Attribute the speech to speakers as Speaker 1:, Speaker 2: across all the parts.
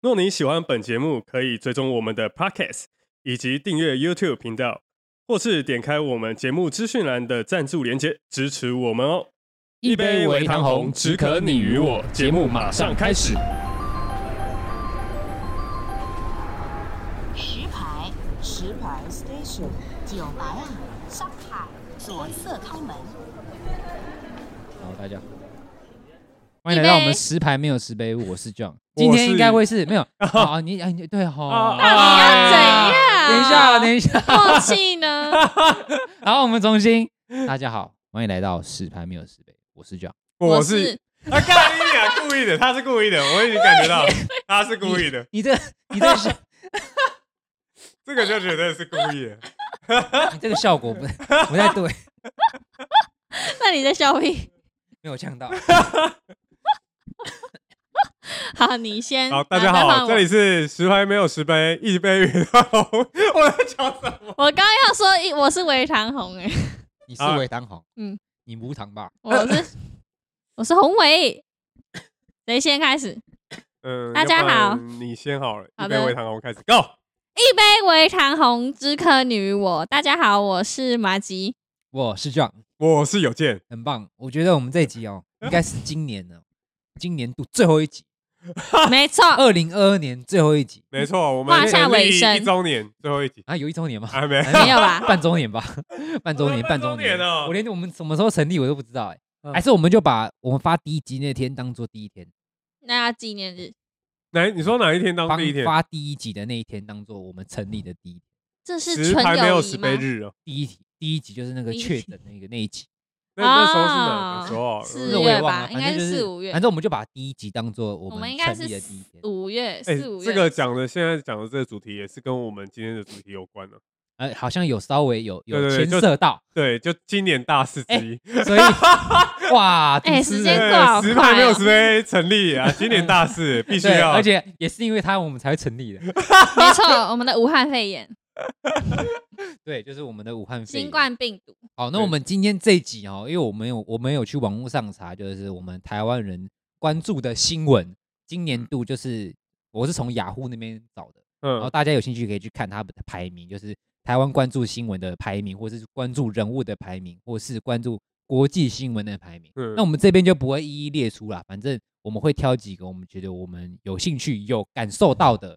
Speaker 1: 若你喜欢本节目，可以追踪我们的 Podcast 以及订阅 YouTube 频道，或是点开我们节目资讯栏的赞助连接支持我们哦。一杯微糖红，只可你与我。节目马上开始。
Speaker 2: 石牌，石牌 station，九白啊，上海，左侧开门。
Speaker 3: 好，大家好，欢迎来到我们十排没有十杯，我是 John。今 天应该会是没有好，你哎你对哈，
Speaker 1: 啊
Speaker 4: 那你
Speaker 3: 等一下等一 下，
Speaker 4: 要怎样默契呢？
Speaker 3: 然后我们重新，大家好，欢迎来到十排没有十杯，我是 John。
Speaker 4: 我是
Speaker 1: 啊，看你俩故意的，他是故意的，我已经感觉 到他是故意的，
Speaker 3: 你这你这是
Speaker 1: 这个就觉得是故意的。
Speaker 3: 你这个效果不不太对，
Speaker 4: 那你在笑屁？
Speaker 3: 没有呛到。
Speaker 4: 好，你先。
Speaker 1: 好，大家
Speaker 4: 来换
Speaker 1: 好，
Speaker 4: 我
Speaker 1: 这里是十排没有十杯，一杯遇到红。我在讲什 么？
Speaker 4: 我刚刚要说一，我是围唐 红哎、
Speaker 3: 你是为当
Speaker 1: 啊
Speaker 3: 红，
Speaker 4: 嗯，
Speaker 3: 你无糖吧？
Speaker 4: 我是我是宏伟。谁先开始？
Speaker 1: 嗯，
Speaker 4: 大家好
Speaker 1: 要不然你先好了，一
Speaker 4: 好
Speaker 1: 杯
Speaker 4: 的
Speaker 1: 微糖红开始，Go。
Speaker 4: 一杯围哎唐红，知客女我。大家好，我是 麻吉。
Speaker 5: 我是 John，
Speaker 1: 我是有健，
Speaker 5: 很棒。我觉得我们这一集哦，
Speaker 1: 嗯
Speaker 5: 应该是今年的今年度最后一集，
Speaker 4: 没错，
Speaker 5: 二零二二年最后一集
Speaker 1: 没错， 我
Speaker 4: 画
Speaker 1: 们
Speaker 4: 下
Speaker 1: 成立
Speaker 4: 尾声
Speaker 1: 一周年最后一集，
Speaker 5: 啊，有一周年吗？
Speaker 1: 还没。
Speaker 4: 没有吧？
Speaker 5: 半周年吧，半周年，
Speaker 1: 半
Speaker 5: 半
Speaker 1: 周
Speaker 5: 周
Speaker 1: 年
Speaker 5: 年
Speaker 1: 哦
Speaker 5: 我连我们什么时候成立我都不知道哎、
Speaker 1: 嗯
Speaker 5: 还是我们就把我们发第一集那天当做第一天，
Speaker 4: 那要纪念日，
Speaker 1: 哪？你说哪一天当
Speaker 5: 帮
Speaker 1: 第一天？
Speaker 5: 发第一集的那一天当做我们成立的第一
Speaker 4: 这是
Speaker 1: 十
Speaker 4: 纯
Speaker 1: 排没
Speaker 4: 友
Speaker 1: 有
Speaker 4: 谊
Speaker 1: 十
Speaker 4: 吗
Speaker 1: 杯？日哦。
Speaker 5: 第一题，第一集就是那个
Speaker 4: 第一
Speaker 5: 确
Speaker 4: 集
Speaker 5: 诊那个那一集，
Speaker 1: 那那时候是哪个时候啊？
Speaker 4: 是
Speaker 5: 那
Speaker 4: 哦四
Speaker 5: 我也
Speaker 4: 月
Speaker 5: 忘
Speaker 4: 吧
Speaker 5: 了，
Speaker 4: 应该
Speaker 5: 反正就是
Speaker 4: 四五月
Speaker 5: 反正我们就把第一集当做我
Speaker 4: 我们
Speaker 5: 们
Speaker 4: 应该
Speaker 5: 成
Speaker 4: 是
Speaker 5: 立的第一天。
Speaker 4: 五月，
Speaker 1: 哎
Speaker 4: 四五，月。
Speaker 1: 这个讲的现在讲的这个主题也是跟我们今天的主题有关啊的。
Speaker 5: 呃，好像有稍微有有
Speaker 1: 对对对
Speaker 5: 牵
Speaker 1: 就
Speaker 5: 涉 到，
Speaker 1: 对，就今年大事之一。
Speaker 5: 所以哇，
Speaker 4: 哎
Speaker 5: 主持
Speaker 4: 时
Speaker 5: 人
Speaker 4: 间过好
Speaker 1: 十
Speaker 4: 快
Speaker 1: 排没有
Speaker 4: 哦
Speaker 1: 十杯成立啊，今年大 事必须
Speaker 5: 对，
Speaker 1: 要。
Speaker 5: 而且也是因为他我们才会成立的。
Speaker 4: 没错，我们的武汉肺炎、
Speaker 5: 对，就是我们的武汉肺炎
Speaker 4: 新。冠病 毒，
Speaker 5: 好，那
Speaker 1: 对
Speaker 5: 我们今天这一集哦，因为我们有我们有去网络上查，就是我们台湾人关注的新闻，今
Speaker 1: 嗯
Speaker 5: 年度就是我是从雅虎那边找的，然后
Speaker 1: 嗯，
Speaker 5: 大家有兴趣可以去看他们的排名，就是台湾关注新闻的排名，或是关注人物的排名，或是关注国际新闻的排名。
Speaker 1: 嗯
Speaker 5: 那我们这边就不会一一列出啦，反正我们会挑几个我们觉得我们有兴趣、有感受到的，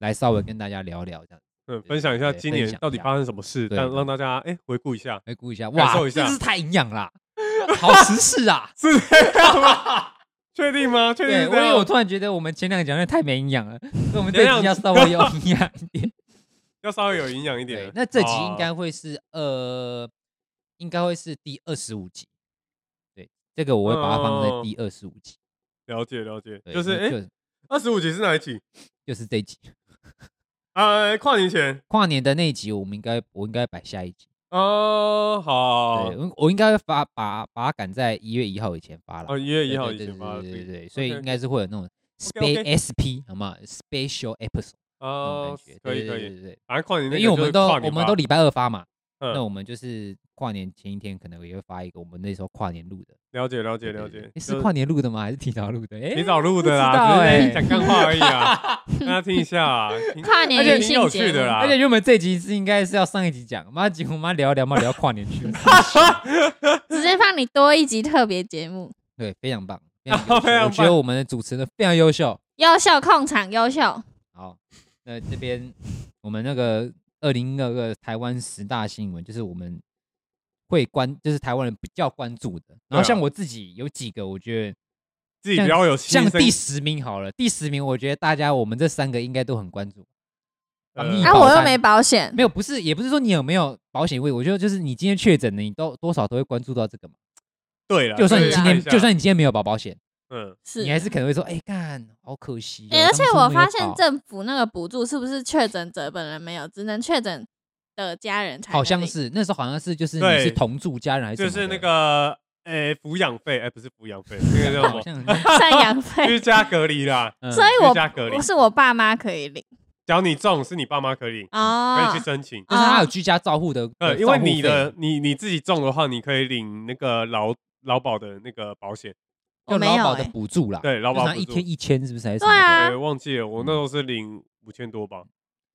Speaker 5: 来稍微跟大家聊聊，这样
Speaker 1: 嗯，分享一下
Speaker 5: 对
Speaker 1: 今
Speaker 5: 分
Speaker 1: 年
Speaker 5: 享一
Speaker 1: 到底
Speaker 5: 下
Speaker 1: 发生什么事，
Speaker 5: 对
Speaker 1: 让
Speaker 5: 对
Speaker 1: 让大家哎回顾一下，
Speaker 5: 回顾一下。
Speaker 1: 感
Speaker 5: 哇，
Speaker 1: 受一下
Speaker 5: 真是太营养 啦，好时事啊！
Speaker 1: 是这样吗？确定吗？ 确定是
Speaker 5: 对，我
Speaker 1: 这
Speaker 5: 因为
Speaker 1: 样
Speaker 5: 我
Speaker 1: 吗？
Speaker 5: 突然觉得我们前两个讲的太没营养了， 所以我们
Speaker 1: 怎
Speaker 5: 这
Speaker 1: 样
Speaker 5: 集要稍微有营养一 点。
Speaker 1: 要稍微有营养一点
Speaker 5: 对
Speaker 1: 的。，
Speaker 5: 那这集
Speaker 1: 哦
Speaker 5: 应该会是呃，应该会是第二十五集。对，这个我会把它放在第二十五集。
Speaker 1: 了解了解，
Speaker 5: 对
Speaker 1: 嗯就是哎，
Speaker 5: 就
Speaker 1: 二十五集是哪一集？
Speaker 5: 就是这一集
Speaker 1: 啊，跨年前
Speaker 5: 跨年的那一集，我们应该我应该摆下一集。
Speaker 1: 哦，好
Speaker 5: 对，，我我应该会发把把它赶在一月一号以前发了
Speaker 1: 哦，。一月
Speaker 5: 对
Speaker 1: 一号
Speaker 5: 对
Speaker 1: 以前发的，
Speaker 5: 对对对
Speaker 1: 对
Speaker 5: 对，所以
Speaker 1: OK，OK
Speaker 5: 应该是会有那种
Speaker 1: OK，OK
Speaker 5: space SP 好吗？Special episode 那种
Speaker 1: 哦
Speaker 5: 感觉。，
Speaker 1: 可
Speaker 5: 对
Speaker 1: 以可
Speaker 5: 对对
Speaker 1: 以，
Speaker 5: 对对。
Speaker 1: 反正跨年那
Speaker 5: 因
Speaker 1: 个
Speaker 5: 为我
Speaker 1: 就是
Speaker 5: 们都
Speaker 1: 跨
Speaker 5: 我
Speaker 1: 年
Speaker 5: 们
Speaker 1: 吧
Speaker 5: 都礼拜二发嘛，
Speaker 1: 嗯
Speaker 5: 那我们就是跨年前一天可能也会发一个我们那时候跨年录的。
Speaker 1: 了解了解
Speaker 5: 对对
Speaker 1: 了
Speaker 5: 对
Speaker 1: 解，
Speaker 5: 诶
Speaker 1: 就是
Speaker 5: 跨年录的吗？还是提早录的？哎、
Speaker 1: 你找录的
Speaker 5: 不知道
Speaker 1: 啦，只是
Speaker 5: 欸
Speaker 1: 讲干话而已啊，大家听一下啊，挺
Speaker 4: 跨年
Speaker 1: 而且
Speaker 4: 女
Speaker 1: 挺
Speaker 4: 性
Speaker 1: 有
Speaker 4: 节目
Speaker 1: 趣的啦，
Speaker 5: 而且原本这集是应该是要上一集讲，妈结果妈聊一聊嘛聊跨年 去了，
Speaker 4: 直接放你多一集特别节目，
Speaker 5: 对，非常棒，非常
Speaker 1: 哦非
Speaker 5: 优秀。
Speaker 1: 常
Speaker 5: 我觉得我们的主持人非常优秀。
Speaker 4: 优秀控场，优秀。
Speaker 5: 好，那这边我们那个二零二二台湾十大新闻，就是我们会关，就是台湾人比较关注的。然后
Speaker 1: 嗯
Speaker 5: 像我自己有几个，我觉得
Speaker 1: 自己比较有牺
Speaker 5: 像
Speaker 1: 牲
Speaker 5: 第十名好了，第十名我觉得大家我们这三个应该都很关注。
Speaker 4: 嗯
Speaker 1: 呃
Speaker 5: 防疫
Speaker 4: 啊，
Speaker 5: 保
Speaker 4: 我又
Speaker 5: 单
Speaker 4: 没保险，
Speaker 5: 嗯没有，不是，也不是说你有没有保险位，我觉得就是你今天确诊了，你都多少都会关注到这个嘛。
Speaker 1: 对了，
Speaker 5: 就算你
Speaker 4: 对
Speaker 5: 今
Speaker 4: 啊
Speaker 5: 天，就算你今天没有保保险，
Speaker 1: 嗯，
Speaker 4: 是啊
Speaker 5: 你还是可能会说，哎、干，好可惜哦、
Speaker 4: 欸而且
Speaker 5: 当初
Speaker 4: 我
Speaker 5: 没有
Speaker 4: 发现
Speaker 5: 保
Speaker 4: 政府那个补助是不是确诊者本人没有，只能确诊的家人才能
Speaker 5: 好像
Speaker 4: 领
Speaker 5: 是那时候好像是就是你
Speaker 1: 对
Speaker 5: 是同住家人还是
Speaker 1: 就
Speaker 5: 什么
Speaker 1: 是那
Speaker 5: 的
Speaker 1: 个诶抚养费，哎，不是抚养费，那个叫什
Speaker 5: 好
Speaker 1: 么？
Speaker 5: 像
Speaker 4: 赡养
Speaker 1: 居
Speaker 4: 费，
Speaker 1: 家隔离啦，
Speaker 5: 嗯
Speaker 4: 所以
Speaker 1: 居家
Speaker 4: 我
Speaker 1: 隔离
Speaker 4: 我。是我爸妈可以领
Speaker 1: 只要你中，是你爸妈可以可
Speaker 4: 哦
Speaker 1: 以去，申请。
Speaker 5: 就是他有居家照护的，
Speaker 1: 呃，
Speaker 5: 的
Speaker 1: 因为
Speaker 5: 啊照护
Speaker 1: 你的
Speaker 5: 费
Speaker 1: 你你自己中的话，你可以领那个劳劳保的那个保险，
Speaker 4: 我
Speaker 5: 就
Speaker 4: 没
Speaker 5: 劳
Speaker 4: 有
Speaker 5: 保的
Speaker 4: 哎，
Speaker 5: 补助啦，
Speaker 1: 对劳
Speaker 5: 就
Speaker 1: 保
Speaker 5: 是他
Speaker 1: 补
Speaker 5: 一
Speaker 1: 助
Speaker 5: 天一嗯千是不是还是什
Speaker 4: 对
Speaker 5: 么的？
Speaker 4: 啊
Speaker 1: 哎，忘记了，我那时候是领五千多吧。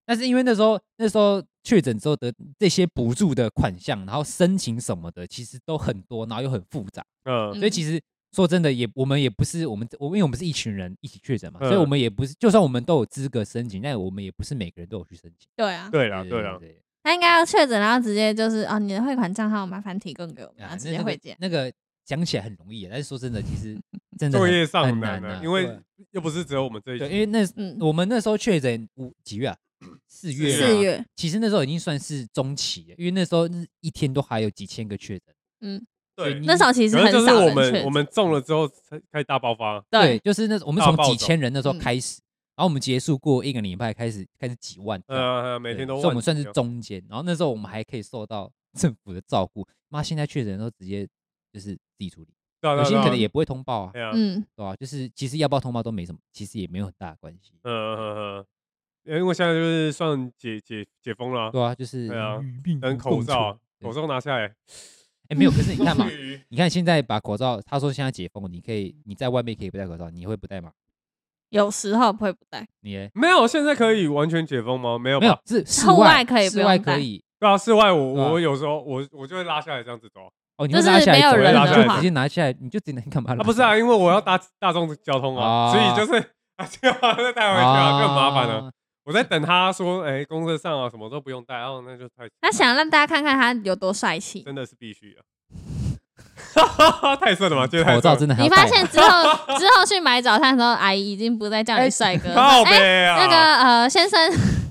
Speaker 5: 但是因为那时候那时候确诊之后得这些补助的款项，然后申请什么的，其实都很多，然后又很复杂，
Speaker 1: 嗯
Speaker 5: 所以其实说真的也我们也不是我们我因为我们是一群人一起确诊嘛，所以
Speaker 1: 嗯
Speaker 5: 我们也不是就算我们都有资格申请，但我们也不是每个人都有去申请。
Speaker 4: 对啊，
Speaker 1: 对啦，对啦，
Speaker 5: 对
Speaker 4: 他应该要确诊，然后直接就是哦，你的汇款账号麻烦提供给我们，然
Speaker 5: 啊
Speaker 4: 后，直
Speaker 5: 那
Speaker 4: 接
Speaker 5: 那
Speaker 4: 汇
Speaker 5: 个
Speaker 4: 件。
Speaker 5: 那个讲起来很容易，啊但是说真的，其 实真的
Speaker 1: 作
Speaker 5: 很
Speaker 1: 业上
Speaker 5: 很
Speaker 1: 难
Speaker 5: 啊
Speaker 1: 啊，，因为又不是只有我们这一
Speaker 5: 对，
Speaker 1: 群。
Speaker 5: 因为那
Speaker 4: 嗯
Speaker 5: 我们那时候确诊五几月啊？四月啊嘛，
Speaker 4: 四月，
Speaker 5: 其实那时候已经算是中期了，因为那时候是一天都还有几千个确诊。
Speaker 1: 对，
Speaker 5: 你
Speaker 4: 那时候其实
Speaker 1: 可
Speaker 4: 很
Speaker 1: 是就是
Speaker 4: 少
Speaker 1: 我
Speaker 4: 人确
Speaker 1: 们
Speaker 4: 诊
Speaker 1: 我们中了之后才开始大爆发，
Speaker 5: 对，
Speaker 4: 对
Speaker 5: 就是那我们
Speaker 1: 大
Speaker 5: 从
Speaker 1: 暴
Speaker 5: 几
Speaker 1: 走
Speaker 5: 千人那时候
Speaker 4: 嗯
Speaker 5: 开始，然后我们结束过一个礼拜，开始开始几万掉，
Speaker 1: 呃，每天都
Speaker 5: 对所以我
Speaker 1: 万
Speaker 5: 们算是
Speaker 1: 几哦
Speaker 5: 中间。然后那时候我们还可以受到政府的照顾，妈，现在确诊都直接就是自己处理，
Speaker 1: 对啊，
Speaker 5: 有些人可能
Speaker 1: 也
Speaker 5: 也不会通报啊，
Speaker 1: 对啊，嗯
Speaker 4: 嗯，
Speaker 5: 对吧？就是其实要不要通报都没什么，其实也没有很大的关系，
Speaker 1: 嗯嗯，嗯因为现在就是算解解解封了啊，
Speaker 5: 对啊，就是
Speaker 1: 对啊
Speaker 5: 与病
Speaker 1: 等
Speaker 5: 毒
Speaker 1: 口
Speaker 5: 共
Speaker 1: 罩啊
Speaker 5: 存。
Speaker 1: 口罩拿下来，
Speaker 5: 哎，没有，可 是你看嘛
Speaker 1: 终，于
Speaker 5: 你看现在把口罩，他说现在解封，你可以你在外面可以不戴口罩，你会不戴吗？
Speaker 4: 有时候不会不戴，
Speaker 5: 你嘞
Speaker 1: 没有，现在可以完全解封吗？没有，
Speaker 5: 没有，，是室
Speaker 4: 户外可以不
Speaker 5: 室
Speaker 4: 用
Speaker 5: 外
Speaker 4: 戴
Speaker 5: 可以。
Speaker 1: 对啊，室外
Speaker 5: 对啊
Speaker 1: 我我有时候我我就会拉下来这样子走啊
Speaker 5: 哦，你
Speaker 4: 就
Speaker 5: 会拉
Speaker 4: 是
Speaker 5: 下来
Speaker 4: 没有
Speaker 5: 走
Speaker 1: 人
Speaker 5: 你
Speaker 1: 的
Speaker 5: 就
Speaker 1: 话
Speaker 5: 直接拿下来，你就直接干嘛？
Speaker 1: 啊，不是啊，因为我要搭大众交通啊，
Speaker 5: 啊
Speaker 1: 所以就是啊，这样再带回去啊，就很麻烦了。。我在等他说，哎，公车上啊什么都不用带，然后那就太
Speaker 4: 他想让大家看看他有多帅气。
Speaker 1: 真的是必须啊， 太顺了吧？觉得太
Speaker 5: 口
Speaker 1: 顺
Speaker 5: 罩
Speaker 1: 了
Speaker 5: 真的还
Speaker 4: 你
Speaker 5: 要戴
Speaker 4: 发
Speaker 5: 吗，
Speaker 4: 现之后之后去买早餐的时候，阿姨已经不再叫你帅哥，
Speaker 1: 靠
Speaker 4: 说哎、
Speaker 1: 背啊，
Speaker 4: 那个呃先生，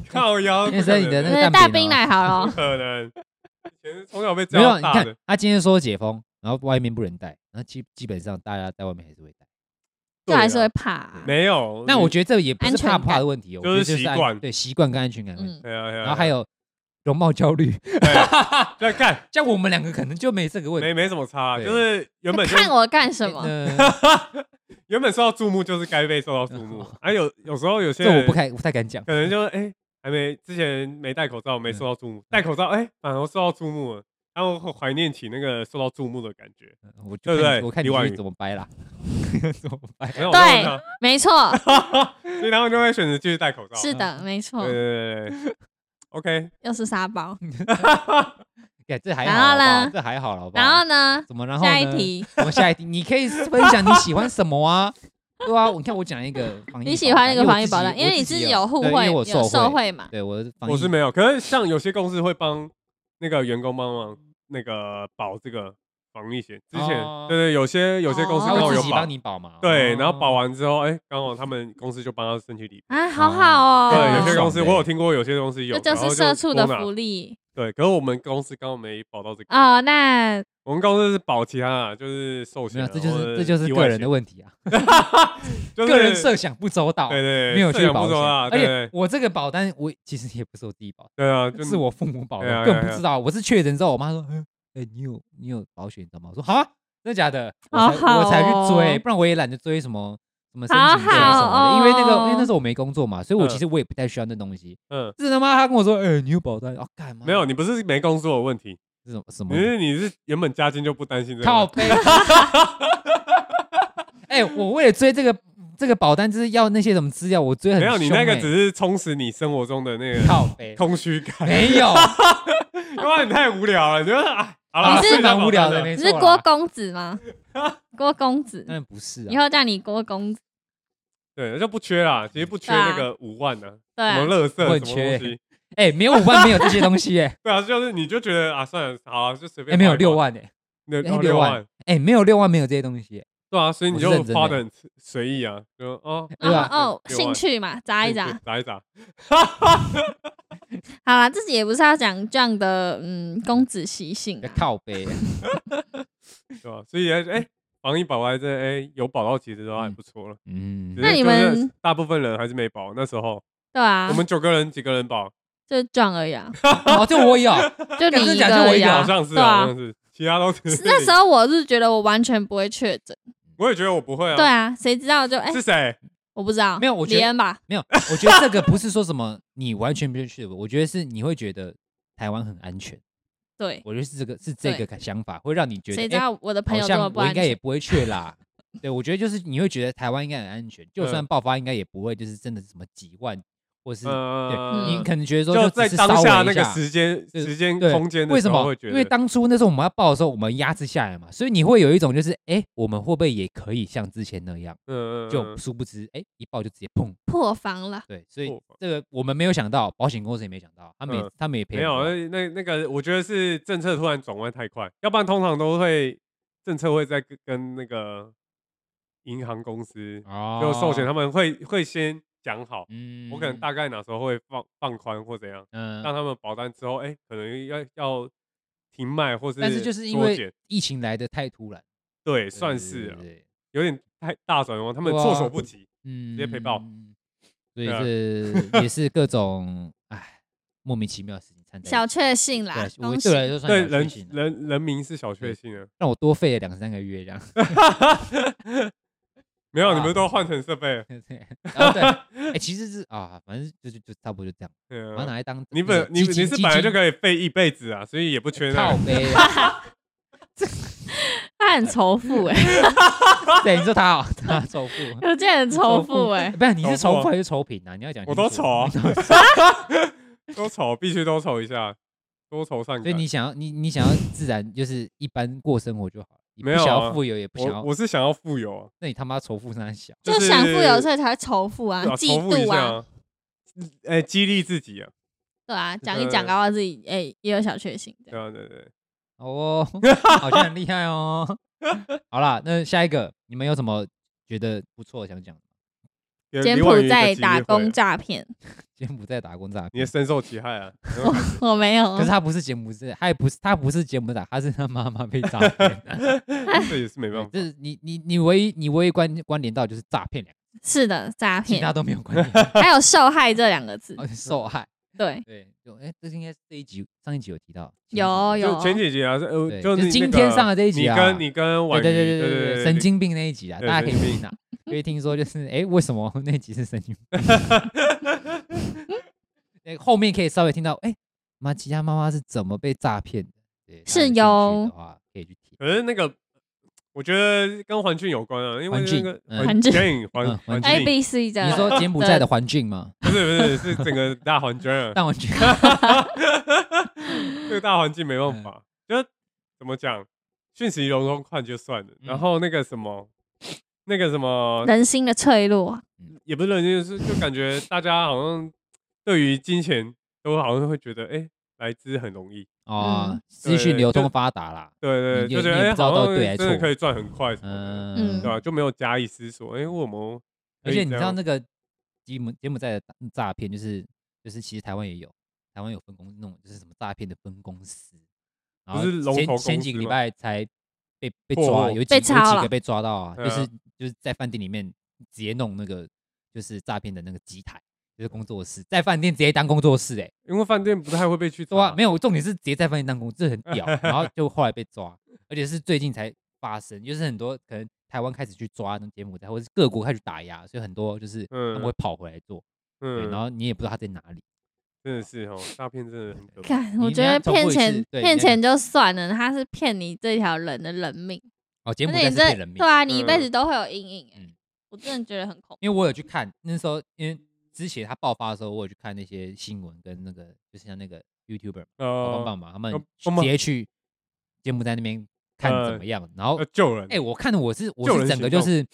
Speaker 1: 靠腰，
Speaker 5: 先生你的那
Speaker 1: 不
Speaker 5: 个
Speaker 4: 呃
Speaker 5: 蛋饼哦
Speaker 4: 大冰奶好
Speaker 1: 可能
Speaker 4: 了
Speaker 1: 不， 可能，以前是从小被
Speaker 5: 没有？
Speaker 1: 教
Speaker 5: 你
Speaker 1: 大
Speaker 5: 看
Speaker 1: 的，
Speaker 5: 他今天说解封，然后外面不能戴，然后基基本上大家在外面还是会戴。
Speaker 4: 就还是
Speaker 1: 对
Speaker 4: 会
Speaker 1: 啊
Speaker 4: 怕啊、
Speaker 1: 没有。
Speaker 5: 那我觉得这也不
Speaker 4: 安
Speaker 5: 是
Speaker 4: 全
Speaker 5: 怕不怕
Speaker 4: 感
Speaker 5: 的问题，我
Speaker 1: 就
Speaker 5: 觉得
Speaker 1: 是习
Speaker 5: 安
Speaker 1: 惯
Speaker 5: 对习惯跟安全感的问题。
Speaker 4: 嗯，
Speaker 1: 对啊，对啊，啊
Speaker 5: 然后还有容貌焦虑，
Speaker 1: 在看，
Speaker 5: 像我们两个可能就没这个问题。
Speaker 1: 没没什么差，啊
Speaker 5: 对
Speaker 1: 就是原本就
Speaker 4: 哎看我干什么？
Speaker 5: 呃
Speaker 1: 原本受到注目就是该被受到注 目，啊有有时候有些
Speaker 5: 这我
Speaker 1: 人
Speaker 5: 不太不太敢讲。
Speaker 1: 可能就哎还没之前没戴口罩没受到注
Speaker 5: 嗯
Speaker 1: 目，戴口罩哎反而受到注目了，然后会怀念起那个受到注目的感觉，
Speaker 5: 我
Speaker 1: 对不
Speaker 5: 就看
Speaker 1: 对
Speaker 5: 你我看
Speaker 1: 李
Speaker 5: 你
Speaker 1: 婉
Speaker 5: 会
Speaker 1: 瑜
Speaker 5: 怎么掰啦，怎么掰？
Speaker 1: 没有
Speaker 4: 对
Speaker 1: 那我
Speaker 4: 没错，
Speaker 1: 想所以他们就会选择继续戴口罩。
Speaker 4: 是的，没错
Speaker 1: 对，，对对 对，OK，
Speaker 4: 又是沙包。
Speaker 5: 嗯哎这还好
Speaker 4: 然
Speaker 5: 好
Speaker 4: 后
Speaker 5: 不好，
Speaker 4: 呢
Speaker 5: 这还好了，好不好
Speaker 4: 然后呢，
Speaker 5: 怎么？然后
Speaker 4: 下一
Speaker 5: 呢
Speaker 4: 题，
Speaker 5: 我们下一题，你可以分享你喜欢什么 啊？对啊，你看我讲一个防疫，
Speaker 4: 你喜欢那个防疫保
Speaker 5: 单，
Speaker 4: 单，因为你
Speaker 5: 自
Speaker 4: 是
Speaker 5: 己啊
Speaker 4: 有互
Speaker 5: 对因
Speaker 4: 惠、
Speaker 5: 为我
Speaker 4: 有
Speaker 5: 受
Speaker 4: 受
Speaker 5: 惠，
Speaker 4: 惠嘛，
Speaker 5: 对我的防疫，
Speaker 1: 我是没有，可是像有些公司会帮那个员工帮忙那个保这个防疫险，之前
Speaker 5: 哦
Speaker 1: 对对，有些有些公司
Speaker 5: 他
Speaker 1: 刚好
Speaker 5: 会
Speaker 1: 有
Speaker 5: 自己
Speaker 1: 保
Speaker 5: 帮。你保嘛？
Speaker 1: 对，
Speaker 5: 哦
Speaker 1: 然后保，完之后，哎，刚好他们公司就帮他申请理赔。
Speaker 4: 啊，好好哦。
Speaker 1: 对，有些
Speaker 5: 哦
Speaker 1: 公司我有听过，有些公司有，
Speaker 4: 这就
Speaker 1: 然后
Speaker 4: 是社畜的
Speaker 1: 多拿
Speaker 4: 福利
Speaker 1: 对，可是我们公司刚好没保到这
Speaker 5: 啊
Speaker 1: 个，
Speaker 4: 哦。那
Speaker 1: 我们公司是保其他啊，就是寿
Speaker 5: 没
Speaker 1: 险
Speaker 5: 有，
Speaker 1: 啊，
Speaker 5: 这就
Speaker 1: 或
Speaker 5: 是
Speaker 1: 者
Speaker 5: 这就是
Speaker 1: 意
Speaker 5: 个
Speaker 1: 外
Speaker 5: 人的
Speaker 1: 险，
Speaker 5: 问题啊，
Speaker 1: 就是
Speaker 5: 个人设想不周到，
Speaker 1: 对对对
Speaker 5: 没有
Speaker 1: 设
Speaker 5: 去
Speaker 1: 想
Speaker 5: 保
Speaker 1: 不周
Speaker 5: 险
Speaker 1: 到，
Speaker 5: 而
Speaker 1: 对
Speaker 5: 且
Speaker 1: 对
Speaker 5: 我这个保单我其实也不是我自己保，
Speaker 1: 对啊，就是
Speaker 5: 我父母保
Speaker 1: 对啊
Speaker 5: 的，更
Speaker 1: 对啊
Speaker 5: 不知道。我是确诊之后，我妈说：“嗯哎，你有你有保险，你知道吗？”我说：“好啊，真的假的？”
Speaker 4: 好
Speaker 5: 我才我才
Speaker 4: 好哦
Speaker 5: 去追，不然我也懒得追什么什么申
Speaker 4: 好
Speaker 5: 请费什么的，因为那个
Speaker 4: 好哦
Speaker 5: 因为那时候我没工作嘛，所以我
Speaker 1: 嗯
Speaker 5: 其实我也不太需要那东西。
Speaker 1: 嗯，
Speaker 5: 是他妈他跟我说：“哎，你有保单？”哦，干嘛？
Speaker 1: 没有，你嗯不是没工作的问题，
Speaker 5: 这种什么
Speaker 1: 你是你是原本家境就不担心这个
Speaker 5: 嗯靠
Speaker 1: 问题，
Speaker 5: 背。 哎，我为了追这个这个保单，就是要那些什么资料，我追很
Speaker 1: 没有，
Speaker 5: 凶。
Speaker 1: 你那个
Speaker 5: 哎
Speaker 1: 只是充实你生活中的 那个
Speaker 5: 靠 背，
Speaker 1: 空虚感，
Speaker 5: 没有，
Speaker 1: 因为你太无聊了，你就是啊，好啦
Speaker 4: 你是
Speaker 1: 睡到
Speaker 5: 蛮无
Speaker 1: 饱
Speaker 5: 聊
Speaker 1: 了
Speaker 5: 的，没
Speaker 4: 你
Speaker 5: 错
Speaker 4: 是
Speaker 5: 啦
Speaker 4: 郭公子吗？ 郭公子，
Speaker 5: 当然不是啊
Speaker 4: 以。后叫你郭公子。
Speaker 1: 对，就不缺啦，其实不缺
Speaker 4: 对啊
Speaker 1: 那个五万呢，
Speaker 4: 对
Speaker 1: 什
Speaker 4: 啊
Speaker 1: 么，乐色
Speaker 5: 我
Speaker 1: 什么
Speaker 5: 很缺
Speaker 1: 东西，
Speaker 5: 哎、没有五万，没有这些东西、哎，
Speaker 1: 对啊，就是你就觉得啊，算了，好了，就随
Speaker 5: 哎、
Speaker 1: 便
Speaker 5: 没有
Speaker 1: 花一
Speaker 5: 六，万、哎，
Speaker 1: 六
Speaker 5: 哎
Speaker 1: 哦
Speaker 5: 六
Speaker 1: 六
Speaker 5: 万
Speaker 1: 万，
Speaker 5: 哎、没有六万，没有这些东西、哎
Speaker 1: 对啊，所以你
Speaker 5: 我
Speaker 1: 就是
Speaker 5: 认真
Speaker 1: 花
Speaker 5: 的
Speaker 1: 的很随意啊，就哦，
Speaker 5: 对
Speaker 4: 然
Speaker 5: 啊
Speaker 4: 后哦，
Speaker 1: 六万
Speaker 4: 兴趣嘛，砸一砸。
Speaker 1: 对砸一砸，
Speaker 4: 好啦，自己也不是要讲这样的嗯公子习性
Speaker 5: 你
Speaker 4: 啊
Speaker 5: 的，靠背、哎
Speaker 1: 对吧？所以哎，防疫保还真哎有保到，其实都还不错了。
Speaker 5: 嗯
Speaker 1: 只，
Speaker 4: 那
Speaker 1: 是
Speaker 4: 你
Speaker 1: 就是
Speaker 4: 们
Speaker 1: 大部分人还是没保，那时候
Speaker 4: 对啊，
Speaker 1: 我们九个人几个人保，
Speaker 4: 就撞而已啊，
Speaker 5: 哦，这我有，
Speaker 4: 就
Speaker 5: 干
Speaker 4: 你
Speaker 5: 真
Speaker 4: 一
Speaker 5: 假
Speaker 4: 个
Speaker 5: 就我
Speaker 4: 而
Speaker 5: 一
Speaker 4: 已
Speaker 5: 个
Speaker 1: 好
Speaker 4: 啊，
Speaker 1: 像是哦
Speaker 4: 对
Speaker 1: 好像
Speaker 4: 啊。
Speaker 1: 是，其他都是
Speaker 4: 那时候我是觉得我完全不会确诊，
Speaker 1: 我也觉得我不会啊。
Speaker 4: 对啊，谁知道就哎、
Speaker 1: 是谁？
Speaker 4: 我不知道，
Speaker 5: 没有我觉得
Speaker 4: 李恩吧，
Speaker 5: 没有，我觉得这个不是说什么你完全不用去，我觉得是你会觉得台湾很安全，
Speaker 4: 对，
Speaker 5: 我觉得是这个是这个想法会让你觉得，
Speaker 4: 谁知
Speaker 5: 诶
Speaker 4: 道我的朋
Speaker 5: 好
Speaker 4: 友这么
Speaker 5: 像
Speaker 4: 不
Speaker 5: 我
Speaker 4: 安
Speaker 5: 应该也
Speaker 4: 全？
Speaker 5: 不会去啦。对，我觉得就是你会觉得台湾应该很安全，就算
Speaker 1: 嗯
Speaker 5: 爆发应该也不会就是真的什么几万，或是对
Speaker 1: 呃，
Speaker 5: 你可能觉得说
Speaker 1: 就
Speaker 5: 只
Speaker 1: 在
Speaker 5: 是
Speaker 1: 当
Speaker 5: 稍微
Speaker 1: 下
Speaker 5: 一
Speaker 1: 那个
Speaker 5: 下
Speaker 1: 时间、
Speaker 5: 对
Speaker 1: 时间、
Speaker 5: 对
Speaker 1: 空间的
Speaker 5: 为
Speaker 1: 时
Speaker 5: 什
Speaker 1: 候，
Speaker 5: 么
Speaker 1: 会？觉
Speaker 5: 因
Speaker 1: 得
Speaker 5: 为当初那时候我们要报的时候，我们压制下来嘛，所以你会有一种就是，哎，我们会不会也可以像之前那样？
Speaker 1: 嗯嗯
Speaker 5: 就
Speaker 1: 嗯
Speaker 5: 殊不知，哎，一报就直接砰。
Speaker 4: 破防了，
Speaker 5: 对，所以
Speaker 1: 破防
Speaker 5: 这个我们没有想到，保险公司也没想到，他们也
Speaker 1: 嗯
Speaker 5: 他们也赔
Speaker 1: 没有
Speaker 5: 我们
Speaker 1: 那那那个，我觉得是政策突然转弯太快，要不然通常都会政策会在跟跟那个银行公司
Speaker 5: 哦
Speaker 1: 就寿险，他们会会先讲好，
Speaker 5: 嗯
Speaker 1: 我可能大概哪时候会放放宽或怎样，
Speaker 5: 嗯
Speaker 1: 让他们保单之后，哎，可能要要停卖或是
Speaker 5: 但是就是因
Speaker 1: 缩
Speaker 5: 为
Speaker 1: 减
Speaker 5: 疫情来的太突然，
Speaker 1: 对，
Speaker 5: 对
Speaker 1: 算
Speaker 5: 对
Speaker 1: 是
Speaker 5: 对
Speaker 1: 啊
Speaker 5: 对对
Speaker 1: 有点太大转弯，他们
Speaker 5: 对啊
Speaker 1: 措手不及。
Speaker 5: 嗯，
Speaker 1: 接赔爆
Speaker 5: 所以
Speaker 1: 对啊
Speaker 5: 这也是各种哎莫名其妙的事情掺在一起。
Speaker 4: 小确幸啦，
Speaker 5: 对，啊我
Speaker 4: 恭
Speaker 5: 对
Speaker 4: 喜
Speaker 5: 我来说算
Speaker 1: 对
Speaker 5: 小确
Speaker 1: 人
Speaker 5: 幸了
Speaker 1: 人人民是小确幸啊，
Speaker 5: 让我多费了两三个月这样。
Speaker 1: 没有，
Speaker 5: 啊
Speaker 1: 你们都换成设备了。
Speaker 5: 对， 然后对， 哎、其实是啊，反正就就就差不多就这样，
Speaker 1: 嗯
Speaker 5: 把它拿来当
Speaker 1: 你
Speaker 5: 那个
Speaker 1: 本你
Speaker 5: 基金
Speaker 1: 你是本来就
Speaker 5: 基
Speaker 1: 可以废一辈子啊，所以也不缺
Speaker 5: 金
Speaker 1: 那
Speaker 5: 靠
Speaker 1: 个。
Speaker 5: 背啊，
Speaker 4: 他很仇富哎、
Speaker 5: 对，你说他哦，他仇 富，
Speaker 4: 有件很仇富哎、
Speaker 5: 哎不是你是
Speaker 1: 仇富
Speaker 5: 仇
Speaker 1: 啊
Speaker 5: 富还是仇贫啊？你要讲
Speaker 1: 我
Speaker 5: 清
Speaker 1: 都
Speaker 5: 楚
Speaker 1: 丑啊， 都丑，必须都丑一下，多愁善
Speaker 5: 所以
Speaker 1: 感。
Speaker 5: 你想要你你想要自然就是一般过生活就好了，你不
Speaker 1: 没有
Speaker 5: 想
Speaker 1: 啊
Speaker 5: 要富有也不想
Speaker 1: 我
Speaker 5: 要，
Speaker 1: 我是想要富有啊，
Speaker 5: 那你他妈仇富三小，
Speaker 4: 就
Speaker 1: 就是
Speaker 4: 想富有，所以才会仇富啊，
Speaker 1: 对啊
Speaker 4: 嫉
Speaker 1: 仇富一
Speaker 4: 妒
Speaker 1: 下
Speaker 4: 啊，
Speaker 1: 啊，哎，激励自己啊，
Speaker 4: 对啊，讲
Speaker 1: 对
Speaker 4: 一
Speaker 1: 对
Speaker 4: 讲，
Speaker 1: 对
Speaker 4: 搞到自己哎、也有小确幸这
Speaker 1: 对
Speaker 4: 样。
Speaker 1: 啊对对，
Speaker 5: 好哦，好像很厉害哦。 好啦，那下一个你们有什么觉得不错想讲的？
Speaker 1: 对
Speaker 4: 柬
Speaker 1: 给
Speaker 4: 埔
Speaker 1: 我一个
Speaker 4: 寨
Speaker 1: 机
Speaker 4: 打
Speaker 1: 会
Speaker 4: 工，诈骗，
Speaker 5: 柬埔寨打工诈
Speaker 1: 你也
Speaker 5: 骗，
Speaker 1: 深受其害啊。
Speaker 4: 我没有
Speaker 5: 可是，他不是柬埔寨，他也不是他不是柬埔寨，他是他妈妈被诈骗。
Speaker 1: 这也是 没办法
Speaker 5: 就。是你你你唯一你唯一关关联到就是诈骗 两个，
Speaker 4: 是的，诈
Speaker 5: 其他
Speaker 4: 骗，
Speaker 5: 都没有关联，
Speaker 4: 还有受害这两个字
Speaker 5: 哦，受害。
Speaker 4: 对，
Speaker 5: 对，就哎，这应该是这一集上一集有提到，
Speaker 4: 有
Speaker 1: 就
Speaker 4: 有，
Speaker 1: 前几集啊，是呃，
Speaker 5: 对
Speaker 1: 就
Speaker 5: 就是今
Speaker 1: 那个
Speaker 5: 天上的这一集啊
Speaker 1: 你跟你跟婉
Speaker 5: 对
Speaker 1: 瑜
Speaker 5: 对对
Speaker 1: 对
Speaker 5: 对对
Speaker 1: 对，
Speaker 5: 对，神经病那一集啊，
Speaker 1: 对
Speaker 5: 大家可以
Speaker 1: 神经
Speaker 5: 听啊，可以听说就是哎，为什么那集是神经 病？哎，后面可以稍微听到哎，马吉亚妈妈是怎么被诈骗的？对，大家
Speaker 4: 是
Speaker 5: 有兴趣
Speaker 4: 哟
Speaker 5: 的话可以去听。
Speaker 1: 可是那个，我觉得跟环境有关啊，因为
Speaker 5: 环
Speaker 1: 那
Speaker 5: 境
Speaker 1: 个
Speaker 5: 嗯
Speaker 4: 环境
Speaker 1: 电影环
Speaker 5: 嗯
Speaker 1: 环
Speaker 5: 环
Speaker 4: A
Speaker 1: 境
Speaker 4: B C 的，
Speaker 5: 你 说柬埔寨的环境吗？
Speaker 1: 不是不是是整个大环境啊，
Speaker 5: 但我觉得
Speaker 1: 这个大环境没
Speaker 5: 嗯
Speaker 1: 办法，就怎么讲，讯息流通快就算了，
Speaker 5: 嗯
Speaker 1: 然后那个什么，那个什么，
Speaker 4: 人心的脆弱，
Speaker 1: 也不是人就是就感觉大家好像对于金钱都好像会觉得，哎，来之很容易，
Speaker 5: 哦
Speaker 4: 嗯，
Speaker 5: 资讯
Speaker 1: 对
Speaker 5: 流
Speaker 1: 就
Speaker 5: 通发达啦，
Speaker 1: 对对，
Speaker 5: 你
Speaker 1: 就
Speaker 5: 也
Speaker 1: 觉得
Speaker 5: 你也
Speaker 1: 哎，
Speaker 5: 不知道
Speaker 1: 好
Speaker 5: 到
Speaker 1: 像
Speaker 5: 底对还是
Speaker 1: 真的
Speaker 5: 错
Speaker 1: 可以赚很快什么的，
Speaker 5: 嗯
Speaker 1: 哦对吧？就没有加以思索，哎，我们
Speaker 5: 而
Speaker 1: 可以
Speaker 5: 且你
Speaker 1: 这样
Speaker 5: 知道那个柬埔柬埔寨的诈诈骗，就是就是其实台湾也有，台湾有分公那种就是什么诈骗的分公司，然
Speaker 1: 不
Speaker 5: 后
Speaker 1: 是龙头
Speaker 5: 前
Speaker 1: 公
Speaker 5: 前几
Speaker 1: 司
Speaker 5: 个礼
Speaker 1: 吗
Speaker 5: 拜才被被
Speaker 1: 破
Speaker 5: 抓，
Speaker 1: 获
Speaker 5: 有几
Speaker 4: 被
Speaker 5: 有
Speaker 4: 抄
Speaker 5: 几
Speaker 4: 了
Speaker 5: 个被抓到啊，
Speaker 1: 对
Speaker 5: 就
Speaker 1: 啊
Speaker 5: 是就是在饭店里面直接弄那个就是诈骗的那个机台，就是工作室，在饭店直接当工作室，哎，
Speaker 1: 因为饭店不太会被去
Speaker 5: 对啊
Speaker 1: 抓，，
Speaker 5: 没有，重点是直接在饭店当工，这很屌，然后就后来被抓，而且是最近才发生，就是很多可能台湾开始去抓那柬埔寨，或者是各国开始打压，所以很多就是他
Speaker 1: 嗯
Speaker 5: 们会跑回来做。对，
Speaker 1: 嗯，
Speaker 5: 然后你也不知道他在哪里。
Speaker 1: 真的是哦，诈骗真的很可怕。
Speaker 4: 看，
Speaker 5: 你
Speaker 4: 我
Speaker 5: 你
Speaker 4: 觉
Speaker 5: 要
Speaker 4: 得
Speaker 5: 重复
Speaker 4: 骗
Speaker 5: 一
Speaker 4: 钱
Speaker 5: 次对
Speaker 4: 骗
Speaker 5: 你要
Speaker 4: 钱就算了，他是骗你这条人的人命，
Speaker 5: 哦，柬
Speaker 4: 而
Speaker 5: 埔
Speaker 4: 且
Speaker 5: 寨
Speaker 4: 你
Speaker 5: 是
Speaker 4: 这
Speaker 5: 骗人命，
Speaker 4: 对啊，你一辈
Speaker 1: 嗯
Speaker 4: 子都会有阴影欸
Speaker 5: 嗯，
Speaker 4: 我真的觉得很恐怖，
Speaker 5: 因为我有去看那时候，因为之前他爆发的时候，我有去看那些新闻跟那个，就是像那个 YouTuber 好棒
Speaker 1: 呃
Speaker 5: 棒，嘛，他们
Speaker 1: 呃
Speaker 5: 去
Speaker 1: 帮
Speaker 5: 直
Speaker 1: 忙
Speaker 5: 接去柬埔寨那边看
Speaker 1: 呃
Speaker 5: 怎么样，然后
Speaker 1: 要救人，
Speaker 5: 哎，我看的我是我
Speaker 1: 救
Speaker 5: 是
Speaker 1: 人
Speaker 5: 整
Speaker 1: 行
Speaker 5: 个就
Speaker 1: 动
Speaker 5: 是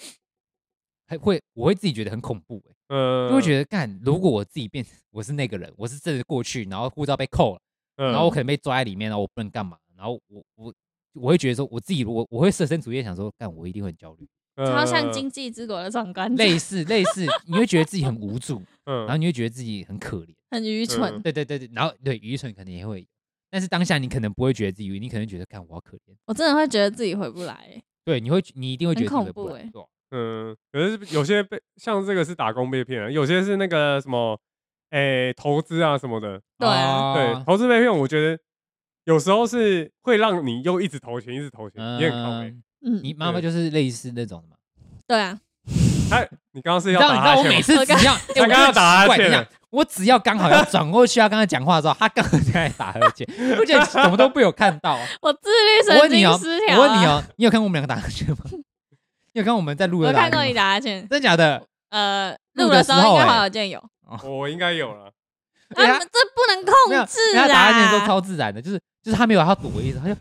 Speaker 5: 还会我会自己觉得很恐怖，哎，
Speaker 1: 呃
Speaker 5: 就会觉得干，如果我自己变我是那个人，我是真的过去，然后护照被扣了。
Speaker 1: 得
Speaker 5: 然后我可能被抓在里面，然后我不能干嘛，然后我我我会觉得说，我自己我我会设身处地地想说，干我一定会很焦虑，
Speaker 1: 嗯呃
Speaker 4: 超像经济之国的闯关者，
Speaker 5: 类似类似，你会觉得自己很无助，
Speaker 1: 嗯，
Speaker 5: 然后你会觉得自己很可怜，
Speaker 4: 很愚
Speaker 1: 嗯
Speaker 4: 蠢，
Speaker 5: 对对对对，然后对愚蠢可能也会有，但是当下你可能不会觉得自己愚，你可能觉得干我好可怜，
Speaker 4: 我真的会觉得自己回不来欸，
Speaker 5: 对，你会你一定会觉得
Speaker 4: 很
Speaker 5: 自己
Speaker 4: 恐
Speaker 5: 不
Speaker 4: 怖
Speaker 5: 能
Speaker 4: 欸
Speaker 5: 做
Speaker 1: 嗯，可是有些被像这个是打工被骗啊，有些是那个什么，哎、投资啊什么的。
Speaker 4: 对啊
Speaker 5: 啊
Speaker 1: 对，投资被骗，我觉得有时候是会让你又一直投钱，一直投钱，也很靠背。
Speaker 5: 嗯，
Speaker 4: 嗯，
Speaker 5: 你妈妈
Speaker 1: 对
Speaker 5: 就是类似那种的嘛。
Speaker 4: 对啊，
Speaker 1: 哎，你刚刚是
Speaker 5: 你
Speaker 1: 要
Speaker 5: 知道，
Speaker 1: 打
Speaker 5: 你知道
Speaker 1: 哈
Speaker 5: 我
Speaker 1: 欠
Speaker 5: 每
Speaker 1: 吗？
Speaker 5: 次只要，欸、
Speaker 1: 他刚刚打哈欠
Speaker 5: 我跟你讲
Speaker 1: 了，
Speaker 5: 我只要刚好要转过去要跟他讲话的时候，他刚好在打哈欠，而且什么都被我看 到。
Speaker 4: 我自律
Speaker 5: 我
Speaker 4: 神
Speaker 5: 问你
Speaker 4: 经
Speaker 5: 哦，
Speaker 4: 失调、啊。
Speaker 5: 我问你，哦，你有看过我们两个打哈欠吗？你有看我们在录的？
Speaker 4: 我看过你，打哈欠。
Speaker 5: 真假的？
Speaker 4: 呃，
Speaker 5: 录
Speaker 4: 录
Speaker 5: 的
Speaker 4: 的
Speaker 5: 时
Speaker 4: 时
Speaker 5: 候
Speaker 4: 候应该
Speaker 5: 欸
Speaker 4: 好有见有。
Speaker 1: 我应该有了。
Speaker 5: 对他
Speaker 4: 啊，这不能
Speaker 5: 没有
Speaker 4: 控制
Speaker 5: 他
Speaker 4: 啊！
Speaker 5: 打哈欠的时候超自然的，就是就是他没有要躲的意思，他就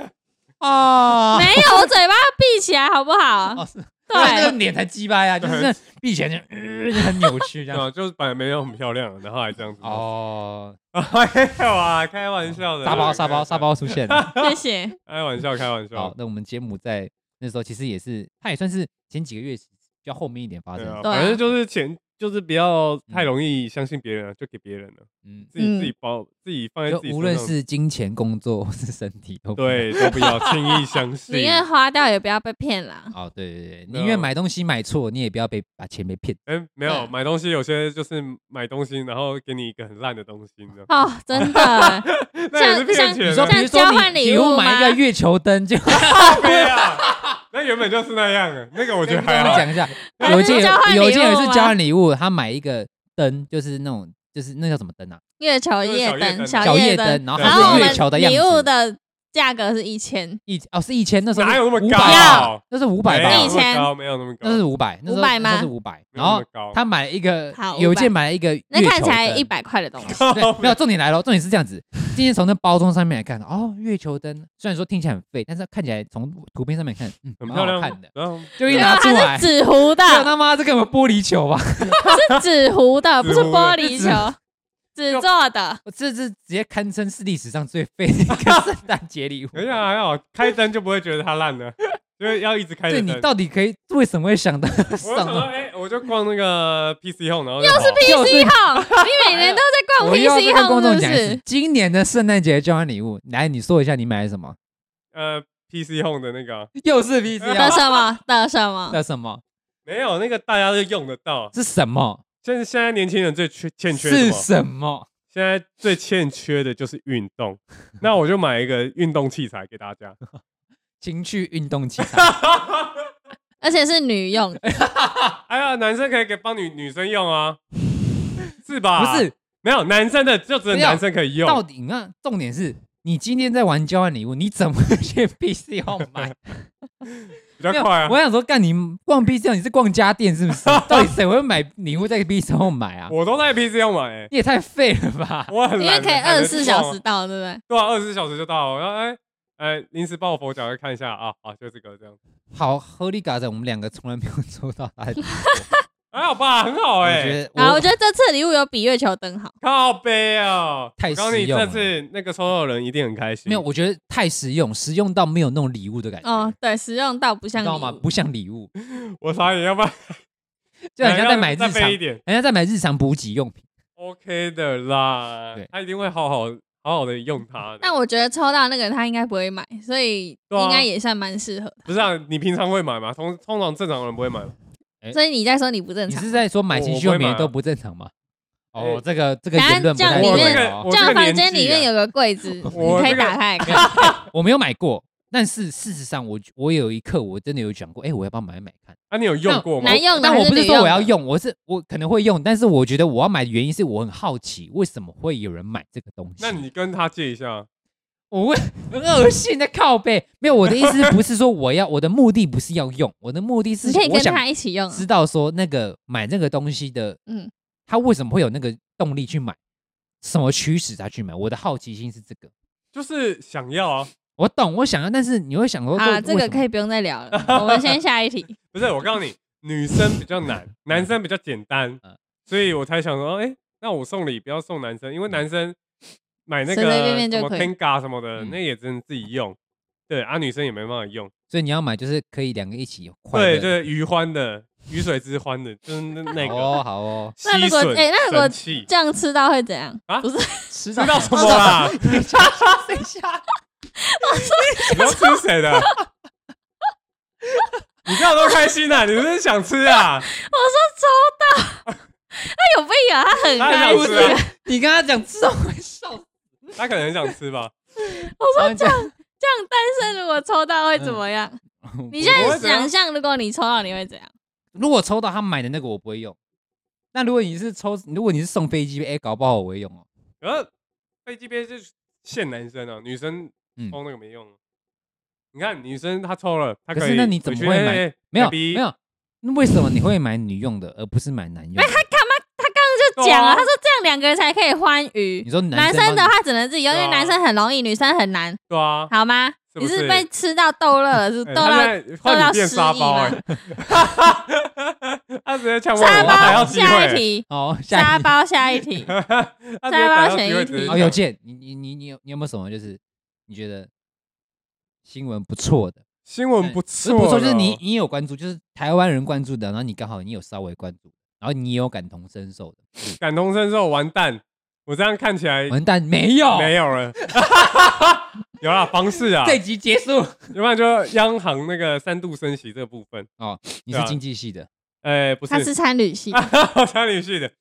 Speaker 5: 啊，
Speaker 4: 没有，啊我嘴巴闭起来好不好？
Speaker 5: 哦是，
Speaker 4: 对
Speaker 5: 那那个脸才鸡巴呀，就是那闭起来就、呃就很扭曲这
Speaker 1: 啊 对
Speaker 5: 样。
Speaker 1: 啊，就是本来没有很漂亮，然后还这样子。哦，
Speaker 5: 哦，
Speaker 1: 没有啊，开玩笑的。
Speaker 5: 沙包沙包沙，包出现了。
Speaker 4: 谢谢。
Speaker 1: 开玩笑，开玩
Speaker 5: 好
Speaker 1: 笑，。
Speaker 5: 那我们节目在那时候其实也是，它也算是前几个月比较后面一点发
Speaker 1: 对
Speaker 5: 生
Speaker 1: 啊，
Speaker 5: 的。
Speaker 4: 对啊
Speaker 1: 反正就是钱，就是不要太容易相信别人了，啊就给别人了，
Speaker 5: 嗯，
Speaker 1: 自己
Speaker 4: 嗯
Speaker 1: 自己包，自己放在
Speaker 5: 就
Speaker 1: 自己身上。
Speaker 5: 无论是金钱、工作或是身体都不要。
Speaker 1: 对，都不要轻易 相信。
Speaker 4: 宁愿花掉也不要被骗 啦。
Speaker 5: 哦，对对对，
Speaker 1: 对啊
Speaker 5: 宁愿买东西买错，你也不要被把钱被骗。
Speaker 1: 哎、没有
Speaker 4: 对啊
Speaker 1: 买东西，有些就是买东西，然后给你一个很烂的东西，你知道
Speaker 4: 哦，真的，
Speaker 1: 那也是骗
Speaker 5: 你
Speaker 1: 钱啊
Speaker 5: 说，
Speaker 1: 的
Speaker 4: 像，
Speaker 5: 比如说
Speaker 4: 交
Speaker 5: 你
Speaker 4: 换礼
Speaker 5: 你
Speaker 4: 物
Speaker 5: 又买一
Speaker 4: 吗
Speaker 5: 个月球 灯，就
Speaker 1: 对 啊，那原本就是那样的，那个我觉得还
Speaker 5: 我
Speaker 1: 好。
Speaker 5: 讲一下，
Speaker 4: 还
Speaker 5: 有
Speaker 4: 是
Speaker 5: 一件
Speaker 4: 交换
Speaker 5: 有有一
Speaker 4: 礼
Speaker 5: 件
Speaker 4: 物
Speaker 5: 人是
Speaker 4: 吗
Speaker 5: 交换礼物，他买一个灯，就是那种就是那叫什么灯啊？
Speaker 4: 月 球夜
Speaker 1: 就是
Speaker 4: 灯、
Speaker 1: 小
Speaker 5: 小夜
Speaker 4: 夜
Speaker 5: 灯，。然后
Speaker 1: 然
Speaker 4: 然
Speaker 1: 后
Speaker 4: 后
Speaker 5: 它
Speaker 4: 我
Speaker 5: 是
Speaker 4: 们
Speaker 5: 月球的样
Speaker 4: 礼物
Speaker 5: 子，
Speaker 4: 的价格是一千，
Speaker 5: 一哦是一千，那时候
Speaker 1: 哪有那么
Speaker 5: 500
Speaker 1: 高啊
Speaker 5: 吧那是五百
Speaker 1: 没有那
Speaker 4: 以
Speaker 5: 吧？
Speaker 1: 么
Speaker 4: 前
Speaker 1: 高，没有那么高，
Speaker 5: 那是五百，那时候
Speaker 4: 500吗
Speaker 5: 那是五百。
Speaker 1: 没有
Speaker 5: 然后
Speaker 1: 那么高
Speaker 5: 他买了一个
Speaker 4: 好，
Speaker 5: 有一
Speaker 4: 500
Speaker 5: 件买了一个月球
Speaker 4: 那
Speaker 5: 灯，
Speaker 4: 看起来一百块的东西。
Speaker 5: 对，没有重点来了，重点是这样子。今天从那包装上面来看，哦，月球灯虽然说听起来很废，但是看起来从图片上面看，嗯，
Speaker 1: 很
Speaker 5: 蛮
Speaker 1: 漂
Speaker 5: 好
Speaker 1: 亮，
Speaker 5: 看的。
Speaker 1: 然后
Speaker 5: 就一
Speaker 4: 对
Speaker 5: 拿
Speaker 4: 啊
Speaker 5: 出
Speaker 4: 它
Speaker 5: 来，
Speaker 4: 是纸糊的，
Speaker 1: 啊
Speaker 5: 这他妈这根本玻璃球吧？
Speaker 4: 是纸糊的，不是
Speaker 1: 纸糊的
Speaker 4: 玻璃球，纸做的。
Speaker 5: 我这是直接堪称是历史上最废的一个圣诞 节礼物。
Speaker 1: 等一下哎还好，开灯就不会觉得它烂了，就是要一直开着
Speaker 5: 对
Speaker 1: 灯。
Speaker 5: 你到底可以为什么会想到
Speaker 1: 哎我就想
Speaker 5: 上
Speaker 1: 说，
Speaker 5: 啊？
Speaker 1: 哎、我就逛那个 PC Home，然后又是
Speaker 4: PC
Speaker 5: 就是
Speaker 4: Home，你每年都在逛
Speaker 5: 我又要
Speaker 4: PC
Speaker 5: 再跟观
Speaker 4: Home
Speaker 5: 众
Speaker 4: 是
Speaker 5: 讲
Speaker 4: 不
Speaker 5: 一次
Speaker 4: 是？，
Speaker 5: 今年的圣诞节交换礼物，来你说一下你买了 什么？
Speaker 1: 呃 PC Home 的那个啊
Speaker 5: 又是 PC
Speaker 4: 的
Speaker 5: 啊？
Speaker 4: 什么的什么？
Speaker 5: 的什么？
Speaker 1: 没有那个大家都用得到，
Speaker 5: 是什么？
Speaker 1: 现在现在年轻人最缺欠缺什
Speaker 5: 是
Speaker 1: 么？
Speaker 5: 什么？
Speaker 1: 现在最欠缺的就是运 动，那我就买一个运动器材给大家。
Speaker 5: 情趣运动器材
Speaker 4: 而且是女用的，
Speaker 1: 哎呀，男生可以给帮女女生用啊，是吧？
Speaker 5: 不是？
Speaker 1: 没有男生的就只有
Speaker 5: 不要
Speaker 1: 男生可以
Speaker 5: 到
Speaker 1: 用，
Speaker 5: 底那重点是你今天在玩交换礼物，你怎么会 去 PC 要买？
Speaker 1: 比较
Speaker 5: 没 有
Speaker 1: 快啊。
Speaker 5: 我想说，干你逛 B C 你是逛家电是不是？ 到底谁会买礼物在 B C 后买啊？
Speaker 1: 我都在 PC 用买、欸，
Speaker 5: 你也太废了吧！
Speaker 1: 我很
Speaker 4: 因为
Speaker 1: 懒
Speaker 4: 可以
Speaker 1: 懒得
Speaker 4: 二十四小
Speaker 1: 逛
Speaker 4: 时
Speaker 1: 啊，
Speaker 4: 到，对不对？
Speaker 1: 对啊，二十四小时就到了。然后哎哎，临时抱佛脚来看一下啊，好，就这个这样。
Speaker 5: 好，合理嘎子，我们两个从来没有抽到他 的礼物，
Speaker 1: 还好吧，很好
Speaker 5: 我
Speaker 1: 哎、
Speaker 5: 觉得
Speaker 4: 啊，我觉得这次礼物有比月球灯好。
Speaker 1: 靠背哦、
Speaker 5: 太
Speaker 1: 我告诉
Speaker 5: 实
Speaker 1: 你，
Speaker 5: 用
Speaker 1: 这
Speaker 5: 了
Speaker 1: 次那个抽到的人一定很开心。
Speaker 5: 没有，我觉得太实用，实用到没有那种礼物的感觉，
Speaker 4: 哦，对，实用到不
Speaker 5: 哎你
Speaker 4: 像
Speaker 5: 知
Speaker 4: 礼
Speaker 5: 道吗？
Speaker 4: 物。
Speaker 5: 不像礼物，
Speaker 1: 我傻眼，要不然
Speaker 5: 就很像在买日
Speaker 1: 再
Speaker 5: 常，
Speaker 1: 背一
Speaker 5: 人
Speaker 1: 点。
Speaker 5: 家在买日常补给用品。
Speaker 1: OK 的啦
Speaker 5: 对，
Speaker 1: 他一定会好好好好的用它的。
Speaker 4: 但我觉得抽到那个他应该不会买，所以
Speaker 1: 对啊
Speaker 4: 应该也算蛮适合的。
Speaker 1: 不是啊，你平常会买吗？通通常正常人不会买吗。
Speaker 5: 哎
Speaker 4: 所以你在说你不正
Speaker 5: 你
Speaker 4: 常
Speaker 5: 是，在说买
Speaker 1: 我
Speaker 5: 情
Speaker 1: 我
Speaker 5: 绪
Speaker 1: 不会
Speaker 5: 用品
Speaker 1: 买啊
Speaker 5: 的都不正常吗？哦
Speaker 1: 哎，
Speaker 5: 这个这个
Speaker 4: 等下
Speaker 5: 言论不
Speaker 4: 这
Speaker 5: 太
Speaker 4: 样里
Speaker 5: 对
Speaker 4: 面
Speaker 5: 哦
Speaker 1: 我。这
Speaker 4: 这样
Speaker 1: 个
Speaker 4: 房
Speaker 1: 年
Speaker 4: 间
Speaker 1: 纪
Speaker 4: 里
Speaker 1: 啊
Speaker 4: 面有个柜子，你
Speaker 1: 我
Speaker 4: 可以
Speaker 1: 这个
Speaker 4: 打开来看。
Speaker 5: 我没有买过，但是事实上我我有一刻我真的有想过，哎，我要不要买买看？
Speaker 1: 啊，你有用过吗
Speaker 4: 男？用的
Speaker 5: 但
Speaker 4: 还
Speaker 5: 我不
Speaker 4: 女
Speaker 5: 是
Speaker 4: 用的？
Speaker 5: 说我要用，我是我可能会用，但是我觉得我要买的原因是我很好奇，为什么会有人买这个东西？
Speaker 1: 那你跟他借一下，啊
Speaker 5: 我会很恶心的靠背，没有我的意思不是说我要，我的目的不是要用，我的目的是
Speaker 4: 你可以
Speaker 5: 我
Speaker 4: 跟
Speaker 5: 想
Speaker 4: 他一起用啊。
Speaker 5: 知道说那个买那个东西的，嗯
Speaker 4: 嗯，
Speaker 5: 他为什么会有那个动力去买，什么驱使他去买？我的好奇心是这个，
Speaker 1: 就是想要啊。
Speaker 5: 我懂，我想要，但是你会想说
Speaker 4: 好啊了，这个可
Speaker 5: 以，
Speaker 4: 以不用再聊了，我们先下一题。
Speaker 1: 不是，我告诉你，女生比较难，男生比较简单
Speaker 5: 嗯，
Speaker 1: 所以我才想说，哎，那我送礼不要送男生，因为男生买那个
Speaker 4: 嗯随随便
Speaker 1: 什
Speaker 4: 便就
Speaker 1: 么
Speaker 4: 可以
Speaker 1: Tenga 什么的，
Speaker 5: 嗯
Speaker 1: 那也只能自己用。对啊，女生也没办法用。
Speaker 5: 所以你要买就是可以两个一起快
Speaker 1: 对，
Speaker 5: 乐
Speaker 1: 对，
Speaker 4: 嗯
Speaker 1: 鱼欢的，鱼水之欢的，就是那那
Speaker 5: 哦，
Speaker 1: 个。
Speaker 5: 好 哦，
Speaker 4: 那如果
Speaker 1: 吸吮
Speaker 4: 哎那如果
Speaker 1: 神器
Speaker 4: 这样吃到会怎样
Speaker 1: 啊？
Speaker 4: 不是，
Speaker 5: 吃
Speaker 1: 知 道什么啦？
Speaker 5: 等 一下，等一下，
Speaker 1: 你要吃谁的？ 你干嘛那么开心啊？你是不是想吃啊？
Speaker 4: 我说抽到， 他有病啊，他 很
Speaker 1: 他
Speaker 4: 开
Speaker 1: 很想吃
Speaker 4: 心。啊
Speaker 1: 啊，
Speaker 5: 你跟他讲知道会笑死，
Speaker 1: 他可能很想吃吧？
Speaker 4: 我说
Speaker 5: 然后这
Speaker 4: 这样
Speaker 5: 样
Speaker 4: 这样单身如果抽到会怎么样？你现
Speaker 1: 我
Speaker 4: 在
Speaker 1: 会怎样
Speaker 4: 想象，如果你抽到你会怎样？
Speaker 5: 如果抽到他买的那个，我不会用。那如果你是抽，如果你是送飞机杯，哎、搞不好我会用哦。
Speaker 1: 然后飞机杯是限男生啊，女生
Speaker 5: 嗯
Speaker 1: 抽那个没用。你看女生她抽了，她
Speaker 5: 可
Speaker 1: 以哎
Speaker 5: 是那你怎么会买没有没，有，那为什么你会买女用的，而不是买男用的？
Speaker 4: 哎他刚刚就讲
Speaker 1: 对
Speaker 4: 了，
Speaker 1: 啊
Speaker 4: 他说这样两个人才可以欢愉
Speaker 5: 你。说
Speaker 4: 男
Speaker 5: 生
Speaker 4: 生的
Speaker 5: 帮
Speaker 4: 话只能自己用，因为
Speaker 1: 对啊
Speaker 4: 男生很容易，女生很难，
Speaker 1: 对啊，
Speaker 4: 好吗？
Speaker 1: 是
Speaker 4: 你
Speaker 1: 不是
Speaker 4: 是被吃到逗 乐了，是
Speaker 1: 欸
Speaker 4: 逗到
Speaker 1: 他现在换你变沙包 哎、欸，他直接呛问
Speaker 4: 沙
Speaker 1: 我，还要
Speaker 4: 包，
Speaker 1: 机
Speaker 4: 下一
Speaker 1: 会，
Speaker 4: 题，
Speaker 5: 你哦，下一
Speaker 4: 沙
Speaker 5: 题
Speaker 4: 包，下 一题。
Speaker 1: 他直接打到机会直接
Speaker 5: 哦，有健，你你你你有你有没有什么就是你觉得新闻不错的？
Speaker 1: 新闻不
Speaker 5: 不是
Speaker 1: 错，
Speaker 5: 哎
Speaker 1: 哦
Speaker 5: 不错，就是你你有关注，就是台湾人关注的，然后你刚好你有稍微关注，然后你也有感同身受的。
Speaker 1: 感同身受，完蛋，我这样看起来
Speaker 5: 完蛋，没有，
Speaker 1: 没有了， 有啦，房市啊，
Speaker 5: 这集结束。
Speaker 1: 要不然就央行那个三度升息这部分，
Speaker 5: 你
Speaker 1: 对
Speaker 5: 是
Speaker 1: 啊
Speaker 5: 经济系的，
Speaker 1: 哎、不
Speaker 4: 他
Speaker 1: 是，
Speaker 4: 是参 旅系，
Speaker 1: 三连续的，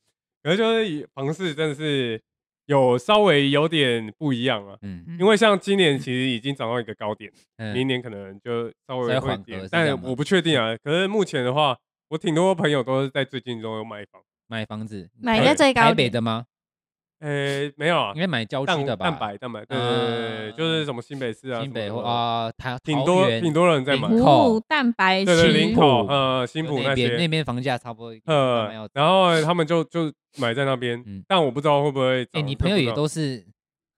Speaker 1: 可是就是以房市真的是有稍微有点不一样啊。
Speaker 5: 嗯，
Speaker 1: 因为像今年其实已经涨到一个高点，明
Speaker 5: 嗯
Speaker 1: 年可能就稍
Speaker 5: 稍微
Speaker 1: 微会
Speaker 5: 缓和
Speaker 1: 跌
Speaker 5: 是，这
Speaker 1: 但
Speaker 5: 样吗嗯
Speaker 1: 我不确定啊。可是目前的话，我挺多朋友都是在最近中有买房，
Speaker 5: 买房子，呃
Speaker 4: 买
Speaker 1: 一个
Speaker 4: 最高
Speaker 5: 台
Speaker 4: 点
Speaker 5: 北的吗？
Speaker 1: 诶，没有啊
Speaker 5: 应，该买郊
Speaker 1: 蛋
Speaker 5: 区的吧？嗯
Speaker 1: 蛋白蛋白，对对对对，就是什么新北市啊，
Speaker 5: 新北
Speaker 1: 什么
Speaker 5: 或
Speaker 1: 的，
Speaker 5: 啊，台
Speaker 1: 挺多
Speaker 5: 桃园
Speaker 1: 挺多人在买，
Speaker 5: 林口
Speaker 4: 五蛋白
Speaker 1: 对对，
Speaker 5: 新
Speaker 1: 林
Speaker 4: 区
Speaker 5: 浦，
Speaker 1: 口呃新浦
Speaker 5: 那
Speaker 1: 那
Speaker 5: 边
Speaker 1: 些
Speaker 5: 那，边房价差不多，慢
Speaker 1: 呃
Speaker 5: 慢要，
Speaker 1: 然后他们就就买在那边
Speaker 5: 嗯，
Speaker 1: 但我不知道会不会
Speaker 5: 哎，
Speaker 1: 涨。
Speaker 5: 你
Speaker 1: 这
Speaker 5: 朋友
Speaker 1: 不
Speaker 5: 也
Speaker 1: 知道
Speaker 5: 都是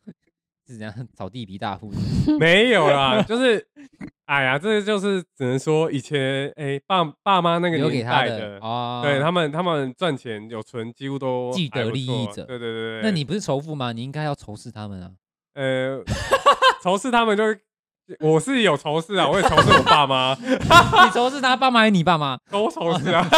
Speaker 5: 是怎样扫地皮大户是不 是？
Speaker 1: 没有啦，就是，哎呀，这就是只能说以前哎、爸爸妈那个
Speaker 5: 留给
Speaker 1: 年
Speaker 5: 他
Speaker 1: 代
Speaker 5: 的
Speaker 1: 的，
Speaker 5: 哦，
Speaker 1: 对他们他们赚钱有存，几乎都
Speaker 5: 既得
Speaker 1: 还不
Speaker 5: 利
Speaker 1: 错
Speaker 5: 益者
Speaker 1: 对对对对，
Speaker 5: 那你不是仇富吗？你应该要仇视他们啊！
Speaker 1: 呃仇视他们就是。我是有仇视啊，我也仇视我爸妈，
Speaker 5: 你仇视他爸妈还是你爸妈？
Speaker 1: 都仇视啊。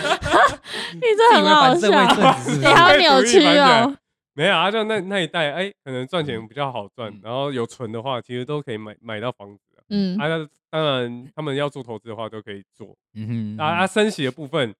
Speaker 4: 你这
Speaker 5: 自以
Speaker 4: 很
Speaker 5: 为
Speaker 4: 好
Speaker 5: 反社会啊
Speaker 4: 笑，
Speaker 5: 分子是不
Speaker 4: 你
Speaker 5: 是？
Speaker 4: 好扭曲哦。
Speaker 1: 没有啊，就那那一代，哎、可能赚钱比较好赚，
Speaker 5: 嗯
Speaker 1: 然后有存的话，其实都可以买买到房子啊。
Speaker 4: 嗯，
Speaker 1: 啊，那当然，他们要做投资的话，都可以做。
Speaker 5: 嗯哼，
Speaker 1: 啊啊，升息的部分，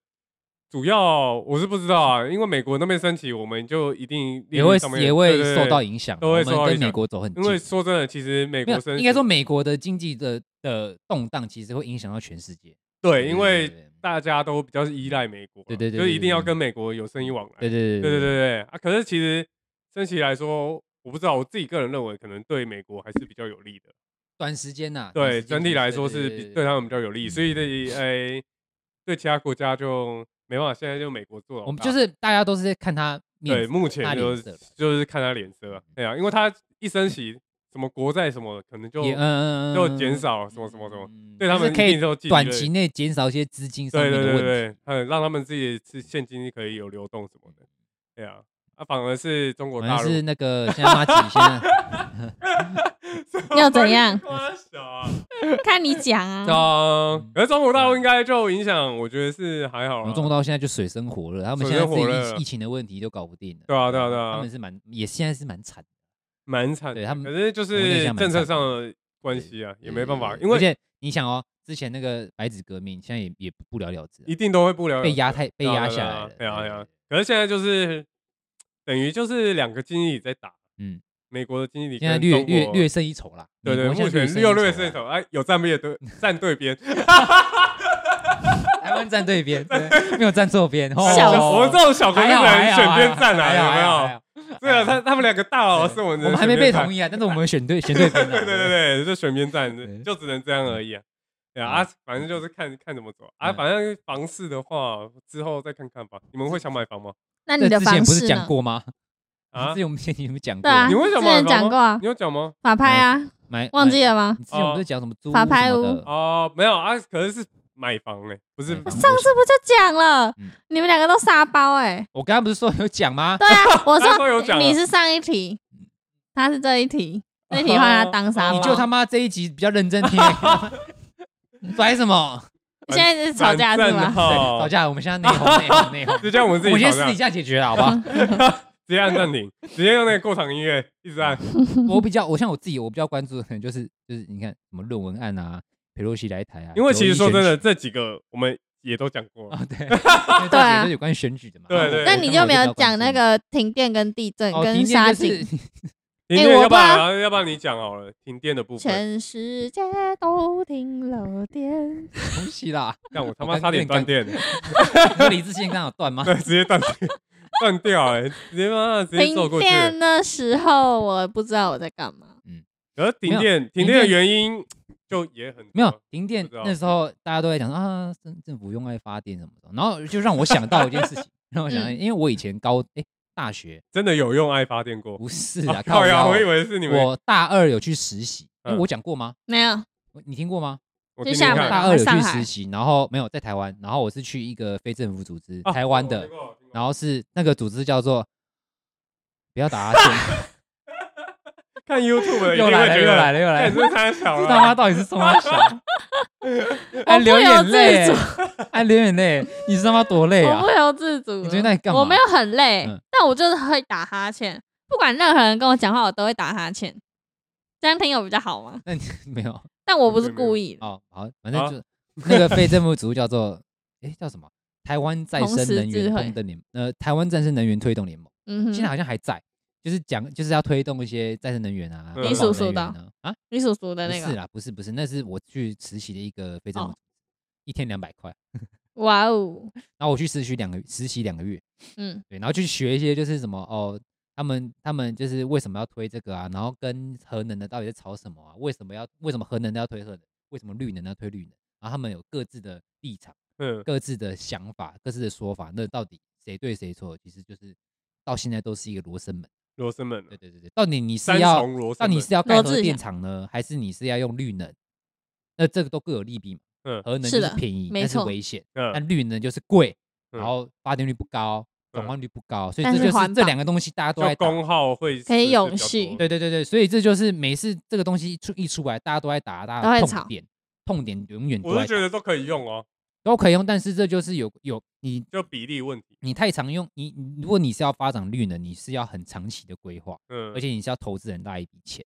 Speaker 1: 主要我是不知道啊，因为美国那边升息，我们就一定利
Speaker 5: 也
Speaker 1: 率
Speaker 5: 会
Speaker 1: 上面
Speaker 5: 也会
Speaker 1: 对
Speaker 5: 受到。
Speaker 1: 对对
Speaker 5: 影响，
Speaker 1: 都会
Speaker 5: 我
Speaker 1: 受到
Speaker 5: 们跟
Speaker 1: 影响
Speaker 5: 美国走很近。
Speaker 1: 因为说真的，其实美
Speaker 5: 没
Speaker 1: 国
Speaker 5: 有，
Speaker 1: 升息
Speaker 5: 应该说美国的经济的的动荡其实会影响到全世界。
Speaker 1: 对，因为
Speaker 5: 对
Speaker 1: 大家都比较依赖美国啊，
Speaker 5: 对对对
Speaker 1: 就是
Speaker 5: 对
Speaker 1: 一定要跟美国有生意往来。
Speaker 5: 对
Speaker 1: 对
Speaker 5: 对
Speaker 1: 对对对啊！可是其实升息来说，我不知道，我自己个人认为，可能对美国还是比较有利的。
Speaker 5: 短时间呐，短
Speaker 1: 对，
Speaker 5: 时间
Speaker 1: 整体来说是比对
Speaker 5: 对。
Speaker 1: 他们比较有利，所以对诶，对其他国家就没办法，现在就美国做老
Speaker 5: 我们
Speaker 1: 大
Speaker 5: 就是大家都是在看他面
Speaker 1: 对，
Speaker 5: 子，
Speaker 1: 目前
Speaker 5: 看他
Speaker 1: 就
Speaker 5: 脸色
Speaker 1: 是
Speaker 5: 了
Speaker 1: 就是看他脸色啊，对啊，因为他一升息，什么国债什么的，可能就
Speaker 5: 也嗯嗯嗯
Speaker 1: 就
Speaker 5: 嗯
Speaker 1: 减
Speaker 5: 嗯
Speaker 1: 少啊什么什么什么，
Speaker 5: 嗯
Speaker 1: 对
Speaker 5: 就
Speaker 1: 他
Speaker 5: 是
Speaker 1: 们
Speaker 5: 可
Speaker 1: 一
Speaker 5: 以
Speaker 1: 定都记
Speaker 5: 短
Speaker 1: 对
Speaker 5: 期内减少一些资金上
Speaker 1: 对
Speaker 5: 面的
Speaker 1: 对对
Speaker 5: 问题。
Speaker 1: 对，嗯，让他们自己是现金可以有流动什么的，对啊，啊，反而是中国
Speaker 5: 好
Speaker 1: 大
Speaker 5: 像
Speaker 1: 陆哦
Speaker 5: 是那个 现在马吉现在
Speaker 4: 要怎样
Speaker 1: 夸小啊，
Speaker 4: 看你讲啊，
Speaker 1: 嗯，可是中国大陆应该就影响，我觉得是还好
Speaker 5: 然
Speaker 1: 啦
Speaker 5: 后中国到现在就水深火热，他们
Speaker 1: 水
Speaker 5: 现在
Speaker 1: 深
Speaker 5: 自
Speaker 1: 火
Speaker 5: 己
Speaker 1: 热
Speaker 5: 疫疫情的问题都搞不定了。
Speaker 1: 对啊对啊对
Speaker 5: 他
Speaker 1: 啊
Speaker 5: 们，是蛮也现在是蛮惨的，
Speaker 1: 蛮惨的，
Speaker 5: 对他们
Speaker 1: 可是就
Speaker 5: 国内现
Speaker 1: 是
Speaker 5: 在蛮
Speaker 1: 政策
Speaker 5: 惨的
Speaker 1: 上的关系啊，也没办法，
Speaker 5: 对
Speaker 1: 因
Speaker 5: 而
Speaker 1: 为
Speaker 5: 且你想哦，之前那个白纸革命，现在也也不了了之啊，
Speaker 1: 一定都会不了了
Speaker 5: 被
Speaker 1: 之
Speaker 5: 压太被
Speaker 1: 对啊
Speaker 5: 压
Speaker 1: 对
Speaker 5: 下
Speaker 1: 啊
Speaker 5: 来了。
Speaker 1: 对啊对
Speaker 5: 对
Speaker 1: 啊。可是现在就是等于就是两个经济体在打，
Speaker 5: 嗯
Speaker 1: 嗯，美国的经济体
Speaker 5: 现在
Speaker 1: 跟
Speaker 5: 略
Speaker 1: 中国哦
Speaker 5: 略略胜一筹啦。
Speaker 1: 对对，
Speaker 5: 美国
Speaker 1: 目
Speaker 5: 现在
Speaker 1: 前又略
Speaker 5: 略
Speaker 1: 胜一筹，
Speaker 5: 啊，
Speaker 1: 哎，有站边对站对边，
Speaker 5: 台湾站对边，对没有站错 边。 哦
Speaker 4: 笑死
Speaker 1: 我们这种小国就
Speaker 5: 还
Speaker 1: 只
Speaker 5: 好还
Speaker 1: 能
Speaker 5: 好
Speaker 1: 选边站
Speaker 5: 还好还好
Speaker 1: 啊，
Speaker 5: 还
Speaker 1: 有
Speaker 5: 好
Speaker 1: 没有？对啊，他他们两个大佬是我们
Speaker 5: 我们还没被同
Speaker 1: 意，
Speaker 5: 意啊，但是我们选对选对边了。
Speaker 1: 对
Speaker 5: 啊
Speaker 1: 对对对，就选边
Speaker 5: 对
Speaker 1: 站，就只能这样而 已啊。对啊，啊反正就是看看怎么走啊。
Speaker 5: 嗯
Speaker 1: 反正房市的话，之后再看看吧。你们会想买房吗？
Speaker 4: 那你的
Speaker 5: 这之前
Speaker 4: 方
Speaker 5: 不是
Speaker 4: 式
Speaker 5: 讲
Speaker 4: 呢？
Speaker 5: 过吗？
Speaker 1: 啊
Speaker 5: 之，前我们之前有没有讲过
Speaker 4: 对？啊，
Speaker 1: 你为什哎
Speaker 4: 之
Speaker 1: 么
Speaker 4: 前讲过啊
Speaker 1: 你，有讲 吗？
Speaker 4: 法拍啊，
Speaker 5: 买
Speaker 4: 忘记了吗？
Speaker 5: 你之前我们不是讲什么租
Speaker 4: 法拍
Speaker 5: 什
Speaker 4: 屋
Speaker 5: 么的
Speaker 1: 哦，没有啊，可是是买房哎，不是
Speaker 5: 买房
Speaker 4: 上次不就讲了
Speaker 5: 嗯？
Speaker 4: 你们两个都沙包哎。
Speaker 5: 我刚刚不是说有讲吗？
Speaker 4: 对啊，我
Speaker 1: 他说有
Speaker 4: 说
Speaker 1: 讲啊
Speaker 4: 你是上一题，他是这一题，这一题换他当沙包。
Speaker 5: 哦你就他妈这一集比较认真听，拽什么？
Speaker 4: 现 在是吵架是
Speaker 1: 反
Speaker 4: 吧
Speaker 1: 正？
Speaker 5: 对
Speaker 1: 哦
Speaker 5: 吵架，我们现在内讧内讧内讧。
Speaker 1: 就叫我们自
Speaker 5: 我
Speaker 1: 己
Speaker 5: 先
Speaker 1: 吵架，
Speaker 5: 私底
Speaker 1: 直
Speaker 5: 下解决了，好吧？
Speaker 1: 接按暂停，直接用那个过场音乐一直按。
Speaker 5: 我比较，我像我自己，我比较关注的可能就是就是你看什么论文案啊、佩洛西来台啊，
Speaker 1: 因为其实说真的，
Speaker 5: 九
Speaker 1: 这
Speaker 5: 一选举
Speaker 1: 几个我们也都讲过了，
Speaker 5: 啊，对，因为
Speaker 4: 对
Speaker 5: 这
Speaker 4: 啊
Speaker 5: 几个是有关选举的嘛，
Speaker 1: 对对
Speaker 4: 那
Speaker 1: 对
Speaker 4: 你就没有讲那个停电跟地震
Speaker 5: 哦
Speaker 4: 跟
Speaker 5: 停电
Speaker 4: 沙
Speaker 5: 就是
Speaker 4: 井，
Speaker 1: 停
Speaker 4: 哎
Speaker 1: 电
Speaker 4: 我
Speaker 1: 要不
Speaker 4: 不知道
Speaker 1: 然要不然你讲好了，停电的部分，
Speaker 4: 全世界都停了电。
Speaker 5: 东西啦，
Speaker 1: 让我他
Speaker 5: 我
Speaker 1: 妈
Speaker 5: 刚
Speaker 1: 差点断电，
Speaker 5: 你说理智线刚好断 吗？
Speaker 1: 对，直接断电，断掉哎，直接妈直接走
Speaker 4: 停
Speaker 1: 过去了。
Speaker 4: 电的时候，我不知道我在干嘛。
Speaker 1: 而停电，停
Speaker 5: 停
Speaker 1: 电的
Speaker 5: 电
Speaker 1: 原因就也很多
Speaker 5: 没有停电
Speaker 1: 嗯不知道
Speaker 5: 那时候，大家都在讲啊，政政府用爱发电什么的，然后就让我想到一件事情，让我想到，
Speaker 4: 嗯
Speaker 5: 因为我以前高哎大学
Speaker 1: 真的有用爱发电过。
Speaker 5: 不是
Speaker 1: 啊
Speaker 5: 啊，
Speaker 1: 靠呀，
Speaker 5: 腰
Speaker 1: 我以为是你们，
Speaker 5: 我大二有去实习，哎，
Speaker 1: 嗯
Speaker 5: 我讲过吗？
Speaker 4: 没有，
Speaker 5: 我你听过吗？
Speaker 1: 我
Speaker 4: 就
Speaker 1: 听听
Speaker 4: 厦门
Speaker 1: 看
Speaker 5: 大二有
Speaker 4: 上
Speaker 5: 去
Speaker 4: 海
Speaker 5: 实习，然后没有在台湾，然后我是去一个非政府组织，台湾
Speaker 1: 啊我
Speaker 5: 的
Speaker 1: 听，过我听过
Speaker 5: 然后是那个组织叫做不 要打哈欠，
Speaker 1: 看 YouTube 的一定
Speaker 5: 又
Speaker 1: 会
Speaker 5: 来了
Speaker 1: 觉
Speaker 5: 又
Speaker 1: 得，
Speaker 5: 来了 又来
Speaker 1: 看
Speaker 5: 了
Speaker 1: 这，太小
Speaker 5: 这他妈
Speaker 1: 了，
Speaker 5: 到底是什么小？
Speaker 4: 我
Speaker 5: 还
Speaker 4: 不
Speaker 5: 流
Speaker 4: 由
Speaker 5: 眼
Speaker 4: 自
Speaker 5: 泪
Speaker 4: 主，
Speaker 5: 还流眼泪，你是他妈多累
Speaker 4: 我
Speaker 5: 啊
Speaker 4: 不！由自主了。
Speaker 5: 你最近在干嘛
Speaker 4: 我没有很累，
Speaker 5: 嗯
Speaker 4: 但我就是会打哈欠。不管任何人跟我讲话，我都会打哈欠。这样听有比较好吗？
Speaker 5: 那你没有
Speaker 4: 但我不是故意的。
Speaker 5: 哦，好，反正 就那个非政府组织叫做诶叫什么？台湾再
Speaker 4: 同
Speaker 5: 生
Speaker 4: 时
Speaker 5: 能
Speaker 4: 智
Speaker 5: 源
Speaker 4: 慧
Speaker 5: 推动联呃，台湾再生能源推动联盟。
Speaker 4: 嗯哼，
Speaker 5: 现在好像还在，就是讲就是要推动一些再生能源啊，
Speaker 1: 嗯
Speaker 5: 环
Speaker 1: 你
Speaker 5: 保
Speaker 4: 所说
Speaker 5: 能
Speaker 4: 的
Speaker 5: 源啊，啊
Speaker 4: 你所说的
Speaker 5: 不
Speaker 4: 那
Speaker 5: 是啊
Speaker 4: 个，
Speaker 5: 啦，不是不是，那是我去实习的一个非政府
Speaker 4: 哦
Speaker 5: 组织，一天两百块，
Speaker 4: 哇哦，
Speaker 5: 然后我去实习两个实习两个月，
Speaker 4: 嗯
Speaker 5: 对，然后去学一些就是什么哦。他们他们就是为什么要推这个啊？然后跟核能的到底在吵什么啊？为什么要为什么核能的要推核能？为什么绿能的要推绿能？然后他们有各自的立场。
Speaker 1: 嗯，
Speaker 5: 各自的想法、各自的说法，那到底谁对谁错，其实就是到现在都是一个罗生门。
Speaker 1: 罗生门了，
Speaker 5: 对对对对，到底你
Speaker 1: 啊三
Speaker 5: 是要
Speaker 1: 重罗
Speaker 5: 到
Speaker 1: 生
Speaker 5: 底
Speaker 1: 门，
Speaker 5: 是要盖
Speaker 4: 罗
Speaker 5: 核
Speaker 4: 志
Speaker 5: 电
Speaker 4: 祥
Speaker 5: 厂呢，还是你是要用绿能？那这个都各有利弊嘛。
Speaker 1: 嗯
Speaker 5: 核能
Speaker 4: 是
Speaker 5: 就
Speaker 4: 的
Speaker 5: 是便宜，
Speaker 4: 没
Speaker 5: 但是
Speaker 4: 错
Speaker 5: 危险；那
Speaker 1: 嗯，
Speaker 5: 绿能就是贵，
Speaker 1: 嗯
Speaker 5: 然后发电率不高，转
Speaker 1: 嗯
Speaker 5: 换率不高，所以
Speaker 4: 但
Speaker 5: 这
Speaker 4: 是
Speaker 5: 就是
Speaker 4: 环
Speaker 5: 这
Speaker 4: 保
Speaker 5: 两个东西大家都在
Speaker 1: 就
Speaker 5: 打。
Speaker 1: 功耗会
Speaker 4: 可以
Speaker 1: 是
Speaker 4: 永
Speaker 1: 比较多
Speaker 4: 续
Speaker 5: 对对对对，所以这就是每次这个东西一出一出来，大家都在打，大
Speaker 4: 都
Speaker 5: 家
Speaker 4: 在
Speaker 5: 痛
Speaker 4: 吵
Speaker 5: 点，痛点永远都
Speaker 1: 我
Speaker 5: 在
Speaker 1: 是觉
Speaker 5: 打
Speaker 1: 得都可以用哦，
Speaker 5: 都可以用，但是这就是有有你
Speaker 1: 就比例问题，
Speaker 5: 你太常用你，你如果你是要发展绿能，你是要很长期的规划，
Speaker 1: 嗯，
Speaker 5: 而且你是要投资很大一笔钱，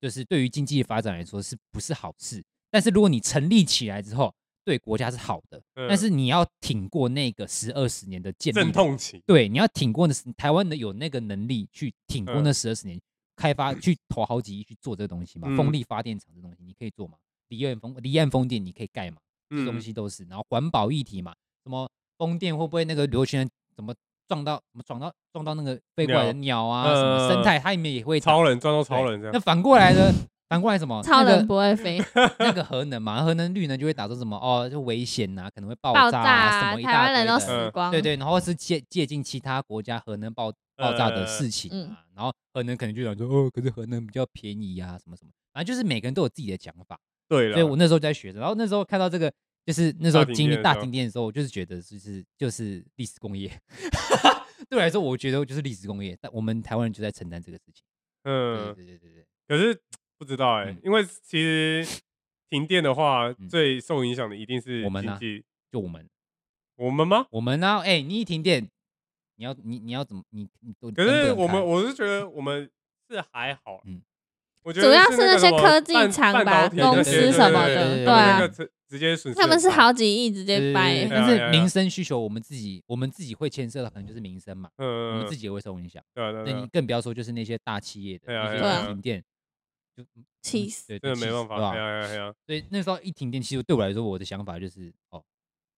Speaker 5: 就是对于经济发展来说是不是好事？但是如果你成立起来之后，对国家是好的，
Speaker 1: 嗯
Speaker 5: 但是你要挺过那个十二十年的建立
Speaker 1: 阵
Speaker 5: 的，
Speaker 1: 痛期，
Speaker 5: 对，你要挺过的是台湾的有那个能力去挺过
Speaker 1: 嗯
Speaker 5: 那十二十年，开发去投好几亿去做这个东西嘛，
Speaker 1: 嗯
Speaker 5: 风力发电厂这东西你可以做吗？离岸风离岸风电你可以盖吗？这东
Speaker 1: 嗯，
Speaker 5: 西都是。然后环保议题嘛，什么风电会不会那个螺旋怎么撞到什么撞到撞到那个飞过来的鸟啊，什么
Speaker 1: 呃
Speaker 5: 生态它里面也会
Speaker 1: 超
Speaker 5: 人
Speaker 1: 人撞到超人这
Speaker 5: 那
Speaker 1: 样，
Speaker 5: 反过来呢？反过来什么？哦
Speaker 4: 超
Speaker 5: 那
Speaker 4: 人
Speaker 5: 个
Speaker 4: 不会飞，
Speaker 5: 那个核能嘛，核能绿呢就会打说什么哦，就危险呐、可能 会爆
Speaker 4: 爆
Speaker 5: 炸
Speaker 4: 炸
Speaker 5: 啊，
Speaker 4: 啊，
Speaker 5: 什么一
Speaker 4: 台
Speaker 5: 大
Speaker 4: 湾
Speaker 5: 堆
Speaker 4: 人
Speaker 5: 的嗯
Speaker 4: 都死光。
Speaker 5: 对，对，然后是借借鉴其他国家核能爆
Speaker 1: 呃
Speaker 5: 爆炸的事情
Speaker 4: 嗯
Speaker 5: 啊，然后核能可能就想说哦，可是核能比较便宜啊，什么什么，反正就是每个人都有自己的讲法。
Speaker 1: 对
Speaker 5: 所以我
Speaker 1: 了，
Speaker 5: 那时候就在学着，然后那时候看到这个，就是那时
Speaker 1: 大
Speaker 5: 候
Speaker 1: 停
Speaker 5: 经
Speaker 1: 电
Speaker 5: 历
Speaker 1: 的
Speaker 5: 大
Speaker 1: 时候
Speaker 5: 停电的时候，我就是觉得就是就是历史 工业，对我来说，我觉得就是历史工业，但我们台湾人就在承担这个事情。对
Speaker 1: 嗯，
Speaker 5: 对对对对，
Speaker 1: 可是不知道哎
Speaker 5: 嗯，
Speaker 1: 因为其实停电的话，
Speaker 5: 嗯
Speaker 1: 最受影响的一定是
Speaker 5: 我们
Speaker 1: 经
Speaker 5: 啊
Speaker 1: 济，
Speaker 5: 就我们
Speaker 1: 我们吗？
Speaker 5: 我们呢、哎，你一停电，你要你你要怎么你你都
Speaker 1: 可
Speaker 5: 灯不
Speaker 1: 是
Speaker 5: 能
Speaker 1: 我
Speaker 5: 开
Speaker 1: 们我是觉得我们是还好，嗯
Speaker 5: 嗯，
Speaker 1: 我觉
Speaker 4: 主
Speaker 1: 得
Speaker 4: 要
Speaker 1: 是
Speaker 4: 是那
Speaker 1: 个
Speaker 4: 些
Speaker 1: 么
Speaker 4: 科技
Speaker 1: 半
Speaker 4: 厂
Speaker 1: 半
Speaker 4: 吧
Speaker 1: 导体
Speaker 4: 公
Speaker 1: 那些
Speaker 4: 司什么
Speaker 1: 对对
Speaker 4: 的
Speaker 1: 对
Speaker 4: 对
Speaker 1: 那
Speaker 4: 啊
Speaker 1: 个直直接损失
Speaker 4: 他
Speaker 1: 很大，
Speaker 4: 们是好几亿直
Speaker 5: 对
Speaker 4: 接
Speaker 5: 对
Speaker 4: 掰
Speaker 1: 哎
Speaker 5: 对对
Speaker 4: 欸，
Speaker 5: 但
Speaker 1: 哎哎
Speaker 5: 是民生需求我们自己我们自己会牵涉到，可能就是民生嘛，我
Speaker 1: 嗯，嗯，
Speaker 5: 们自
Speaker 1: 己
Speaker 5: 己也会受影响。
Speaker 1: 对啊对啊
Speaker 5: 那
Speaker 1: 对
Speaker 5: 你
Speaker 1: 啊，
Speaker 5: 更不要说就是那些大企业的
Speaker 1: 对啊
Speaker 5: 那
Speaker 1: 对
Speaker 4: 啊
Speaker 5: 些一停电，就嗯
Speaker 4: 气死！
Speaker 5: 对，
Speaker 1: 真的
Speaker 5: 对
Speaker 1: 没办
Speaker 5: 气死对
Speaker 1: 法，
Speaker 5: 吧
Speaker 1: 哎呀哎呀哎呀，
Speaker 5: 所以那时候一停电，其实对我来说，我的想法就是哦，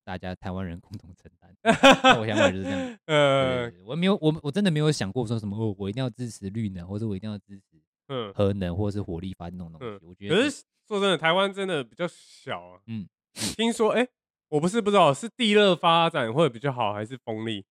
Speaker 5: 大家台湾人共同承 担。那 我想法就是这样。
Speaker 1: 呃
Speaker 5: 呃，我没有，我我真的没有想过说什么哦，我一定要支持绿能，或者我一定要支持
Speaker 1: 嗯，
Speaker 5: 核能，或者是火力发电那种东西。我觉得
Speaker 1: 可是说真的，台湾真的比较小啊，嗯
Speaker 5: 嗯，
Speaker 1: 听说哎，我不是不知道是地热发展会比较好还是风力，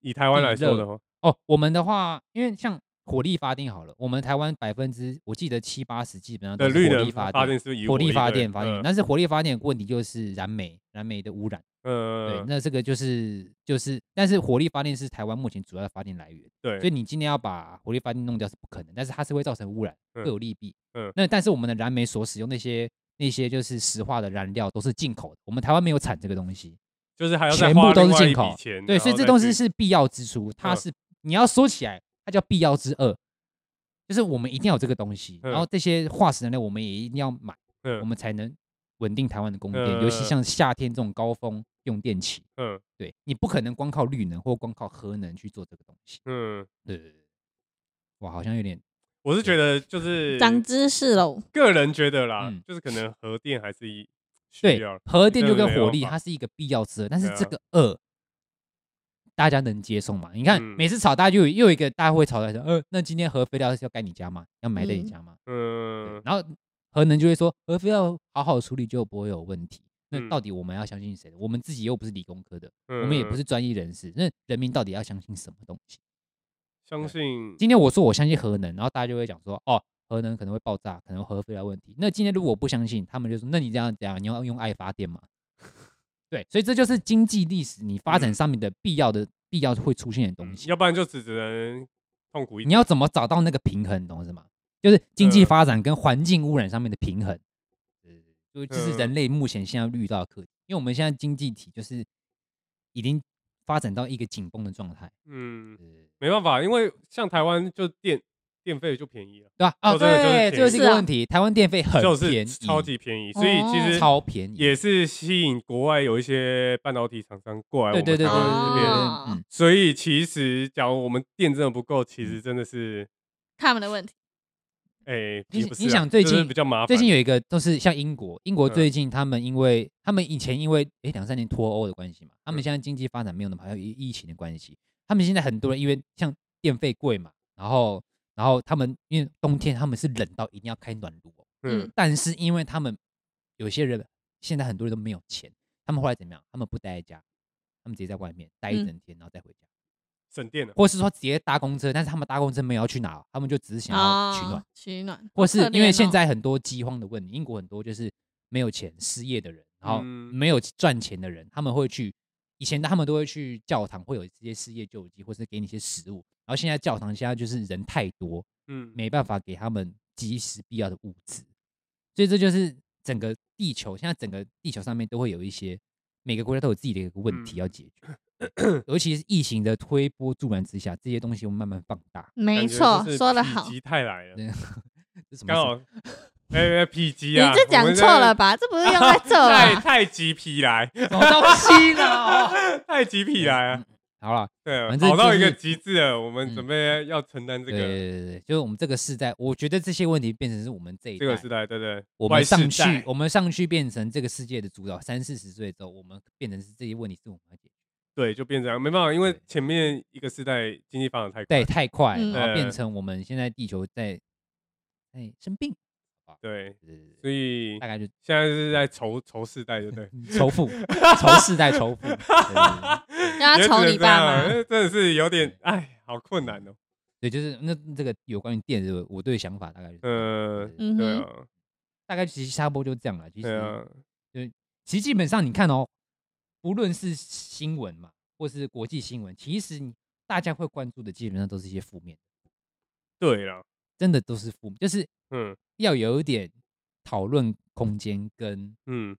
Speaker 1: 以台湾来
Speaker 5: 地
Speaker 1: 说
Speaker 5: 热
Speaker 1: 的话，
Speaker 5: 哦，我们的话，因为像火力发电好了，我们台湾百分之我记得七八十基本上
Speaker 1: 的
Speaker 5: 都
Speaker 1: 绿
Speaker 5: 是火
Speaker 1: 能
Speaker 5: 力发
Speaker 1: 发电
Speaker 5: 电。
Speaker 1: 是不是以
Speaker 5: 火力发
Speaker 1: 对
Speaker 5: 电发电，
Speaker 1: 嗯
Speaker 5: 但是火力发电的问题就是燃煤，燃煤的污染。对，
Speaker 1: 嗯
Speaker 5: 那这个就是就是，但是火力发电是台湾目前主要的发电来源。
Speaker 1: 对，
Speaker 5: 所以你今天要把火力发电弄掉是不可能，但是它是会造成污染，
Speaker 1: 嗯
Speaker 5: 会有利弊。
Speaker 1: 嗯
Speaker 5: 那但是我们的燃煤所使用那些那些就是石化的燃料都是进口的，我们台湾没有产这个东西。
Speaker 1: 就是还要再
Speaker 5: 全
Speaker 1: 花
Speaker 5: 部都
Speaker 1: 另
Speaker 5: 是
Speaker 1: 外一
Speaker 5: 进
Speaker 1: 笔
Speaker 5: 口
Speaker 1: 钱
Speaker 5: 对，
Speaker 1: 然
Speaker 5: 所以
Speaker 1: 后
Speaker 5: 这
Speaker 1: 再
Speaker 5: 东
Speaker 1: 去
Speaker 5: 西是必要支出，它
Speaker 1: 哦嗯
Speaker 5: 是你要说起来，它叫必要之恶，就是我们一定要有这个东西，
Speaker 1: 嗯
Speaker 5: 然后这些化石燃料我们也一定要买，
Speaker 1: 嗯
Speaker 5: 我们才能稳定台湾的供电，
Speaker 1: 嗯
Speaker 5: 尤其像夏天这种高峰用电期，
Speaker 1: 嗯
Speaker 5: 对你不可能光靠绿能或光靠核能去做这个东西。
Speaker 1: 嗯，
Speaker 5: 对对对，对哇，好像有点
Speaker 1: 我是觉得就是
Speaker 4: 长知识喽。
Speaker 1: 个人觉得啦
Speaker 5: 嗯，
Speaker 1: 就是可能核电还是一需
Speaker 5: 对
Speaker 1: 要，
Speaker 5: 核电
Speaker 1: 这
Speaker 5: 就
Speaker 1: 个
Speaker 5: 跟
Speaker 1: 没
Speaker 5: 火
Speaker 1: 办
Speaker 5: 力，
Speaker 1: 法
Speaker 5: 它是一个必要之二，但是
Speaker 1: 对啊
Speaker 5: 这个二。大家能接受吗？你看
Speaker 1: 嗯
Speaker 5: 每次吵，大家就有又有一个大家会吵来说，呃，那今天核废料是要该你家吗？要埋在你
Speaker 4: 嗯
Speaker 5: 家吗？对
Speaker 1: 嗯，
Speaker 5: 然后核能就会说，核废料好好处理就不会有问题。那
Speaker 1: 嗯
Speaker 5: 到底我们要相信谁的？我们自己又不是理工科的，
Speaker 1: 我
Speaker 5: 我们也
Speaker 1: 嗯
Speaker 5: 不是专业人士，那人民到底要相信什么东西？
Speaker 1: 相信，
Speaker 5: 今天我说我相信核能，然后大家就会讲说，哦，核能可能会爆炸，可能有核废料问题。那今天如果我不相信，他们就说，那你这样讲，你要用爱发电嘛？对，所以这就是经济历史你发展
Speaker 1: 嗯
Speaker 5: 上面的必要的必要会出现的
Speaker 1: 嗯
Speaker 5: 东西。
Speaker 1: 要不然就只只能痛苦一点。
Speaker 5: 你要怎么找到那个平衡，懂我意思吗？就是经济
Speaker 1: 呃
Speaker 5: 发展跟环境污染上面的平衡，就就是
Speaker 1: 嗯
Speaker 5: 人类目前现在遇到的课题。因为我们现在经济体就是已经发展到一个紧绷的状态，
Speaker 1: 嗯，
Speaker 5: 对
Speaker 1: 没办法，因为像台湾就电电费哦就便宜了，
Speaker 5: 吧？啊，
Speaker 1: 说真的就是
Speaker 5: 对，
Speaker 1: 便宜
Speaker 5: 这是一
Speaker 4: 是
Speaker 5: 个
Speaker 4: 啊
Speaker 5: 问题。台湾电费很
Speaker 1: 就是
Speaker 5: 便宜，哦
Speaker 1: 超级便宜，所以其实
Speaker 5: 超便宜，
Speaker 1: 也是吸引国外有一些半导体厂商过来我
Speaker 5: 对
Speaker 1: 们
Speaker 5: 对对对对对
Speaker 1: 台
Speaker 4: 台湾
Speaker 1: 湾这
Speaker 5: 对，
Speaker 1: 边。
Speaker 4: 哦
Speaker 5: 嗯，
Speaker 1: 所以其实，假如我们电真的不够，其实真的是，
Speaker 4: 他们的问题，
Speaker 1: 哎，
Speaker 5: 你
Speaker 1: 也不是啊
Speaker 5: 你想最
Speaker 1: 就是
Speaker 5: 近
Speaker 1: 比较麻烦，
Speaker 5: 最近有一个就是像英国，英国
Speaker 1: 嗯
Speaker 5: 最近他们因为他们以前因为诶两三年脱欧的关系嘛，他
Speaker 1: 嗯
Speaker 5: 们现在经济发展没有那么好，还有疫疫情的关系，他们现在很多人因为像电费贵嘛，然后然后他们因为冬天他们是冷到一定要开暖炉、哦，
Speaker 1: 嗯
Speaker 4: 嗯
Speaker 5: 但是因为他们有些人现在很多人都没有钱，他们后来怎么样？他们不待在家，他们直接在外面待一
Speaker 4: 嗯
Speaker 5: 整天，然后再回家，
Speaker 1: 省电了，
Speaker 5: 或是说直接搭公车，但是他们搭公车没有要去哪，他们就只是想要取暖
Speaker 4: 啊。取暖，
Speaker 5: 或
Speaker 4: 好
Speaker 5: 是
Speaker 4: 可
Speaker 5: 因为
Speaker 4: 怜
Speaker 5: 现
Speaker 4: 哦
Speaker 5: 在很多饥荒的问题，英国很多就是没有钱、失业的人，然后
Speaker 1: 嗯
Speaker 5: 没有赚钱的人，他们会去以前他们都会去教堂，会有这些失业救济，或是给你一些食物。然后现在教堂现在就是人太多，
Speaker 1: 嗯，
Speaker 5: 没办法给他们及时必要的物资，所以这就是整个地球现在整个地球上面都会有一些每个国家都有自己的一个问题
Speaker 1: 嗯
Speaker 5: 要解决，尤其是疫情的推波助澜之下，这些东西会慢慢放大。
Speaker 4: 没
Speaker 1: 感觉
Speaker 4: 错
Speaker 1: 就，是
Speaker 4: 说的
Speaker 1: 否
Speaker 4: 好，
Speaker 1: 极泰来了，
Speaker 5: 对这什么
Speaker 1: 刚
Speaker 5: 事？
Speaker 1: 好， 哎哎，否极
Speaker 4: 你
Speaker 1: 啊，
Speaker 4: 这讲错了吧？这不是用在啊这
Speaker 1: 我 们这？太
Speaker 4: 吧？
Speaker 1: 太极疲来，
Speaker 5: 什么东西呢？哦
Speaker 1: 太极疲来啊，
Speaker 5: 好了，
Speaker 1: 对，
Speaker 5: 反正
Speaker 1: 好到
Speaker 5: 就
Speaker 1: 一个
Speaker 5: 是
Speaker 1: 极致了，我们
Speaker 5: 嗯
Speaker 1: 准备要承担这
Speaker 5: 对
Speaker 1: 个
Speaker 5: 对对对，就是我们这个世代，我觉得这些问题变成是我们这一
Speaker 1: 这
Speaker 5: 代，
Speaker 1: 个时代，对对，
Speaker 5: 我
Speaker 1: 外
Speaker 5: 们上
Speaker 1: 世代
Speaker 5: 去，我们上去变成这个世界的主导，三四十岁之后，我们变成是这些问题是我们要解决，
Speaker 1: 对，就变这样，没办法，因为
Speaker 5: 对
Speaker 1: 前面一个时代经济发展太快
Speaker 5: 对，，太快，
Speaker 4: 嗯
Speaker 5: 然后变
Speaker 1: 对
Speaker 5: 成我们现在地球在在生病，
Speaker 1: 对，
Speaker 5: 对对对
Speaker 1: 所
Speaker 5: 对，
Speaker 1: 以
Speaker 5: 大概就
Speaker 1: 现在是在仇仇世代，对 不对？
Speaker 5: 仇富，仇世代仇富，对对对对
Speaker 4: 让他
Speaker 1: 也只能
Speaker 4: 瞅你
Speaker 1: 这样
Speaker 4: 爸
Speaker 1: 啊
Speaker 4: 妈，
Speaker 1: 真的是有点，哎，好困难哦。
Speaker 5: 对，就是那这个有关于电的，我对想法大概就是这样，
Speaker 1: 呃
Speaker 5: 对，对对
Speaker 4: 嗯
Speaker 1: 对
Speaker 4: 哼，
Speaker 1: 啊，
Speaker 5: 大概其实差不多就这样了，其
Speaker 1: 对
Speaker 5: 实
Speaker 1: 啊，
Speaker 5: 其实基本上你看哦，不论是新闻嘛，或是国际新闻，其实你大家会关注的基本上都是一些负面，
Speaker 1: 对啦，
Speaker 5: 真的都是负面，就是
Speaker 1: 嗯
Speaker 5: 要有一点讨论空间跟
Speaker 1: 嗯，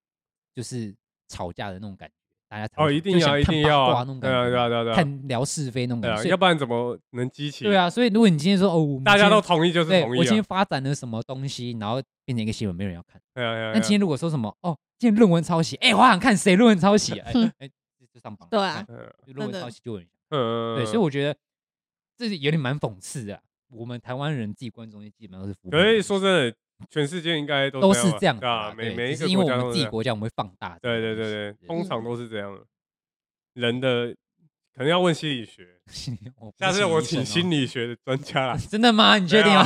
Speaker 5: 就是吵架的那种感觉，大家才
Speaker 1: 哦，
Speaker 5: 会
Speaker 1: 一定
Speaker 5: 想就
Speaker 1: 要，
Speaker 5: 想
Speaker 1: 一
Speaker 5: 看
Speaker 1: 定
Speaker 5: 八
Speaker 1: 要
Speaker 5: 卦
Speaker 1: 啊，
Speaker 5: 那种
Speaker 1: 对
Speaker 5: 感
Speaker 1: 啊，对啊，
Speaker 5: 觉，
Speaker 1: 对啊，
Speaker 5: 看聊是非那种
Speaker 1: 对
Speaker 5: 感
Speaker 1: 啊，要
Speaker 5: 觉，所以
Speaker 1: 不然怎么能激起？
Speaker 5: 对，啊，所以如果你今天说哦，我们
Speaker 1: 大
Speaker 5: 今
Speaker 1: 家
Speaker 5: 天
Speaker 1: 都同意就是
Speaker 5: 对
Speaker 1: 同意
Speaker 5: 我今天
Speaker 1: 啊，
Speaker 5: 发展了什么东西，然后变成一个新闻，没有人要看。
Speaker 1: 对啊，
Speaker 5: 那今天如果说什么哦，今天论文抄袭，哎，我想看谁论文抄袭，哎
Speaker 4: 哼
Speaker 5: 哎，就就上榜了。
Speaker 4: 对啊
Speaker 5: 哎
Speaker 1: 天，
Speaker 5: 就论文
Speaker 4: 真的
Speaker 5: 抄袭就有人
Speaker 1: 嗯，
Speaker 5: 对，所以我觉得这是有点蛮讽刺的啊、我们台湾人自己观众也基本上都是服，
Speaker 1: 可以说真的，全世界应该都
Speaker 5: 嗯都
Speaker 1: 是
Speaker 5: 是这样子
Speaker 1: 啊，
Speaker 5: 对
Speaker 1: 每每一
Speaker 5: 只
Speaker 1: 个
Speaker 5: 是因为
Speaker 1: 国家
Speaker 5: 我
Speaker 1: 都是
Speaker 5: 们
Speaker 1: 这
Speaker 5: 自己
Speaker 1: 样。
Speaker 5: 国家我们会放大这
Speaker 1: 对对
Speaker 5: 个东西。
Speaker 1: 对对，
Speaker 5: 对
Speaker 1: 通常都是这样的。人的可能要问心理学，
Speaker 5: 对，我不
Speaker 1: 下
Speaker 5: 是
Speaker 1: 次我
Speaker 5: 医
Speaker 1: 请
Speaker 5: 生
Speaker 1: 心理学的专家 来
Speaker 5: 哦。。真的吗？你确定啊？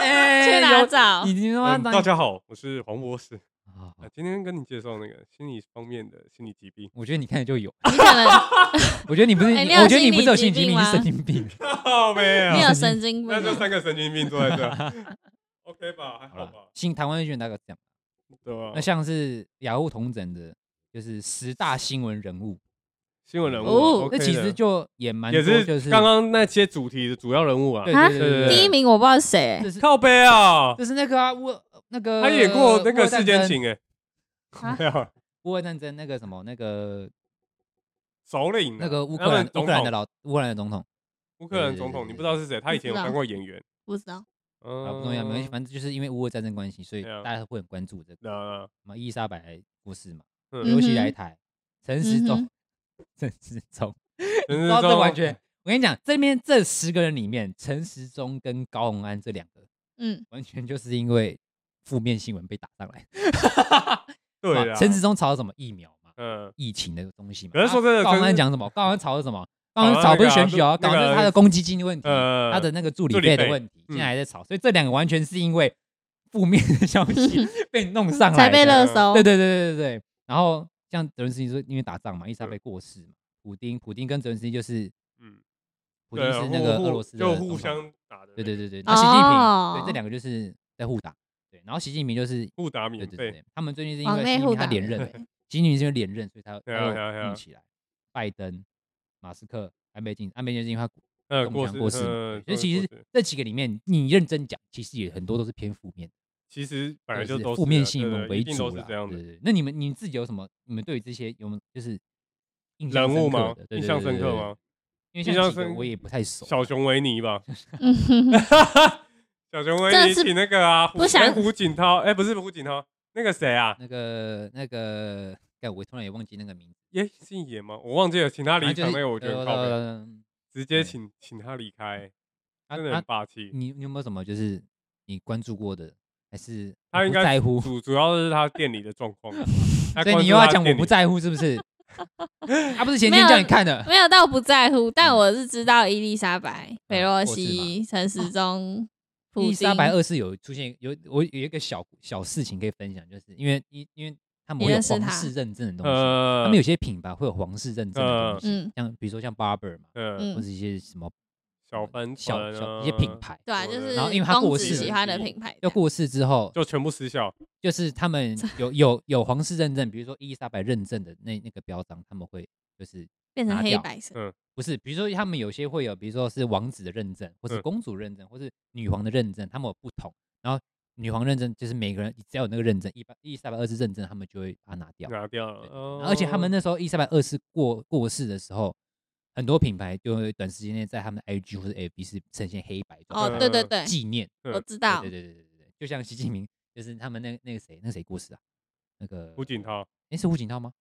Speaker 5: 哎
Speaker 4: 去哪
Speaker 5: 有
Speaker 4: 找
Speaker 5: 你你他哦妈
Speaker 1: 嗯大
Speaker 5: 当
Speaker 1: 家好，我是黄博士。
Speaker 5: 好好。
Speaker 1: 啊，今天跟你介绍那个心理方面的心理疾病
Speaker 5: 我觉得你看着就有，
Speaker 4: 你可能
Speaker 5: 我觉得你不是，
Speaker 4: 哎你有
Speaker 5: 我觉得你不是有
Speaker 4: 心
Speaker 5: 心
Speaker 4: 理疾
Speaker 5: 理疾
Speaker 4: 病
Speaker 5: 病，你是神
Speaker 4: 吗
Speaker 5: 经病。
Speaker 1: 哦，没有
Speaker 4: 你有神经病
Speaker 1: 那就
Speaker 4: 哦，
Speaker 1: 三个神经病坐在这 ，OK 吧？还
Speaker 5: 好
Speaker 1: 好
Speaker 5: 了
Speaker 1: 吧，？
Speaker 5: 新台湾选大概这样。
Speaker 1: 对啊吧
Speaker 5: 那？像是雅虎同整的，就是十大新闻人物，
Speaker 1: 新闻人物
Speaker 4: 哦
Speaker 1: ，OK
Speaker 5: 那
Speaker 1: 的
Speaker 5: 其实就也蛮
Speaker 1: 也
Speaker 5: 多，
Speaker 1: 是
Speaker 5: 就是
Speaker 1: 刚刚那些主题的主要人物啊
Speaker 5: 对。
Speaker 4: 啊
Speaker 5: 对对对对，
Speaker 4: 第一名我不知道是谁
Speaker 5: 就是
Speaker 1: 靠背 啊，
Speaker 5: 就是那个啊，乌那
Speaker 4: 呃
Speaker 5: 个
Speaker 1: 他演过那
Speaker 5: 乌
Speaker 1: 个
Speaker 5: 尔战
Speaker 1: 世间
Speaker 5: 争，
Speaker 1: 情哎，
Speaker 4: 啊
Speaker 1: 没有
Speaker 5: 乌俄战争那个什么那个
Speaker 1: 首领啊
Speaker 5: 那个乌
Speaker 1: 他
Speaker 5: 克兰
Speaker 1: 们
Speaker 5: 乌
Speaker 1: 总
Speaker 5: 克兰
Speaker 1: 统
Speaker 5: 的老乌克兰的总统，
Speaker 1: 乌克兰总统，你不知道是谁？他以前有当过演员，
Speaker 4: 不知道
Speaker 1: 啊
Speaker 5: 啊，不重要，没关系，反正就是因为乌俄战争关系，所以
Speaker 1: 对啊
Speaker 5: 大家会很关注这个
Speaker 1: 那
Speaker 5: 嘛伊丽莎白故事嘛，
Speaker 1: 啊嗯
Speaker 5: 尤其来
Speaker 4: 嗯哼
Speaker 5: 台，陈时中
Speaker 4: 嗯哼，
Speaker 5: 陈时中，
Speaker 4: 嗯
Speaker 1: 陈时
Speaker 5: 然后这
Speaker 1: 中
Speaker 5: 完全，我跟你讲，这边这十个人里面，陈时中跟高虹安这两个，
Speaker 4: 嗯，
Speaker 5: 完全就是因为负面新闻被打上来。
Speaker 1: 对啊
Speaker 5: 嘛
Speaker 1: 啦，
Speaker 5: 陈时中吵什么疫苗嘛，
Speaker 1: 嗯，
Speaker 5: 疫情的东西嘛。
Speaker 1: 可是说
Speaker 5: 啊
Speaker 1: 真的
Speaker 5: 高虹
Speaker 1: 可是
Speaker 5: 安讲什么？高虹安吵的什么？高
Speaker 1: 啊
Speaker 5: 虹安吵不是选举哦，
Speaker 1: 那
Speaker 5: 高
Speaker 1: 个啊
Speaker 5: 虹安是他的公积金的问题，
Speaker 1: 呃
Speaker 5: 他的那个助
Speaker 1: 助理
Speaker 5: 理费的
Speaker 1: 费
Speaker 5: 问题，
Speaker 1: 嗯
Speaker 5: 现在还在吵。所以这两个完全是因为负面的消息 被弄上来的，
Speaker 4: 嗯才被哦
Speaker 1: 了
Speaker 4: 热搜。
Speaker 5: 对对对对对对。然后像泽伦斯基说，因为打仗嘛，伊莎被过世嘛，普丁普丁跟泽伦斯基就是，
Speaker 1: 嗯
Speaker 5: 普丁
Speaker 1: 对啊，
Speaker 5: 是那个
Speaker 1: 互
Speaker 5: 俄罗斯的
Speaker 1: 就
Speaker 5: 总
Speaker 1: 互
Speaker 5: 统
Speaker 1: 相打的那个，
Speaker 5: 对对对对，
Speaker 4: 那
Speaker 5: 那
Speaker 4: 个
Speaker 5: 习近平、
Speaker 4: 哦
Speaker 5: 对这两个就是在互打，对，然后习近平就是
Speaker 1: 互打
Speaker 5: 对
Speaker 1: 免
Speaker 5: 对对
Speaker 1: 费，
Speaker 5: 对，他们最近是因
Speaker 4: 往
Speaker 5: 为习
Speaker 4: 内
Speaker 5: 近
Speaker 4: 互
Speaker 5: 平他
Speaker 4: 打
Speaker 5: 连
Speaker 4: 的
Speaker 5: 任
Speaker 4: 对
Speaker 5: 了，习近平是因为连任，所以 他
Speaker 1: 对啊对啊
Speaker 5: 他
Speaker 1: 对
Speaker 5: 有
Speaker 1: 啊
Speaker 5: 硬起来，拜登、马斯克、安倍晋安倍晋是因为他
Speaker 1: 呃，
Speaker 5: 中
Speaker 1: 过
Speaker 5: 枪
Speaker 1: 世
Speaker 5: 过世
Speaker 1: 呃
Speaker 5: 嘛，所
Speaker 1: 过
Speaker 5: 以其
Speaker 1: 过
Speaker 5: 实
Speaker 1: 世
Speaker 5: 这几个里面，你认真讲，其实也很多都是偏负面，
Speaker 1: 其实本来
Speaker 5: 或者
Speaker 1: 就是都
Speaker 5: 负
Speaker 1: 是
Speaker 5: 面
Speaker 1: 的
Speaker 5: 新
Speaker 1: 对
Speaker 5: 闻
Speaker 1: 对
Speaker 5: 为
Speaker 1: 一定
Speaker 5: 主
Speaker 1: 都是
Speaker 5: 啦
Speaker 1: 这样
Speaker 5: 对
Speaker 1: 的。
Speaker 5: 对对，那你们你自己有什么？你们对于这些有没有就是印象
Speaker 1: 人物
Speaker 5: 深刻
Speaker 1: 吗
Speaker 5: 的？？对
Speaker 1: 印象深刻？吗？
Speaker 5: 对对对对对
Speaker 1: 印
Speaker 5: 因为像
Speaker 1: 象
Speaker 5: 几个
Speaker 1: 深
Speaker 5: 我也不太熟，
Speaker 1: 小熊维尼 吧，
Speaker 4: 嗯哼哼
Speaker 1: 小熊维
Speaker 4: 真的
Speaker 1: 尼
Speaker 4: 是
Speaker 1: 请那个啊，胡
Speaker 4: 不想
Speaker 1: 哎胡锦涛，哎，不是胡锦涛，那个谁啊？
Speaker 5: 那个那个，哎，我突然也忘记那个名字。
Speaker 1: 耶，姓野吗？我忘记了，请他离
Speaker 5: 反正
Speaker 1: 场
Speaker 5: 就是
Speaker 1: 那个，我觉得很靠北
Speaker 5: 呃
Speaker 1: 直接
Speaker 5: 对
Speaker 1: 请请他离开，
Speaker 5: 啊
Speaker 1: 真的很
Speaker 5: 啊！
Speaker 1: 霸气。
Speaker 5: 你你有没有什么就是你关注过的，还是
Speaker 1: 他
Speaker 5: 我
Speaker 1: 应
Speaker 5: 不
Speaker 1: 该
Speaker 5: 在乎？
Speaker 1: 主主要是他店里的状 况， 啊他
Speaker 5: 所以
Speaker 1: 关
Speaker 5: 你
Speaker 1: 注
Speaker 5: 又要
Speaker 1: 他
Speaker 5: 讲我
Speaker 1: 店
Speaker 5: 不
Speaker 1: 里
Speaker 5: 在乎是不是？他不是前
Speaker 4: 没
Speaker 5: 天
Speaker 4: 有
Speaker 5: 叫你看的，
Speaker 4: 没有到不在乎，但我是知道伊丽莎白、裴洛西、陈时中、普
Speaker 5: 伊
Speaker 4: 京
Speaker 5: 丽莎白二世有出现有我有一个小小事情可以分享，就是因为因因为他们
Speaker 4: 你
Speaker 5: 会有
Speaker 4: 认识
Speaker 5: 皇
Speaker 4: 他
Speaker 5: 室认证的东西，他
Speaker 1: 呃
Speaker 5: 们有些品牌会有皇室认证的东
Speaker 4: 嗯
Speaker 5: 西
Speaker 4: 嗯，
Speaker 5: 像比如说像 Barber 嘛，
Speaker 1: 嗯
Speaker 4: 嗯
Speaker 5: 或是一些什么
Speaker 1: 小帆
Speaker 5: 小
Speaker 1: 船
Speaker 5: 小
Speaker 1: 啊
Speaker 5: 一些品牌。
Speaker 4: 对啊，就是
Speaker 5: 然后因为他
Speaker 4: 公
Speaker 5: 过
Speaker 4: 子
Speaker 5: 世
Speaker 4: 喜
Speaker 5: 了
Speaker 4: 欢的品牌，
Speaker 5: 要过世之后，
Speaker 1: 就全部失效，
Speaker 5: 就是他们有有有皇室认证，比如说伊丽莎白认证的那那个标章，他们会就是
Speaker 4: 变成
Speaker 5: 拿
Speaker 4: 黑
Speaker 5: 掉
Speaker 4: 白色。
Speaker 5: 不是，比如说他们有些会有，比如说是王子的认证，或是
Speaker 1: 嗯
Speaker 5: 公主认证，或是女皇的认证，他们有不同。然后女皇认证就是每个人只要有那个认证，一般伊丽莎白二世认证，他们就会把它拿掉。
Speaker 1: 拿掉了
Speaker 5: 对。
Speaker 1: 哦
Speaker 5: 而且他们那时候伊丽莎白二世过过世的时候，很多品牌就会短时间内在他们的 IG 或者 FB 是呈现黑白状
Speaker 4: 哦，
Speaker 5: 态
Speaker 4: 对对对，
Speaker 5: 纪念。
Speaker 1: 嗯
Speaker 4: 我知道
Speaker 5: 对，对对对对对，就像习近平，就是他们那那个谁，那个谁过世啊？那个
Speaker 1: 胡锦，涛，
Speaker 5: 哎，是胡锦涛吗？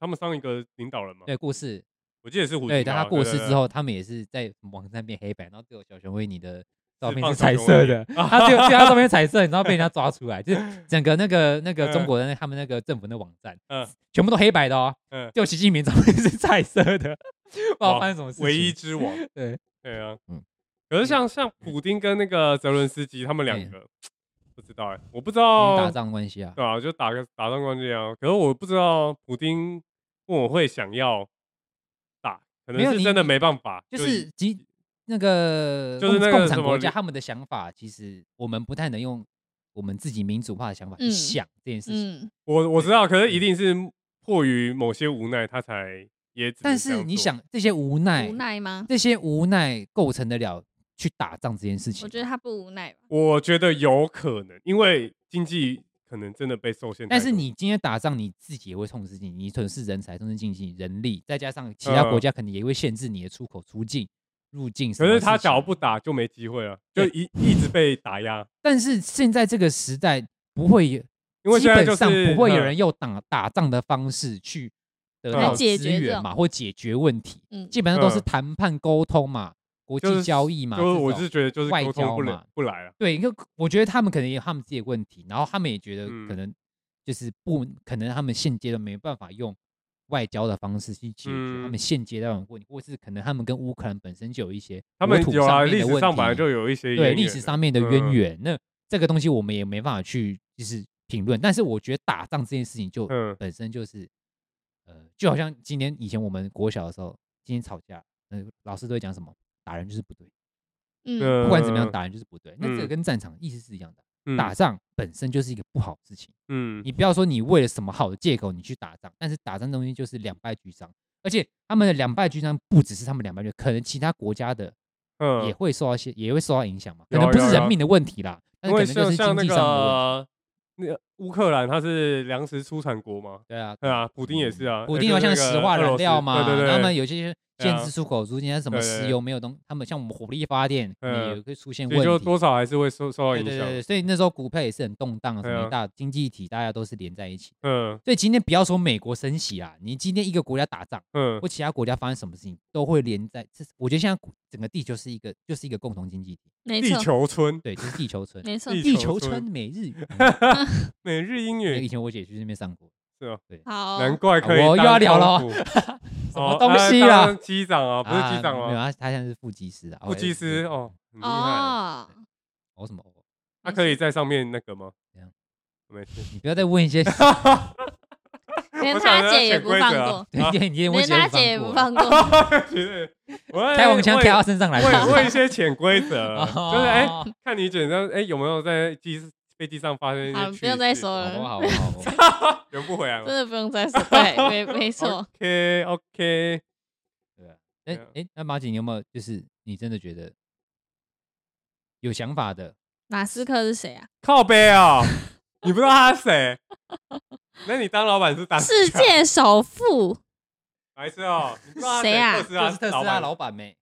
Speaker 1: 他们上一个领导人嘛，
Speaker 5: 对，过世，
Speaker 1: 我记得是胡锦涛。
Speaker 5: 对，但他过世
Speaker 1: 对
Speaker 5: 之，后，他们也是在网站变黑白，然后只有小熊维尼的照片
Speaker 1: 放
Speaker 5: 是
Speaker 1: 小
Speaker 5: 彩
Speaker 1: 熊
Speaker 5: 色
Speaker 1: 维尼
Speaker 5: 的，他只有只有他照片彩色，然后被人家抓出来，就是整个那个那个
Speaker 1: 嗯
Speaker 5: 中国的那他们那个政府的网站，
Speaker 1: 嗯
Speaker 5: 全部都黑白的哦，
Speaker 1: 嗯
Speaker 5: 就习近平照片是彩色的，不知道
Speaker 1: 哇
Speaker 5: 发生什么事情。
Speaker 1: 唯一之王。
Speaker 5: 对
Speaker 1: 对啊，
Speaker 5: 嗯
Speaker 1: 可是像像普丁跟那个泽伦斯基他们两
Speaker 5: 嗯
Speaker 1: 个，不知道哎，我不知
Speaker 5: 因为打
Speaker 1: 道，
Speaker 5: 仗关系啊，
Speaker 1: 对啊，就打个打仗关系啊。可是我不知道普丁问我会想要打，可
Speaker 5: 没有
Speaker 1: 能是
Speaker 5: 你
Speaker 1: 真的没办法，
Speaker 5: 就是即那个
Speaker 1: 就是
Speaker 5: 共
Speaker 1: 那个
Speaker 5: 共
Speaker 1: 什
Speaker 5: 产
Speaker 1: 么
Speaker 5: 国家
Speaker 1: 李
Speaker 5: 他们的想法，其实我们不太能用我们自己民主化的想法去
Speaker 4: 嗯
Speaker 5: 想这件事情。
Speaker 4: 嗯，
Speaker 1: 我我知道，可
Speaker 5: 嗯
Speaker 1: 是一定是迫于某些无奈，他才也只能
Speaker 5: 但
Speaker 1: 这
Speaker 5: 是
Speaker 1: 样
Speaker 5: 你
Speaker 1: 做，
Speaker 5: 想这些无奈
Speaker 4: 无，奈吗？
Speaker 5: 这些无奈构成得了去打仗这件事情吗。
Speaker 4: 我觉得他不无奈吧。
Speaker 1: 我觉得有可能，因为经济可能真的被受限太多。
Speaker 5: 但是你今天打仗，你自己也会痛失经济，你损失人才、损失经济、人力，再加上其他国
Speaker 1: 呃
Speaker 5: 家可能也会限制你的出口、出境、入境什
Speaker 1: 可
Speaker 5: 么事情。
Speaker 1: 是他只要不打就没机会了，就一一直被打压，
Speaker 5: 但是现在这个时代不会有，
Speaker 1: 因为
Speaker 5: 基
Speaker 1: 现在
Speaker 5: 本
Speaker 1: 就是
Speaker 5: 上不会有
Speaker 1: 嗯
Speaker 5: 人用打打仗的方式去得
Speaker 1: 来
Speaker 5: 到
Speaker 4: 解
Speaker 5: 资
Speaker 4: 决这
Speaker 5: 源
Speaker 4: 种
Speaker 5: 嘛，或解决问题，
Speaker 4: 嗯
Speaker 5: 基本上都是
Speaker 1: 嗯
Speaker 5: 谈判沟通嘛，国
Speaker 1: 就是
Speaker 5: 际交易嘛。
Speaker 1: 就是
Speaker 5: 这
Speaker 1: 我
Speaker 5: 种
Speaker 1: 是觉得就是
Speaker 5: 外
Speaker 1: 沟通
Speaker 5: 交
Speaker 1: 不能
Speaker 5: 嘛
Speaker 1: 不来了，
Speaker 5: 对，因为我觉得他们可能也有他们自己的问题，然后他们也觉得
Speaker 1: 嗯
Speaker 5: 可能就是不，可能他们现阶段没办法用外交的方式去解决他
Speaker 1: 嗯
Speaker 5: 们现阶段的问题，或是可能他们跟乌克兰本身就有一些
Speaker 1: 他
Speaker 5: 国
Speaker 1: 们
Speaker 5: 土
Speaker 1: 有啊，
Speaker 5: 上面
Speaker 1: 历
Speaker 5: 的
Speaker 1: 史
Speaker 5: 问
Speaker 1: 上本来
Speaker 5: 题，
Speaker 1: 就有一些
Speaker 5: 对
Speaker 1: 渊
Speaker 5: 历
Speaker 1: 源
Speaker 5: 史
Speaker 1: 的
Speaker 5: 上面的渊
Speaker 1: 嗯
Speaker 5: 源。那这个东西我们也没办法去就是评论，但是我觉得打仗这件事情就
Speaker 1: 嗯
Speaker 5: 本身就是，呃，就好像今天以前我们国小的时候，今天吵架，嗯、老师都会讲什么，打人就是不对，
Speaker 4: 嗯
Speaker 1: 嗯
Speaker 5: 不管怎么样打人就是不对，那这个
Speaker 1: 嗯
Speaker 5: 跟战场意思是一样的。
Speaker 1: 嗯
Speaker 5: 打仗本身就是一个不好的事情。
Speaker 1: 嗯
Speaker 5: 你不要说你为了什么好的借口你去打仗，但是打仗东西就是两败俱伤，而且他们的两败俱伤不只是他们两败俱，可能其他国家的
Speaker 1: 嗯
Speaker 5: 也会受到一些，也会受到影响嘛。可
Speaker 1: 有啊
Speaker 5: 能不
Speaker 1: 有啊
Speaker 5: 是
Speaker 1: 有啊
Speaker 5: 人命的问题啦，但
Speaker 1: 因
Speaker 5: 是
Speaker 1: 为
Speaker 5: 可能就
Speaker 1: 像
Speaker 5: 是
Speaker 1: 像
Speaker 5: 经
Speaker 1: 那
Speaker 5: 济上的问题。
Speaker 1: 个那个乌克兰，它是粮食出产国嘛，
Speaker 5: 对啊，
Speaker 1: 对啊，普丁也是啊，
Speaker 5: 嗯普
Speaker 1: 呃
Speaker 5: 丁
Speaker 1: 就
Speaker 5: 好
Speaker 1: 是那
Speaker 5: 像
Speaker 1: 个
Speaker 5: 石化
Speaker 1: 俄
Speaker 5: 燃
Speaker 1: 罗斯
Speaker 5: 料嘛，
Speaker 1: 对对
Speaker 5: 然后
Speaker 1: 对，
Speaker 5: 他们有些
Speaker 1: 对
Speaker 5: 限
Speaker 1: 啊
Speaker 5: 制出口租金，像什么
Speaker 1: 对对
Speaker 5: 石
Speaker 1: 对
Speaker 5: 油没有东，他们像我们火力发电
Speaker 1: 嗯
Speaker 5: 也会出现
Speaker 1: 所以就
Speaker 5: 问
Speaker 1: 多
Speaker 5: 题。
Speaker 1: 少还是会受受到
Speaker 5: 对
Speaker 1: 影
Speaker 5: 对对对，
Speaker 1: 响。
Speaker 5: 所以那时候股票也是很动荡，什
Speaker 1: 对
Speaker 5: 么
Speaker 1: 啊
Speaker 5: 一大经济体，大家都是连在一起。
Speaker 1: 嗯
Speaker 5: 所以今天不要说美国升息啊，你今天一个国家打仗
Speaker 1: 嗯
Speaker 5: 或其他国家发生什么事情，都会连在。这是我觉得现在股整个地球是一个就是一个共同经济体，
Speaker 4: 没
Speaker 1: 地
Speaker 4: 错，
Speaker 1: 球村，
Speaker 5: 对，就是地球 村。
Speaker 4: 没错。
Speaker 1: 地
Speaker 5: 地
Speaker 1: 球
Speaker 5: 球
Speaker 1: 村
Speaker 5: 村 每日语，
Speaker 1: 每日英
Speaker 5: 那个
Speaker 1: 语
Speaker 5: 以，前我姐去那边上过，
Speaker 4: 好，
Speaker 1: 难怪可以。
Speaker 5: 哎啊我又要聊了，
Speaker 1: 什
Speaker 5: 么东西啊
Speaker 1: 哦机长啊，不是机长
Speaker 5: 啊没有，
Speaker 1: 吗？
Speaker 5: 他他现在是副机师啊，
Speaker 1: 副机师哦，，很厉害。
Speaker 4: 哦，
Speaker 5: 我什么？
Speaker 1: 他可以在上面那个吗
Speaker 5: 怎样？
Speaker 1: 没事，
Speaker 5: 你不要再问 一些，
Speaker 4: 连
Speaker 1: 我想
Speaker 4: 他
Speaker 1: 要
Speaker 4: 姐也
Speaker 1: 潜
Speaker 4: 不
Speaker 1: 规
Speaker 4: 放
Speaker 1: 则啊啊
Speaker 4: 过，
Speaker 5: 对，你也问
Speaker 4: 连
Speaker 5: 一些
Speaker 4: 他姐也不
Speaker 5: 过
Speaker 4: 放过。
Speaker 1: 绝 对我要
Speaker 5: 开黄腔
Speaker 1: 问
Speaker 5: 开到身上来，是不
Speaker 1: 问
Speaker 5: 是
Speaker 1: 问一些潜规则，
Speaker 5: 哦
Speaker 1: 就是哎，看你卷上哎有没有在机飞机上发生一
Speaker 4: 好
Speaker 1: 些
Speaker 4: 了，
Speaker 1: 趣事？
Speaker 4: 啊不用再说
Speaker 5: 好不
Speaker 4: 了，
Speaker 5: 好？ 好不好？
Speaker 1: 圆不回来
Speaker 4: 真
Speaker 1: 吗
Speaker 4: 的哦不用再说。对，没没错，
Speaker 1: ？OK OK，
Speaker 5: 对啊。
Speaker 1: 对
Speaker 5: 哎
Speaker 1: 啊
Speaker 5: 哎，那马姐，你有没有就是你真的觉得有想法的？
Speaker 4: 马斯克是谁啊？
Speaker 1: 靠背哦，你不知道他是谁？那你当老板是当
Speaker 4: 世界首富哦
Speaker 1: 白痴哦？你不知道他是
Speaker 4: 谁啊
Speaker 1: 特斯
Speaker 5: 这
Speaker 1: 拉
Speaker 5: 是特斯
Speaker 1: 老
Speaker 5: 拉
Speaker 1: 板啊
Speaker 5: 老板没？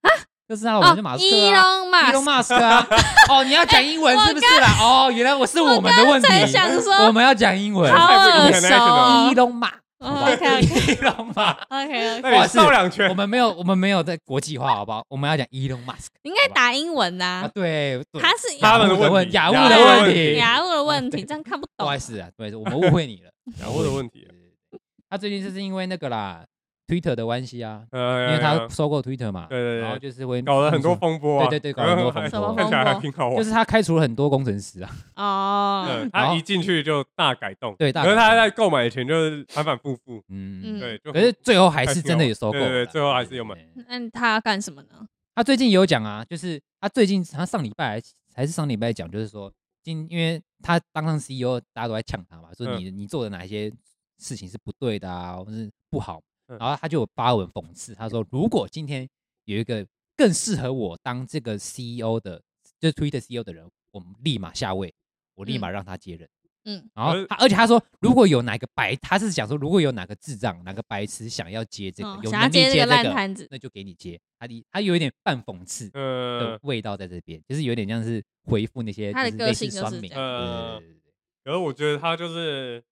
Speaker 5: 特斯拉老
Speaker 4: 哦
Speaker 5: 板是马斯
Speaker 4: 伊
Speaker 5: 克啊，
Speaker 4: 隆
Speaker 5: 伊
Speaker 4: 马
Speaker 5: 隆
Speaker 4: 斯
Speaker 5: 马斯克啊。 哦，你要讲英文是不是啦？哦，原来我是我们的问题
Speaker 4: 才，想说
Speaker 5: 我们要讲英文。
Speaker 4: 好耳熟
Speaker 5: 伊
Speaker 4: 哦。
Speaker 5: 隆马，
Speaker 4: OK OK
Speaker 5: 伊隆马，
Speaker 4: OK OK，
Speaker 1: 那你绕两圈
Speaker 5: 我，们没有，我们没有在国际化，好不好？我们要讲 Elon Musk
Speaker 4: 你应该打英文的
Speaker 5: 啊，
Speaker 4: 啊，
Speaker 5: 对，对
Speaker 4: 他是
Speaker 1: 他们的
Speaker 5: 雅虎的
Speaker 1: 问
Speaker 5: 问
Speaker 1: 题
Speaker 5: 雅
Speaker 1: 雅
Speaker 5: 物
Speaker 1: 虎
Speaker 5: 的
Speaker 1: 的
Speaker 5: 问
Speaker 1: 问
Speaker 5: 题，
Speaker 1: 题
Speaker 4: 雅物的问题，这样看不
Speaker 5: 不好意
Speaker 4: 懂。
Speaker 5: 思啊，对我们误会你了。
Speaker 1: 然后的问题
Speaker 5: 对，对对他最近就是因为那个啦，Twitter 的关系啊，因
Speaker 1: 呃，
Speaker 5: 为他收购 Twitter 嘛，
Speaker 1: 对对对
Speaker 5: 然后就是会
Speaker 1: 搞了很多，风波啊，
Speaker 5: 对对对搞了很 多风
Speaker 4: 什么
Speaker 5: 波
Speaker 1: 看
Speaker 4: 风
Speaker 1: 起来还
Speaker 4: 波？
Speaker 1: 挺好玩。
Speaker 5: 就是他开除了很多工程师啊，
Speaker 4: 哦，
Speaker 1: 嗯，
Speaker 5: 然
Speaker 1: 他
Speaker 5: 后
Speaker 1: 一进去就大改动，
Speaker 5: 对大
Speaker 1: 可是
Speaker 5: 改
Speaker 1: 他
Speaker 5: 动
Speaker 1: 在购买前就是反反复复，
Speaker 5: 嗯，
Speaker 1: 对，就
Speaker 5: 可是最后还是真的有收购，
Speaker 1: 对对对最后还是有买。
Speaker 5: 对
Speaker 4: 那他要干什么呢？
Speaker 5: 他最近有讲啊，就是他最近他上礼拜还还是上礼拜讲，就是说今因为他当上 CEO，大家都在呛他嘛，
Speaker 4: 嗯
Speaker 5: 说你、你做的哪一些事情是不对的啊，或是不好，
Speaker 1: 嗯
Speaker 5: 然后他就有发文讽刺，他说如果今天有一个更适合我当这个 CEO 的，就是 Twitter CEO 的人，我们立马下位，我立马让他接任。
Speaker 4: 嗯
Speaker 5: 然后
Speaker 1: 而
Speaker 5: 他，而且他说，如果有哪个白，他是想说，如果有哪个智障、哪个白痴想要接这个，
Speaker 4: 哦
Speaker 5: 有
Speaker 4: 想
Speaker 5: 能
Speaker 4: 要
Speaker 5: 力
Speaker 4: 接
Speaker 5: 接
Speaker 4: 这个烂摊子
Speaker 5: 那就给你接。他的他有一点半讽刺的
Speaker 1: 呃，
Speaker 5: 味道在这边，就是有点像是回复那些
Speaker 4: 他的
Speaker 5: 就是类
Speaker 4: 个
Speaker 5: 似
Speaker 4: 性就是
Speaker 5: 酸民
Speaker 4: 这
Speaker 1: 样
Speaker 5: 对对对对对
Speaker 1: 可是我觉得他就是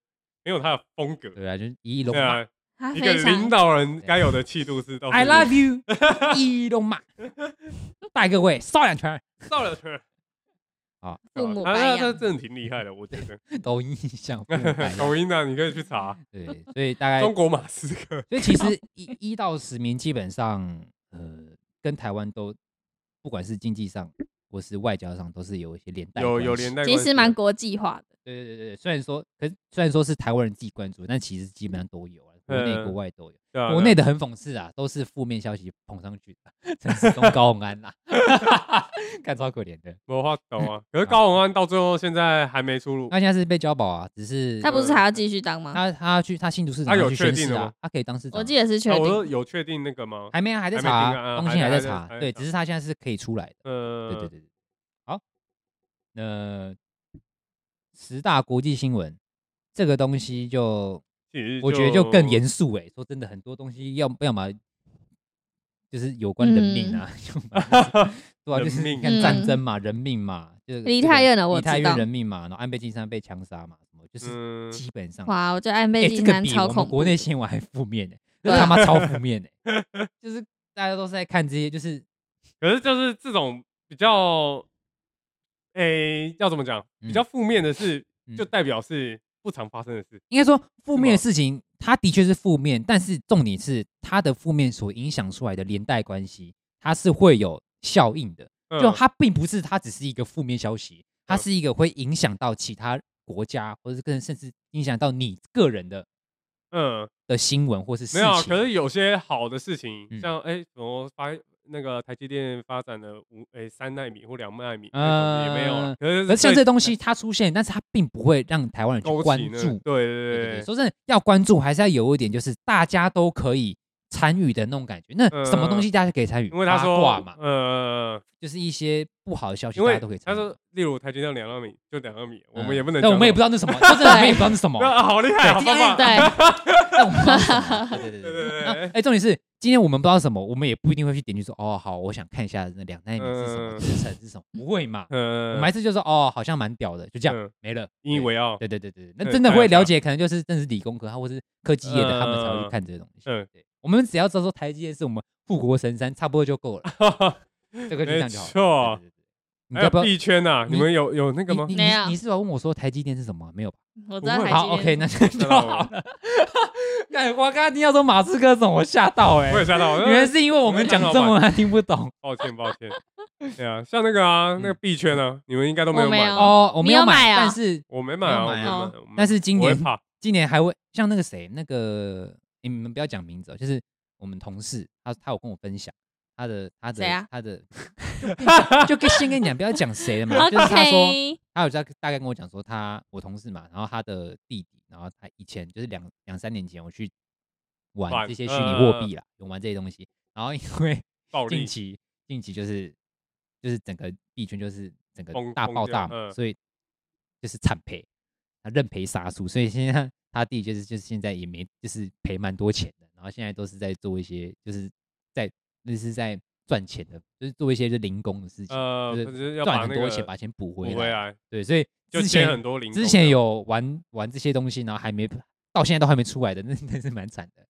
Speaker 1: 没有他的风格，
Speaker 5: 对对啊，就是伊隆
Speaker 1: 对
Speaker 5: 马
Speaker 1: 啊，
Speaker 4: 他
Speaker 1: 一个
Speaker 4: 非
Speaker 1: 领
Speaker 4: 常
Speaker 1: 导人该有的气度是都是
Speaker 5: ，I love you，伊 隆马，带各位扫两圈儿，
Speaker 1: 到了圈儿
Speaker 5: 好
Speaker 4: 父母
Speaker 1: 他
Speaker 4: 白
Speaker 1: 他他
Speaker 4: 养。
Speaker 1: 真的挺厉害的，我觉得。
Speaker 5: 抖音像父母 白养
Speaker 1: 抖音啊，你可以去查
Speaker 5: 对，所以大概，
Speaker 1: 中国马斯 克，
Speaker 5: 所以其实一一到十名基本上，呃，跟台湾都不管是经济上或是外交上，都是有一些连带
Speaker 1: 有
Speaker 5: 关
Speaker 1: 有
Speaker 5: 系
Speaker 1: 连带关
Speaker 4: 其
Speaker 1: 系，
Speaker 4: 实蛮国际化的，
Speaker 5: 对对对对，虽然说，可是虽然说是台湾人自己关注，但其实基本上都有啊，国内
Speaker 1: 嗯
Speaker 5: 国外都有。
Speaker 1: 对啊
Speaker 5: 国内
Speaker 1: 对啊
Speaker 5: 的很讽刺啊，都是负面消息捧上去的，陈世忠、高鸿 安啦，看超可怜的。
Speaker 1: 没话懂 啊。可是高宏安到最后现在还没出炉
Speaker 5: 他，现在是被交保啊，只是
Speaker 4: 他不是还要继续当吗？
Speaker 5: 他他去他新竹市长
Speaker 1: 他有
Speaker 5: 去宣
Speaker 1: 确定
Speaker 5: 誓
Speaker 1: 了
Speaker 5: 啊
Speaker 1: 吗，
Speaker 5: 他可以当市长啊。
Speaker 4: 我记得是确
Speaker 1: 啊我
Speaker 4: 定
Speaker 1: 说有确定那个吗？
Speaker 5: 还没啊，还在
Speaker 1: 还没
Speaker 5: 查
Speaker 1: 定案
Speaker 5: 啊，
Speaker 1: 啊
Speaker 5: 东西
Speaker 1: 还
Speaker 5: 还在
Speaker 1: 还在
Speaker 5: 查
Speaker 1: 还，在
Speaker 5: 对，
Speaker 1: 查
Speaker 5: 只是他现在是可以出来的。
Speaker 1: 呃，
Speaker 5: 对对对对，好，那十大国际新闻这个东西就
Speaker 1: 对
Speaker 5: 我觉得就更 严肃哎。说真的，很多东西要要么就是有关人命啊，
Speaker 4: 嗯
Speaker 5: 要么对啊，
Speaker 1: 人
Speaker 5: 就是
Speaker 1: 命
Speaker 5: 你看战争嘛，人命嘛，就是
Speaker 4: 梨
Speaker 5: 这个
Speaker 4: 泰院的我
Speaker 5: 梨泰
Speaker 4: 知
Speaker 5: 院
Speaker 4: 道
Speaker 5: 人命嘛，然后安倍晋三被枪杀嘛，什么就是
Speaker 1: 嗯，
Speaker 5: 基本上，
Speaker 4: 哇，我觉得安
Speaker 5: 哎，
Speaker 4: 倍
Speaker 5: 这
Speaker 4: 晋
Speaker 5: 个
Speaker 4: 三
Speaker 5: 比
Speaker 4: 超
Speaker 5: 我们
Speaker 4: 恐
Speaker 5: 国
Speaker 4: 怖。
Speaker 5: 内新闻还负面 哎，这
Speaker 4: 对啊
Speaker 5: 他妈超负面哎，就是大家都是在看这些，就是
Speaker 1: 可是就是这种比较，诶，要怎么讲？比
Speaker 5: 嗯
Speaker 1: 较负面的事，
Speaker 5: 嗯
Speaker 1: 就代表是不常发生的事。
Speaker 5: 应该说负
Speaker 1: 是
Speaker 5: 面的
Speaker 1: 吗
Speaker 5: 事情，它的确是负面，但是重点是它的负面所影响出来的连带关系，它是会有效应的。
Speaker 1: 嗯
Speaker 5: 就它并不是它只是一个负面消息，它
Speaker 1: 嗯
Speaker 5: 是一个会影响到其他国家，或者是更甚至影响到你个人的
Speaker 1: 嗯，
Speaker 5: 的新闻或是事
Speaker 1: 没
Speaker 5: 情。
Speaker 1: 有啊，可是有些好的事情，
Speaker 5: 嗯
Speaker 1: 像诶，怎么发那个台积电发展的五诶三纳米或两纳米，
Speaker 5: 呃
Speaker 1: 那种也没有啊。可
Speaker 5: 而
Speaker 1: 是
Speaker 5: 像
Speaker 1: 对
Speaker 5: 这东西它出现，但是它并不会让台湾人
Speaker 1: 勾
Speaker 5: 去
Speaker 1: 起
Speaker 5: 关
Speaker 1: 那
Speaker 5: 注。
Speaker 1: 对
Speaker 5: 对
Speaker 1: 对
Speaker 5: 对对，说真的，要关注还是要有一点，就是大家都可以参与的那种感觉。那什么东西大家可以参与？
Speaker 1: 嗯因为他
Speaker 5: 八卦
Speaker 1: 说
Speaker 5: 嘛，，
Speaker 1: 呃，
Speaker 5: 就是一些不好的消息，
Speaker 1: 因
Speaker 5: 大
Speaker 1: 为
Speaker 5: 家都可以参
Speaker 1: 他
Speaker 5: 与。
Speaker 1: 说，例如台积电两纳米就两纳米，我们
Speaker 5: 嗯
Speaker 1: 也不能讲
Speaker 5: 但
Speaker 1: 什么，
Speaker 5: 我们也不知道那什么，说真的，我们也不知 道那什么。
Speaker 1: 啊，好厉害，好棒棒，
Speaker 4: 对，
Speaker 5: 但我们不知道那什么对
Speaker 1: 对
Speaker 5: 对对
Speaker 1: 对对
Speaker 5: 对。那哎，重点是今天我们不知道什么，我们也不一定会去点去说哦，好，我想看一下那两奈米是什么，
Speaker 1: 嗯
Speaker 5: 制成是什么，不会嘛？我
Speaker 1: 呃
Speaker 5: 们还是就说哦，好像蛮屌的，就这
Speaker 1: 嗯
Speaker 5: 样没了。
Speaker 1: 引以为傲。
Speaker 5: 对对对对，对
Speaker 1: 嗯
Speaker 5: 那真的
Speaker 1: 开
Speaker 5: 会
Speaker 1: 玩
Speaker 5: 了
Speaker 1: 笑
Speaker 5: 解，可能就是真的是理工科，他或是科技业的，他们才会
Speaker 1: 嗯
Speaker 5: 去看这些东西。
Speaker 1: 嗯
Speaker 5: 对，我们只要知道说台积电是我们护国神山，差不多 就够了，这个就这样就好了。
Speaker 1: 没错
Speaker 5: 对，对对对你
Speaker 1: 还
Speaker 5: 要
Speaker 1: 有
Speaker 5: 不要？
Speaker 1: 币圈呐，
Speaker 5: 你
Speaker 1: 你们有有那个吗
Speaker 5: 你？你
Speaker 4: 没有
Speaker 5: 你是要问我说台积电是什么？没有吧？
Speaker 4: 我知道
Speaker 1: 不
Speaker 4: 台
Speaker 1: 会
Speaker 4: 积
Speaker 5: 好，OK，
Speaker 4: 电
Speaker 5: 那就
Speaker 1: 那
Speaker 5: 就好了。 哎，我刚刚听到说马斯克总，我吓到哎、
Speaker 1: 我也吓到，我呃
Speaker 5: 原来是因为我们讲中文他听不懂
Speaker 1: 抱歉抱 歉。对啊，像那个
Speaker 5: 嗯
Speaker 1: 啊，那个币圈啊，你们应该都没
Speaker 4: 我没
Speaker 1: 买
Speaker 4: 有，
Speaker 5: 哦，我
Speaker 4: 你
Speaker 5: 没
Speaker 4: 有买
Speaker 5: 买，
Speaker 4: 啊
Speaker 5: 但是
Speaker 1: 我没买啊，
Speaker 5: 没有
Speaker 1: 我
Speaker 5: 买
Speaker 1: 没
Speaker 4: 啊
Speaker 1: 买。我没
Speaker 5: 但是今
Speaker 1: 我会
Speaker 5: 年
Speaker 1: 怕，
Speaker 5: 今年还会像那个谁，那个你们不要讲名字、哦，就是我们同事，他他有跟我分享他的他的、
Speaker 4: 谁啊
Speaker 5: 他的， 就跟你 讲就跟先跟你讲，不要讲谁了嘛，就是他说
Speaker 4: OK，
Speaker 5: 他有在大概跟我讲说他我同事嘛，然后他的弟弟，然后他以前就是两两三年前我去
Speaker 1: 玩
Speaker 5: 玩这些虚
Speaker 1: 嗯
Speaker 5: 拟
Speaker 1: 嗯
Speaker 5: 货
Speaker 1: 嗯
Speaker 5: 币啦，有玩这些东西，然后因为
Speaker 1: 暴力
Speaker 5: 近期近期就是就是整个币圈就是整个
Speaker 1: 崩
Speaker 5: 大
Speaker 1: 崩
Speaker 5: 爆
Speaker 1: 掉
Speaker 5: 炸嘛，
Speaker 1: 嗯
Speaker 5: 所以就是惨赔，他认赔杀出，所以现在他弟就是就是现在也没就是赔蛮多钱的，然后现在都是在做一些就是在那是在赚钱的，就是做一些就零工的事情，
Speaker 1: 呃，
Speaker 5: 就是
Speaker 1: 就是要
Speaker 5: 赚
Speaker 1: 把
Speaker 5: 很
Speaker 1: 那
Speaker 5: 多
Speaker 1: 个
Speaker 5: 钱把钱补
Speaker 1: 补
Speaker 5: 回
Speaker 1: 回
Speaker 5: 来。
Speaker 1: 来，
Speaker 5: 对，所以
Speaker 1: 就
Speaker 5: 之
Speaker 1: 欠
Speaker 5: 前
Speaker 1: 很多零工这样。
Speaker 5: 之前有玩玩这些东西，然后还没到现在都还没出来的，那 那是蛮惨的。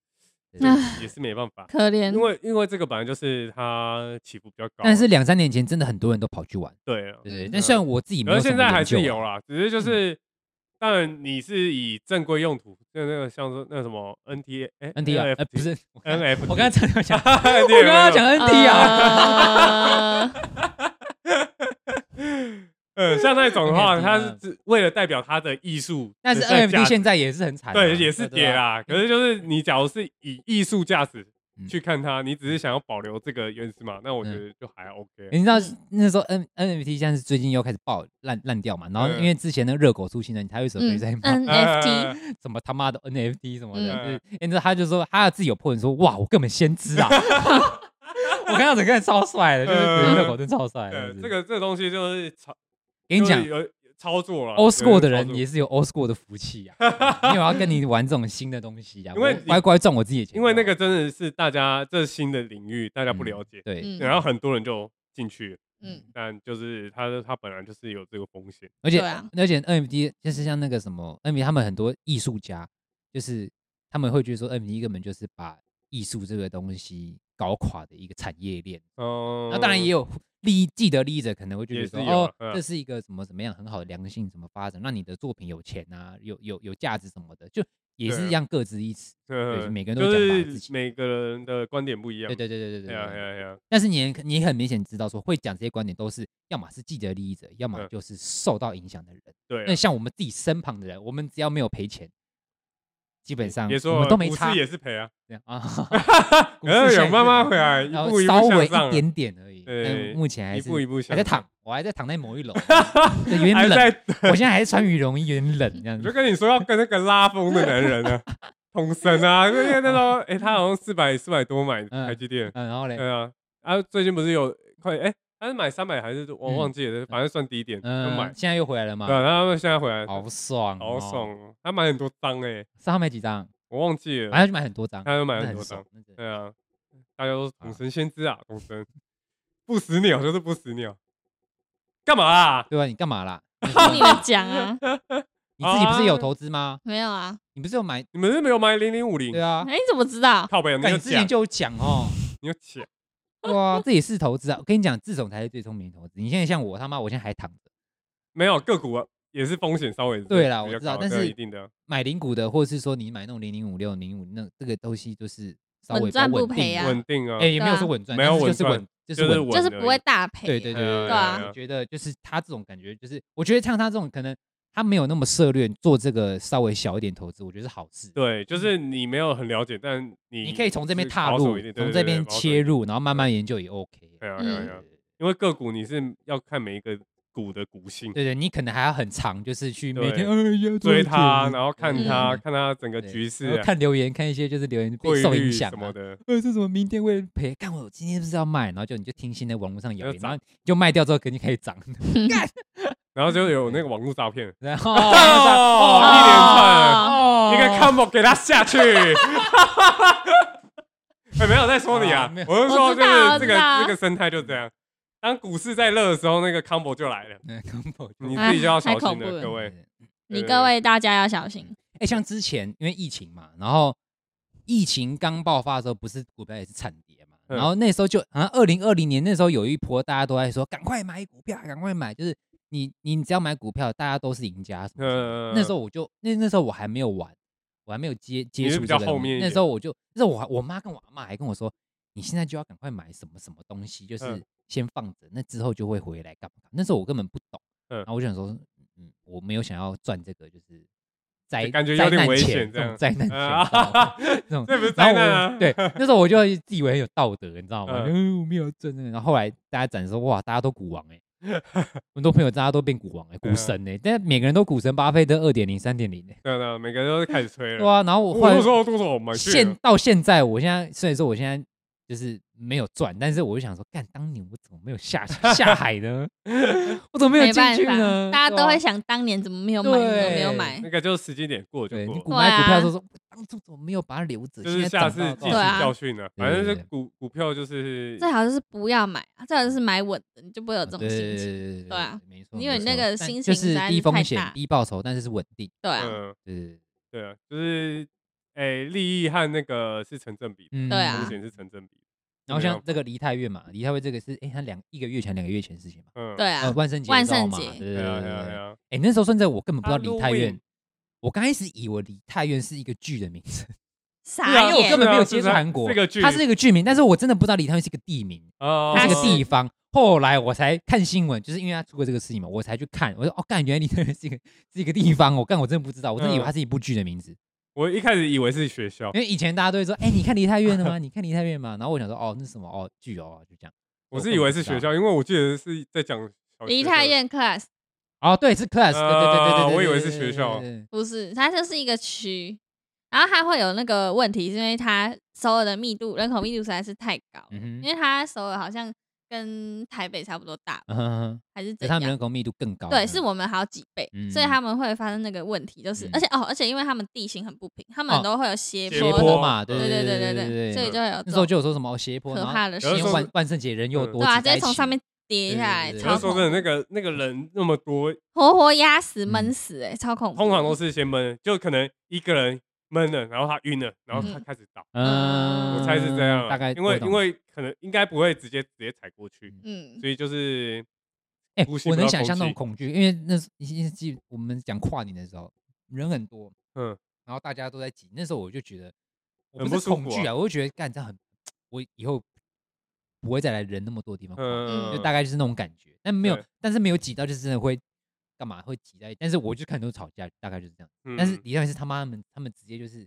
Speaker 5: 对对对
Speaker 1: 也是没办法，
Speaker 4: 可
Speaker 1: 因
Speaker 4: 怜。
Speaker 1: 为因为这个本来就是它起伏比较高，啊
Speaker 5: 但是两三年前真的很多人都跑去玩，
Speaker 1: 对啊，
Speaker 5: 对对对
Speaker 1: 嗯
Speaker 5: 但虽然我自己没
Speaker 1: 然
Speaker 5: 有
Speaker 1: 后
Speaker 5: 什么
Speaker 1: 现在还
Speaker 5: 研
Speaker 1: 是
Speaker 5: 究啊嗯
Speaker 1: 有啦，只是就是，当然你是以正规用途，就那个像说那什么 N T N
Speaker 5: NT 啊，呃不是
Speaker 1: N F，
Speaker 5: 我刚才我刚才差点 要讲，我
Speaker 1: 我
Speaker 5: 刚刚要讲 NT 啊，
Speaker 4: 啊，
Speaker 1: 呃，像那种的话，
Speaker 5: NFT
Speaker 1: 它是只为了代表它的艺术的
Speaker 5: 但
Speaker 1: 价
Speaker 5: 是
Speaker 1: 值，
Speaker 5: NFT 现在也是很惨啊，
Speaker 1: 对也是
Speaker 5: 对
Speaker 1: 跌
Speaker 5: 啊，
Speaker 1: 啦。可是就是你假如是以艺术价值
Speaker 5: 嗯
Speaker 1: 去看它，你只是想要保留这个原始码，那我觉得就还 OK。
Speaker 5: 你知道那时候 N NFT 现在是最近又开始爆烂烂掉嘛，然后
Speaker 1: 嗯
Speaker 5: 因为之前那热狗出新人，他有一首歌
Speaker 4: 嗯
Speaker 5: 在骂
Speaker 1: 呃
Speaker 4: NFT
Speaker 5: 什么他妈的 NFT 什么的，
Speaker 1: 嗯
Speaker 5: 就是你知道他就说他自己有破人说哇，我根本先 知啊！我看到整个人超帅的，就是
Speaker 1: 嗯
Speaker 5: 热狗真超帅的。
Speaker 1: 呃，
Speaker 5: 就是
Speaker 1: 这个这个东西就是操，
Speaker 5: 给你
Speaker 1: 就是
Speaker 5: 讲
Speaker 1: 有有操作了。
Speaker 5: ，old school 的
Speaker 1: 有
Speaker 5: 人
Speaker 1: 操作
Speaker 5: 也是有 old school 的福气啊， 没有要跟你玩这种新的东西啊，
Speaker 1: 因为
Speaker 5: 我乖乖赚我自己的啊钱。
Speaker 1: 因为那个真的是大家这是新的领域，大家不
Speaker 5: 嗯
Speaker 1: 了解，
Speaker 5: 对，
Speaker 4: 嗯
Speaker 1: 然后很多人就进去了，
Speaker 4: 嗯，
Speaker 1: 但就是它它本来就是有这个风险。
Speaker 5: 而且
Speaker 4: 对啊
Speaker 5: 而且 NFT 就是像那个什么 NFT，他们很多艺术家就是他们会觉得说 NFT 根本就是把艺术这个东西搞垮的一个产业链。
Speaker 1: 嗯，
Speaker 5: 那当然也有利益既得利益者可能会觉
Speaker 1: 也
Speaker 5: 得说，
Speaker 1: 是有
Speaker 5: 哦，
Speaker 1: 嗯
Speaker 5: 这是一个什么怎么样很好的良性怎么发展，让你的作品有钱啊，有有有价值什么的，就也
Speaker 1: 对
Speaker 5: 是
Speaker 1: 啊
Speaker 5: 一样各执一词。
Speaker 1: 嗯，
Speaker 5: 每个人都
Speaker 1: 就
Speaker 5: 会讲法
Speaker 1: 是
Speaker 5: 自己
Speaker 1: 每个人的观点不一样。
Speaker 5: 对对对对
Speaker 1: 哎
Speaker 5: 对对
Speaker 1: 呀
Speaker 5: 对
Speaker 1: 哎
Speaker 5: 对。
Speaker 1: 呀哎呀，
Speaker 5: 但是你也你也很明显知道说，会讲这些观点都是要么是既得利益者，要么
Speaker 1: 嗯
Speaker 5: 就是受到影响的人。
Speaker 1: 对啊
Speaker 5: 那，像我们自己身旁的人，我们只要没有赔钱，基本上
Speaker 1: 别
Speaker 5: 我
Speaker 1: 说
Speaker 5: 们都没
Speaker 1: 股市
Speaker 5: 差
Speaker 1: 也是赔啊，
Speaker 5: 这样啊，股市
Speaker 1: 然后
Speaker 5: 现在
Speaker 1: 有
Speaker 5: 是
Speaker 1: 慢慢回来，一
Speaker 5: 然后
Speaker 1: 步一步
Speaker 5: 稍微
Speaker 1: 向
Speaker 5: 一
Speaker 1: 上，
Speaker 5: 点点而已。
Speaker 1: 对
Speaker 5: 但目前还
Speaker 1: 一
Speaker 5: 是
Speaker 1: 步一步向
Speaker 5: 还在
Speaker 1: 上
Speaker 5: 躺，我还在躺 在某一楼，对有点
Speaker 1: 还
Speaker 5: 冷。嗯
Speaker 1: 在。
Speaker 5: 我现在还是穿羽绒衣，有点冷这样
Speaker 1: 我就
Speaker 5: 子。
Speaker 1: 跟你说要跟那个拉风的男人 啊，同神啊，因为那时候哎，他好像四百四百多买
Speaker 5: 嗯
Speaker 1: 台积电，
Speaker 5: 嗯，然后嘞，
Speaker 1: 对啊，啊，最近不是有快哎，他是买三百还是我
Speaker 5: 嗯
Speaker 1: 忘记了，反正算低点就
Speaker 5: 嗯
Speaker 1: 买，，
Speaker 5: 现在又回来了
Speaker 1: 对啊，
Speaker 5: 嘛，
Speaker 1: 然后他们现在回来，
Speaker 5: 好爽，
Speaker 1: 好！爽哦，他买很多张哎，
Speaker 5: 上面买几张？
Speaker 1: 我忘记
Speaker 5: 反
Speaker 1: 了，
Speaker 5: 正就买很多张，
Speaker 1: 他就买
Speaker 5: 那
Speaker 1: 很多张
Speaker 5: 爽，。那真的
Speaker 1: 对啊，大家都是同神先知啊，同神不死鸟就是不死鸟，干嘛啊？
Speaker 5: 对吧？你干 嘛啦？
Speaker 4: 听你们 讲啊，
Speaker 5: 你自己不是有
Speaker 4: 哦
Speaker 5: 投资吗？
Speaker 4: 没有啊？
Speaker 5: 你不是有买？
Speaker 1: 你们是没有买零零五零
Speaker 5: 对？啊，
Speaker 4: 哎，你怎么知道？
Speaker 1: 靠北，你
Speaker 5: 干
Speaker 1: 嗯有
Speaker 5: 你之前
Speaker 1: 讲，
Speaker 5: 就有讲哦。
Speaker 1: 你有讲，
Speaker 5: 哇，这也是投资啊！我跟你讲，这种才是最聪明的投资。你现在像我他妈，我现在还躺着
Speaker 1: 没有个股啊，也是风险稍微
Speaker 5: 对啦
Speaker 1: 比较
Speaker 5: 我知道
Speaker 1: 高
Speaker 5: 但
Speaker 1: 对
Speaker 5: 是
Speaker 1: 一定的
Speaker 5: 买零股的，或者是说你买那种零零五六、零五那这个东西，就是稍微
Speaker 4: 稳
Speaker 5: 比较
Speaker 4: 赚不
Speaker 5: 稳
Speaker 4: 赔
Speaker 5: 定
Speaker 4: 啊
Speaker 1: 稳定啊，
Speaker 5: 哎，也没有
Speaker 4: 对啊
Speaker 5: 说稳赚，
Speaker 1: 没有
Speaker 5: 但是
Speaker 1: 稳赚
Speaker 5: 就是稳，就是
Speaker 1: 就是
Speaker 5: 稳
Speaker 1: 稳
Speaker 4: 就是
Speaker 1: 而已
Speaker 4: 不会大赔啊。
Speaker 5: 对对对
Speaker 1: 对
Speaker 5: 对
Speaker 1: 啊
Speaker 5: 对，我觉得就是他这种感觉，就是我觉得像他这种可能他没有那么涉略，做这个稍微小一点投资，我觉得是好事。
Speaker 1: 对，就是你没有很了解，但你
Speaker 5: 嗯你可以从这边
Speaker 1: 是
Speaker 5: 踏
Speaker 1: 保
Speaker 5: 入
Speaker 1: 守一，点对
Speaker 5: 从
Speaker 1: 对
Speaker 5: 这
Speaker 1: 对
Speaker 5: 边
Speaker 1: 保守一
Speaker 5: 切
Speaker 1: 点
Speaker 5: 入，然后慢慢研究也 OK。
Speaker 1: 对啊
Speaker 4: 嗯
Speaker 1: 对啊对啊，因为个股你是要看每一个股的股性，
Speaker 5: 对对，你可能还要很长，就是去每
Speaker 1: 对
Speaker 5: 天哎呀
Speaker 1: 追它，
Speaker 5: 他，
Speaker 1: 然后看
Speaker 4: 嗯
Speaker 1: 它看它整个
Speaker 5: 对
Speaker 1: 局
Speaker 5: 然
Speaker 1: 势
Speaker 5: 后
Speaker 1: 啊，
Speaker 5: 看留言，看一些就是留言
Speaker 1: 汇
Speaker 5: 被受
Speaker 1: 率
Speaker 5: 影响
Speaker 1: 什么
Speaker 5: 啊
Speaker 1: 的，
Speaker 5: 呃，这怎么明天会赔？看我今天是不是要卖，然后就你就听信在网络上谣
Speaker 1: 要
Speaker 5: 言，
Speaker 1: 涨
Speaker 5: 然后你就卖掉之后肯定可 以涨，
Speaker 1: 然后就
Speaker 5: 嗯
Speaker 1: 有那个网络诈骗，
Speaker 5: 然后
Speaker 1: 哦一
Speaker 5: 啊
Speaker 1: 连串
Speaker 4: 哦
Speaker 1: 一个 combo 给他下去，哎哎，没有在说你啊
Speaker 5: 啊没有，
Speaker 1: 我是说
Speaker 4: 我
Speaker 1: 就
Speaker 4: 知道
Speaker 1: 是这个
Speaker 4: 我知道
Speaker 1: 这个生态就这样。当股市在热的时候，那个 combo 就来 了，
Speaker 5: 嗯根本就
Speaker 1: 你自欸己就要
Speaker 4: 哎
Speaker 1: 小
Speaker 4: 太
Speaker 1: 心
Speaker 4: 恐怖
Speaker 1: 了，
Speaker 4: 了
Speaker 1: 各
Speaker 5: 对
Speaker 1: 位。
Speaker 5: 对
Speaker 4: 你各位大家要小心。
Speaker 5: 哎、像之前因为疫情嘛，然后疫情刚爆发的时候，不是股票也是惨跌嘛，
Speaker 1: 嗯
Speaker 5: 然后那时候就好像二零二零年那时候有一波大家都在说赶快买股票，赶快买，就是你你只要买股票，大家都是赢家什么什么
Speaker 1: 呃，
Speaker 5: 那时候我就那那时候我还没有玩，我还没有接接
Speaker 1: 你是
Speaker 5: 触
Speaker 1: 比
Speaker 5: 这
Speaker 1: 较
Speaker 5: 个
Speaker 1: 后
Speaker 5: 东西
Speaker 1: 面一
Speaker 5: 那
Speaker 1: 点
Speaker 5: 时候我就那时候我还我妈跟我阿妈还跟我说，你现在就要赶快买什么什么东西，就
Speaker 1: 嗯
Speaker 5: 是先放着，那之后就会回来干嘛干嘛。那时候我根本不懂，
Speaker 1: 嗯
Speaker 5: 然后我就想说，嗯，我没有想要赚这个，就是灾
Speaker 1: 感觉有
Speaker 5: 灾
Speaker 1: 点
Speaker 5: 难
Speaker 1: 危
Speaker 5: 钱
Speaker 1: 险
Speaker 5: 这
Speaker 1: 这
Speaker 5: 种
Speaker 1: 样
Speaker 5: 灾难钱
Speaker 1: 啊
Speaker 5: 你知道吗，这 种
Speaker 1: 这不是
Speaker 5: 然
Speaker 1: 灾
Speaker 5: 后
Speaker 1: 难
Speaker 5: 我
Speaker 1: 啊，
Speaker 5: 对，那时候我就自以为很有道德，你知道吗？
Speaker 1: 嗯
Speaker 5: 嗯，我没有真的。然后后来大家展示哇，大家都股王哎、很多朋友大家都变股王哎、股
Speaker 1: 嗯
Speaker 5: 神哎、但每个人都股神巴菲特二点零、三点零哎，
Speaker 1: 对对，每个人都开始吹
Speaker 5: 对
Speaker 1: 了。
Speaker 5: 啊。然后我后
Speaker 1: 我
Speaker 5: 来
Speaker 1: 多少多少买去
Speaker 5: 现
Speaker 1: 了，
Speaker 5: 到现在，我现在虽然说我现在就是没有赚，但是我就想说，干当年我怎么没有下下海呢？ 我怎么没有
Speaker 4: 没
Speaker 5: 进
Speaker 4: 办
Speaker 5: 去
Speaker 4: 法
Speaker 5: 呢？，
Speaker 4: 大家
Speaker 5: 对
Speaker 4: 都
Speaker 5: 啊
Speaker 4: 会想当年怎么没有买，怎么没有
Speaker 5: 对
Speaker 4: 买
Speaker 1: 那。个就时间点过就
Speaker 5: 对你
Speaker 1: 过
Speaker 5: 股
Speaker 4: 对
Speaker 5: 买股票的时
Speaker 4: 啊
Speaker 5: 候说，当初怎么没有把它留着？
Speaker 1: 了，就
Speaker 5: 现
Speaker 1: 是
Speaker 5: 在
Speaker 1: 下
Speaker 5: 长
Speaker 1: 次
Speaker 5: 到
Speaker 1: 汲
Speaker 5: 多
Speaker 1: 取
Speaker 5: 少
Speaker 4: 对啊
Speaker 1: 教训了。反正
Speaker 5: 对
Speaker 1: 是
Speaker 5: 对对
Speaker 1: 股股票就是
Speaker 4: 最好就是不要买啊，最好就是买稳的，你就不会有这种
Speaker 5: 对
Speaker 4: 心
Speaker 5: 对
Speaker 4: 情。
Speaker 5: 对对
Speaker 4: 对啊，
Speaker 5: 没错，
Speaker 4: 因为
Speaker 5: 没
Speaker 4: 那
Speaker 5: 错
Speaker 4: 个
Speaker 5: 但
Speaker 4: 心
Speaker 5: 就
Speaker 4: 情实
Speaker 5: 是
Speaker 4: 在
Speaker 5: 低
Speaker 4: 是
Speaker 5: 风
Speaker 4: 太
Speaker 5: 险
Speaker 4: 大、
Speaker 5: 低报酬，但是是稳定，
Speaker 4: 对啊，
Speaker 1: 嗯，
Speaker 5: 对对对
Speaker 1: 对啊，就是哎，利益和那个是成正比的，
Speaker 5: 嗯
Speaker 4: 对啊
Speaker 1: 风险是成正比的。
Speaker 5: 然后
Speaker 1: 没
Speaker 5: 像
Speaker 1: 办
Speaker 5: 这个梨泰院嘛，梨泰院这个是哎，它两一个月前、两个月前的事情嘛，
Speaker 1: 嗯，
Speaker 4: 对
Speaker 5: 呃
Speaker 4: 啊，
Speaker 5: 万圣节的
Speaker 4: 万
Speaker 5: 时候
Speaker 4: 圣
Speaker 5: 嘛
Speaker 4: 节
Speaker 5: 对对
Speaker 1: 对
Speaker 5: 对
Speaker 1: 啊，对
Speaker 5: 对对
Speaker 1: 啊，对
Speaker 5: 对。
Speaker 1: 啊。
Speaker 5: 哎，那时候甚至我根本不知道梨泰
Speaker 1: Halloween
Speaker 5: 院，我刚开始以为梨泰院是一个剧的名字，
Speaker 1: 对啊
Speaker 4: 傻
Speaker 5: 因为我
Speaker 4: 眼
Speaker 5: 根。本没有接
Speaker 1: 是
Speaker 5: 触
Speaker 1: 啊
Speaker 5: 韩国，
Speaker 1: 是个剧
Speaker 5: 它是一个剧名，但是我真的不知道梨泰院是一个地名。
Speaker 1: 哦
Speaker 5: 这
Speaker 4: 它
Speaker 5: 个
Speaker 4: 是
Speaker 5: 地方。后来我才看新闻，就是因为他出过这个事情嘛，我才去看。我说哦，干，原来你这是一个是一个地方哦，干，我真的不知道，我真的以为它是一部剧的名字。
Speaker 1: 我一开始以为是学校，
Speaker 5: 因为以前大家都会说，哎、你看梨泰院了吗？你看梨泰院吗？然后我想说，哦，那是什么哦，剧哦，就这样。
Speaker 1: 我是以为是学校，因为我记得是在讲小学
Speaker 4: 梨
Speaker 1: 的
Speaker 4: 泰院 class
Speaker 5: 哦，对，是 class，、对对对对对
Speaker 1: 呃
Speaker 5: 对，
Speaker 1: 我以为是
Speaker 5: 对
Speaker 1: 学校
Speaker 5: 对对嗯对
Speaker 4: 不是，它就是一个区，然后它会有那个问题，是因为它首尔的密度人口密度实在是太高了，
Speaker 5: 嗯
Speaker 4: 因为它首尔好像跟台北差不多大
Speaker 5: 哼，
Speaker 4: 吧，
Speaker 5: 嗯哼哼
Speaker 4: 还是
Speaker 5: 所
Speaker 4: 怎
Speaker 5: 以他们
Speaker 4: 样
Speaker 5: 人？口密度更高。啊
Speaker 4: 对，是我们好几倍，所以
Speaker 5: 嗯
Speaker 4: 他们会发生那个问题，就是、而且哦，而且因为他们地形很不平，他们
Speaker 5: 哦
Speaker 4: 都会有斜
Speaker 1: 斜
Speaker 5: 斜
Speaker 4: 坡的，
Speaker 5: 坡嘛，
Speaker 4: 对
Speaker 5: 对
Speaker 4: 对
Speaker 5: 对
Speaker 4: 对
Speaker 5: 对
Speaker 4: 对，所以就会有这
Speaker 5: 那时候
Speaker 4: 种
Speaker 5: 就有说什么哦斜坡，
Speaker 4: 可
Speaker 5: 然后
Speaker 4: 怕的事
Speaker 5: 因为
Speaker 1: 有时候
Speaker 5: 万万圣节人又
Speaker 1: 嗯
Speaker 5: 多，
Speaker 4: 对啊，
Speaker 5: 挤在
Speaker 4: 直接从
Speaker 5: 一起
Speaker 4: 上面跌下来，
Speaker 5: 对对对
Speaker 1: 可
Speaker 4: 超
Speaker 1: 是说
Speaker 4: 恐
Speaker 1: 真的，那
Speaker 4: 怖，
Speaker 1: 个那个人那么多，
Speaker 4: 活活压死、闷
Speaker 5: 嗯
Speaker 4: 死、欸，哎，超恐怖。
Speaker 1: 通常都是先闷，就可能一个人闷了，然后他晕了，然后他
Speaker 4: 嗯
Speaker 1: 开始倒。
Speaker 5: 嗯，
Speaker 1: 我猜是这样啊，
Speaker 5: 大概
Speaker 1: 因为
Speaker 5: 我懂
Speaker 1: 因为可能应该不会直接直接踩过去，
Speaker 4: 嗯，
Speaker 1: 所以就是
Speaker 5: 哎、
Speaker 1: 呼吸
Speaker 5: 我
Speaker 1: 不
Speaker 5: 能
Speaker 1: 到
Speaker 5: 想
Speaker 1: 空
Speaker 5: 象那种
Speaker 1: 气
Speaker 5: 恐惧，因为那时已经记我们讲跨年的时候人很多，
Speaker 1: 嗯，
Speaker 5: 然后大家都在挤，那时候我就觉得我
Speaker 1: 很
Speaker 5: 不
Speaker 1: 不
Speaker 5: 是
Speaker 1: 舒
Speaker 5: 恐
Speaker 1: 服
Speaker 5: 惧
Speaker 1: 啊
Speaker 5: 啊，我就觉得干这样很，我以后不会再来人那么多的地方跨年，
Speaker 1: 嗯，
Speaker 5: 就大概就是那种感觉，但没有
Speaker 1: 对，
Speaker 5: 但是没有挤到，就是真的会干嘛会挤在，但是我就看都吵架，大概就是这样。
Speaker 1: 嗯
Speaker 5: 但是李亮是他妈他们，他们直接就是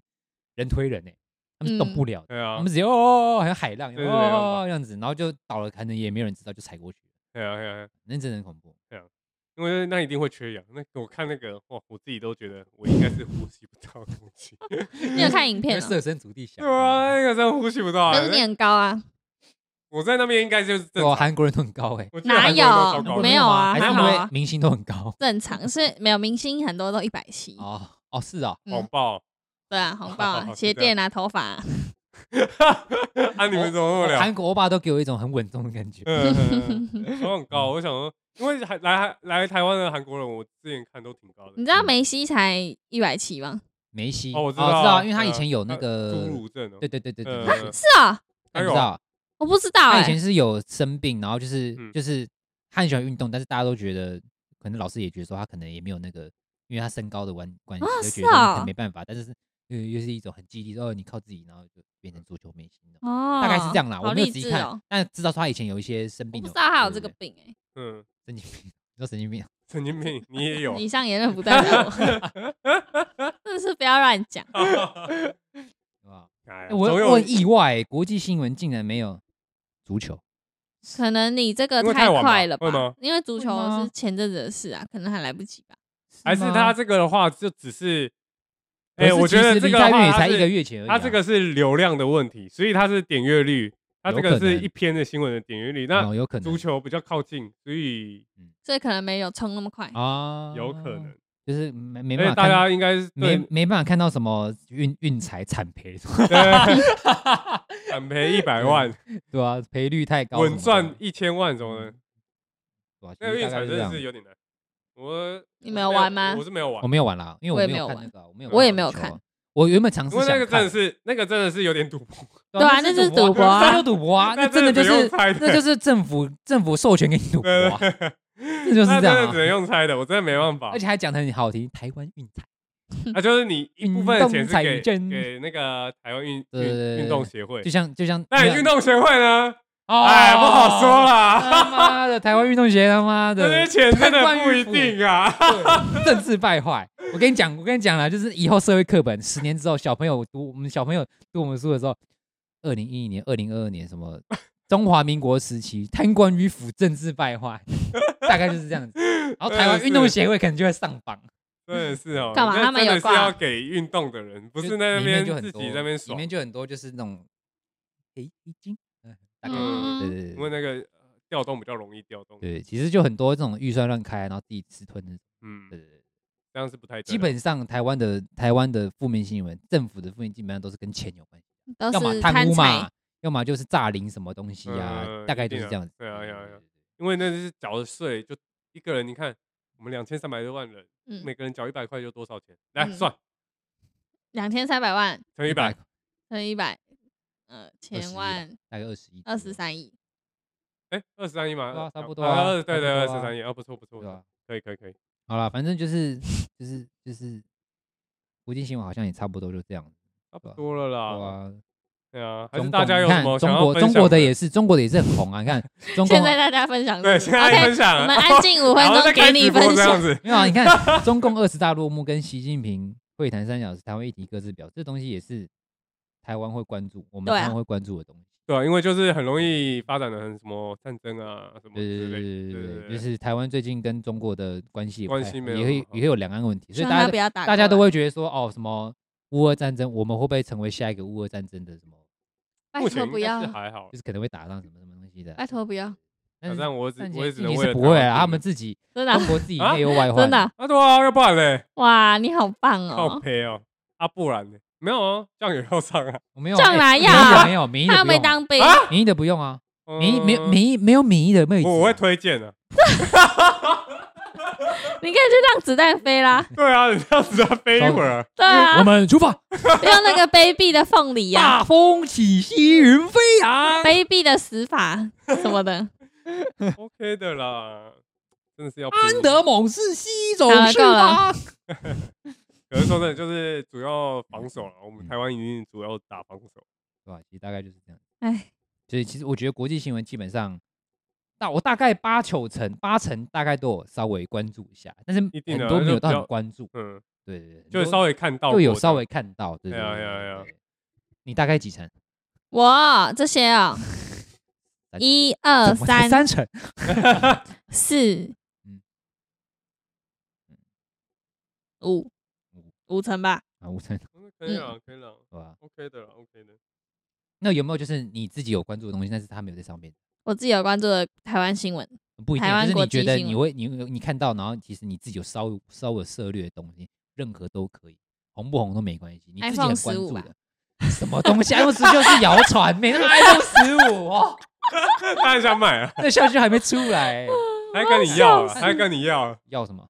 Speaker 5: 人推人呢、他们是动
Speaker 4: 嗯
Speaker 5: 不了的，
Speaker 1: 对啊
Speaker 5: 他们直接哦哦，哦好像海浪
Speaker 1: 对对对
Speaker 5: 哦这样子，然后就倒了，可能也没有人知道，就踩过去，
Speaker 1: 对啊对啊，对啊
Speaker 5: 那真的很恐怖。
Speaker 1: 因为那一定会缺氧。那我看那个哇，我自己都觉得我应该是呼吸不到空 气。
Speaker 4: 你有看影片、哦？
Speaker 5: 设身处地想
Speaker 1: 对，啊，那个真的呼吸不到啊。
Speaker 4: 但是你很高啊，
Speaker 1: 我在那边应该就是正
Speaker 5: 哇，
Speaker 1: 常。
Speaker 5: 韩国人都很高哎，
Speaker 1: 我记得
Speaker 4: 哪
Speaker 1: 韩国人都超高
Speaker 5: 韩国
Speaker 4: 有？
Speaker 5: 人
Speaker 1: 的
Speaker 4: 没
Speaker 5: 都
Speaker 4: 有
Speaker 5: 吗
Speaker 4: 啊，
Speaker 5: 还是
Speaker 4: 还
Speaker 5: 因
Speaker 4: 好
Speaker 5: 为
Speaker 4: 啊，
Speaker 5: 明星都很高
Speaker 4: 正常是没有明星很多都一百七，
Speaker 5: 哦哦是哦，
Speaker 4: 嗯
Speaker 1: 谎报。
Speaker 4: 对啊， 红包
Speaker 1: 哦
Speaker 4: 啊，
Speaker 1: 是
Speaker 4: 鞋
Speaker 1: 这样
Speaker 4: 垫啊，头发啊，
Speaker 1: 啊，你们怎么那么聊？
Speaker 5: 韩国欧巴都给我一种很稳重的感觉，
Speaker 1: 嗯， 我很高，我想说，因为还来来台湾的韩国人，我之前看都挺高的。
Speaker 4: 你
Speaker 5: 嗯
Speaker 4: 知道梅西才一百七吗？
Speaker 5: 梅西
Speaker 1: 哦我知道
Speaker 5: 因为他以前有那
Speaker 1: 侏
Speaker 5: 个，
Speaker 1: 儒症哦，
Speaker 5: 对对对对对，
Speaker 1: 嗯
Speaker 5: 对
Speaker 4: 是啊，
Speaker 5: 哎
Speaker 1: 哎
Speaker 5: 不
Speaker 1: 呦
Speaker 5: 知道，
Speaker 4: 我不知道
Speaker 5: 他以
Speaker 4: 哎、
Speaker 5: 前是有生病，然后就是
Speaker 1: 嗯
Speaker 5: 就是他很喜欢运动，但是大家都觉得，可能老师也觉得说他可能也没有那个，因为他身高的关关系，
Speaker 4: 啊
Speaker 5: 就觉
Speaker 4: 是
Speaker 5: 得说你可能
Speaker 4: 哦
Speaker 5: 没办法，但是是又又是一种很激励，说哦你靠自己，然后就变成足球明星了。
Speaker 4: 哦，
Speaker 5: 大概是这样啦，
Speaker 4: 好
Speaker 5: 我没有
Speaker 4: 励
Speaker 5: 仔细
Speaker 4: 志
Speaker 5: 看
Speaker 4: 哦，，
Speaker 5: 但知道说他以前有一些生
Speaker 4: 我
Speaker 5: 病
Speaker 4: 不
Speaker 5: 的，
Speaker 4: 知道他有这
Speaker 5: 对
Speaker 4: 个
Speaker 5: 对
Speaker 4: 病哎、
Speaker 1: 嗯，
Speaker 5: 对神经病，你说神 经病啊，
Speaker 1: 神经病，你也有
Speaker 4: 以上言论不代表 我，真的是不要乱讲。
Speaker 5: 对吧？
Speaker 1: 哎呀
Speaker 5: 哎我
Speaker 1: 哎总有
Speaker 5: 我很意外欸，国际新闻竟然没有足球，
Speaker 4: 可能你这个
Speaker 1: 因为太
Speaker 4: 太
Speaker 1: 晚吧
Speaker 4: 快了
Speaker 1: 会吗
Speaker 4: 吧？因为足
Speaker 5: 会
Speaker 4: 球
Speaker 5: 吗
Speaker 4: 是前阵子的事啊，可能还来不及吧。
Speaker 1: 还是
Speaker 5: 吗
Speaker 1: 他？这个的话，就只是，
Speaker 5: 可
Speaker 1: 哎，
Speaker 5: 啊是
Speaker 1: 我
Speaker 5: 其
Speaker 1: 觉得
Speaker 5: 实
Speaker 1: 这
Speaker 5: 离
Speaker 1: 个
Speaker 5: 大
Speaker 1: 的
Speaker 5: 越
Speaker 1: 话
Speaker 5: 也才一个
Speaker 1: 是
Speaker 5: 月前而已啊，
Speaker 1: 他这个是流量的问题，所以他是点阅率，他这
Speaker 5: 有
Speaker 1: 个
Speaker 5: 可能
Speaker 1: 是一篇的新闻的点阅率。
Speaker 5: 哦
Speaker 1: 那
Speaker 5: 有可能
Speaker 1: 足球比较靠近，所以
Speaker 4: 所以可能没有冲那么快。
Speaker 5: 啊，
Speaker 1: 有可能，。
Speaker 5: 就是没没
Speaker 1: 因
Speaker 5: 办
Speaker 1: 为
Speaker 5: 法
Speaker 1: 大
Speaker 5: 看
Speaker 1: 家应该是对
Speaker 5: 没没办法看到什么运运财产赔，
Speaker 1: 对敢赔一百 万，
Speaker 5: 对啊，赔率太高什么的，
Speaker 1: 稳赚一千万怎么的？
Speaker 5: 对啊
Speaker 1: 那个
Speaker 5: 就是
Speaker 1: 运
Speaker 5: 大概
Speaker 1: 彩
Speaker 5: 是
Speaker 1: 真
Speaker 5: 这
Speaker 1: 的
Speaker 5: 样
Speaker 1: 是有点难。我
Speaker 4: 你没有玩吗
Speaker 1: 我是没有玩
Speaker 5: 我，没有玩啦，因
Speaker 4: 我
Speaker 5: 为
Speaker 4: 也
Speaker 5: 没
Speaker 4: 没有
Speaker 5: 看
Speaker 4: 玩
Speaker 5: 那个啊，我没有，
Speaker 4: 我也没有看。
Speaker 5: 我原本尝试
Speaker 1: 因为那
Speaker 5: 想
Speaker 1: 个真的
Speaker 5: 看，
Speaker 1: 是那个真的是有点赌博，
Speaker 4: 对啊那就是赌博啊
Speaker 5: 那就赌博啊，
Speaker 1: 那
Speaker 5: 那 真的就
Speaker 1: 真的不
Speaker 5: 是
Speaker 1: 用猜的
Speaker 5: 那就是政府政府授权给你赌博
Speaker 1: 对
Speaker 5: 啊，
Speaker 1: 对对，
Speaker 5: 这就是
Speaker 1: 那真
Speaker 5: 这样
Speaker 1: 的
Speaker 5: 啊
Speaker 1: 只。能用猜的，我真的没办法
Speaker 5: 而。且还讲的很好听，台湾运彩，
Speaker 1: 啊，就是你一部分的钱是给
Speaker 5: 运动彩券
Speaker 1: 给那个台湾运
Speaker 5: 对对对
Speaker 1: 运
Speaker 5: 对
Speaker 1: 运动协会
Speaker 5: 就，像就像
Speaker 1: 那你运动协会呢？
Speaker 5: 哦
Speaker 1: 哎，不好说。 啦，
Speaker 5: 他妈的，台湾运动协他妈
Speaker 1: 这些
Speaker 5: 的
Speaker 1: 钱真的
Speaker 5: 贪官
Speaker 1: 不一
Speaker 5: 迂腐
Speaker 1: 定啊。
Speaker 5: 对政治败坏。我跟你讲，我跟你讲啦，就是以后社会课本十年之后，小朋友读我们小朋友读我们书的时候，二零一一年、二零二二年什么中华民国时期贪官迂腐、政治败坏，大概就是这样子。然后台
Speaker 1: 呃
Speaker 5: 湾运动协会可能就会上榜，
Speaker 1: 真的是哦，
Speaker 4: 干嘛
Speaker 1: 那
Speaker 4: 他们有
Speaker 1: 真的是
Speaker 4: 挂
Speaker 1: 要给运动的人，不
Speaker 5: 就是
Speaker 1: 那
Speaker 5: 里
Speaker 1: 边
Speaker 5: 面就很
Speaker 1: 自
Speaker 5: 多，
Speaker 1: 己在那边
Speaker 5: 里
Speaker 1: 爽。
Speaker 5: 面就很多就是那种诶一斤，嗯，大概
Speaker 1: 嗯
Speaker 5: 对
Speaker 4: 嗯，
Speaker 5: 对对
Speaker 1: 因为那
Speaker 5: 对
Speaker 1: 个呃调动比较容易调动，
Speaker 5: 对，其实就很多这种预算乱开，啊然后自己吃吞的，
Speaker 1: 嗯
Speaker 5: 对，对对。
Speaker 1: 这样是不太对
Speaker 5: 基本上台湾的台湾的负面新闻，政府的负面基本上都是跟钱有关系。
Speaker 4: 都
Speaker 5: 要么
Speaker 4: 是
Speaker 5: 贪
Speaker 4: 贪
Speaker 5: 污
Speaker 4: 财
Speaker 5: 嘛，，要么就是诈领什么东西啊，
Speaker 1: 嗯
Speaker 5: 大概
Speaker 1: 一
Speaker 5: 就
Speaker 1: 定
Speaker 5: 是这样子
Speaker 1: 啊。对啊对啊对啊因为那是缴的税，就一个人，你看我们两千三百多万人，
Speaker 4: 嗯
Speaker 1: 每个人缴一百块就多少钱？来
Speaker 4: 嗯
Speaker 1: 算
Speaker 4: 两千三百万
Speaker 1: 乘一
Speaker 5: 100
Speaker 1: 百，
Speaker 4: 乘一百，呃，千
Speaker 5: 21
Speaker 4: 万
Speaker 5: 大概二十一，
Speaker 4: 二十，三亿，
Speaker 1: 哎，二十三亿
Speaker 5: 对
Speaker 1: 吗
Speaker 5: 啊？差不
Speaker 1: 啊
Speaker 5: 多啊
Speaker 1: 二对对，二
Speaker 5: 差
Speaker 1: 十
Speaker 5: 不多啊
Speaker 1: 三亿啊，不错不错，
Speaker 5: 对
Speaker 1: 不错
Speaker 5: 吧？
Speaker 1: 可以可以可以，
Speaker 5: 好了，反正就是就是就是，国际新闻好像也差不多就这样。
Speaker 1: 差不
Speaker 5: 对啊
Speaker 1: 多了
Speaker 5: 对
Speaker 1: 啦。
Speaker 5: 啊，
Speaker 1: 对啊，还
Speaker 5: 中
Speaker 1: 是
Speaker 5: 共
Speaker 1: 大家有
Speaker 5: 你
Speaker 1: 什
Speaker 5: 看
Speaker 1: 么想
Speaker 5: 中
Speaker 1: 要
Speaker 5: 国
Speaker 1: 分
Speaker 5: 中
Speaker 1: 享
Speaker 5: 国
Speaker 1: 的
Speaker 5: 的也是中国的也是很红啊，你 看中共
Speaker 4: 现在大家分享是
Speaker 1: 对，
Speaker 4: 不是
Speaker 1: 现在
Speaker 4: OK，
Speaker 1: 分享，
Speaker 4: 哦
Speaker 1: 啊
Speaker 4: 我们安静五分
Speaker 1: 然后再
Speaker 4: 钟
Speaker 1: 开
Speaker 4: 给你
Speaker 1: 直播
Speaker 4: 分
Speaker 1: 这样
Speaker 4: 享。
Speaker 1: 子，
Speaker 5: 没有啊？你看中共二十大落幕跟习近平会谈三小时，台湾议题各自表，这东西也是台湾会关注，我们
Speaker 4: 对啊
Speaker 5: 台湾会关注的东西。
Speaker 1: 对啊，因为就是很容易发展的很什么战争啊什么
Speaker 5: 对
Speaker 1: 之
Speaker 5: 对
Speaker 1: 类的，
Speaker 5: 对对
Speaker 1: 对
Speaker 5: 对，就是台湾最近跟中国的关系也不
Speaker 1: 关
Speaker 5: 太
Speaker 1: 系
Speaker 5: 好
Speaker 1: 没
Speaker 5: 也
Speaker 1: 有
Speaker 5: 会
Speaker 1: 很好
Speaker 5: 也会有两岸问题，所以
Speaker 4: 希望
Speaker 5: 大
Speaker 4: 他
Speaker 5: 家
Speaker 4: 不要打过来，
Speaker 5: 大家都会觉得说，哦，什么乌俄战争，我们会不会成为下一个乌俄战争的什么，
Speaker 4: 拜
Speaker 1: 目
Speaker 4: 托
Speaker 1: 前
Speaker 4: 不
Speaker 1: 应该是
Speaker 4: 要，
Speaker 1: 还好
Speaker 5: 就，是可能会打上什么什么东西的。
Speaker 4: 拜托不要，
Speaker 5: 但是
Speaker 1: 但我只
Speaker 5: 但
Speaker 1: 我也只能
Speaker 5: 你
Speaker 1: 为了
Speaker 5: 是不会
Speaker 1: 台湾
Speaker 5: 啊，他
Speaker 1: 人
Speaker 5: 们自己
Speaker 4: 真 的啊
Speaker 5: 中国自己
Speaker 1: 啊
Speaker 5: 内忧外患，
Speaker 4: 真的啊
Speaker 1: 啊对啊，要不然嘞，
Speaker 4: 哇，你好棒
Speaker 1: 靠
Speaker 4: 哦！
Speaker 1: 赔哦，啊不然嘞，没有啊，酱油要上啊，
Speaker 5: 我没有
Speaker 4: 上
Speaker 5: 哎
Speaker 4: 来
Speaker 5: 民意
Speaker 4: 要
Speaker 5: 的
Speaker 4: 啊
Speaker 5: 没有民意
Speaker 4: 他
Speaker 5: 的
Speaker 4: 又
Speaker 5: 不
Speaker 4: 没
Speaker 5: 用啊，
Speaker 4: 当兵，
Speaker 1: 啊
Speaker 5: 民意的不用啊，民意没有
Speaker 1: 嗯
Speaker 5: 民意没有民意的妹子啊，
Speaker 1: 我我会推荐的，
Speaker 4: 你可以去让子弹飞啦。
Speaker 1: 对啊，你这样子要飞一会 儿，
Speaker 4: 对啊
Speaker 5: 我，们出发，
Speaker 4: 用那个卑鄙的凤梨 呀、
Speaker 5: 大风起兮云飞扬。
Speaker 4: 卑鄙的死法什么的，
Speaker 1: OK 的啦，真的是要
Speaker 5: 安
Speaker 1: 拼
Speaker 5: 德猛士西走
Speaker 4: 好了
Speaker 5: 释
Speaker 4: 够了
Speaker 5: 放。
Speaker 1: 可是说真的，就是主要防守了，我们台湾一定主要打防守，
Speaker 5: 对吧？其实大概就是这样。
Speaker 4: 哎，
Speaker 5: 所以其实我觉得国际新闻基本上，大我大概八九成八成大概都有稍微关注一下，但是
Speaker 1: 一定的啊
Speaker 5: 很多
Speaker 1: 就
Speaker 5: 没有
Speaker 1: 比
Speaker 5: 到
Speaker 1: 较
Speaker 5: 很关注。
Speaker 1: 嗯，
Speaker 5: 对对对，
Speaker 1: 就是稍微看到
Speaker 5: 就有
Speaker 1: 过
Speaker 5: 稍
Speaker 1: 的
Speaker 5: 微看到，对对
Speaker 1: 哎呀哎
Speaker 5: 对
Speaker 1: 呀
Speaker 5: 对
Speaker 1: 哎呀
Speaker 5: 对你大概几成？
Speaker 4: 我这些哦，
Speaker 5: 三
Speaker 4: 一二
Speaker 5: 怎么才三
Speaker 4: 三
Speaker 5: 成，
Speaker 4: 四
Speaker 5: 嗯，
Speaker 4: 五五成吧，
Speaker 5: 啊，五成，
Speaker 1: 嗯可以了，可以了
Speaker 5: 对吧？
Speaker 1: ，OK 的啦，OK 的，
Speaker 5: 那有没有就是你自己有关注的东西，但是他没有在上面？
Speaker 4: 我自己有关注的台湾新闻，
Speaker 5: 不一定，
Speaker 4: 台湾
Speaker 5: 就是
Speaker 4: 国
Speaker 5: 你觉
Speaker 4: 际
Speaker 5: 得
Speaker 4: 新
Speaker 5: 你
Speaker 4: 闻
Speaker 5: 会你你看到，然后其实你自己有稍微稍微涉略的东西，任何都可以，红不红都没关系，你自己
Speaker 4: iPhone
Speaker 5: 很关
Speaker 4: 15
Speaker 5: 注
Speaker 4: 吧
Speaker 5: 的。 什么东西？iPhone 十就是谣传，每那个 iPhone 十五哦，
Speaker 1: 他还想买啊，
Speaker 5: 那消息还没出来，
Speaker 1: 他还跟你要啊，他还跟你要啊
Speaker 5: 要什么？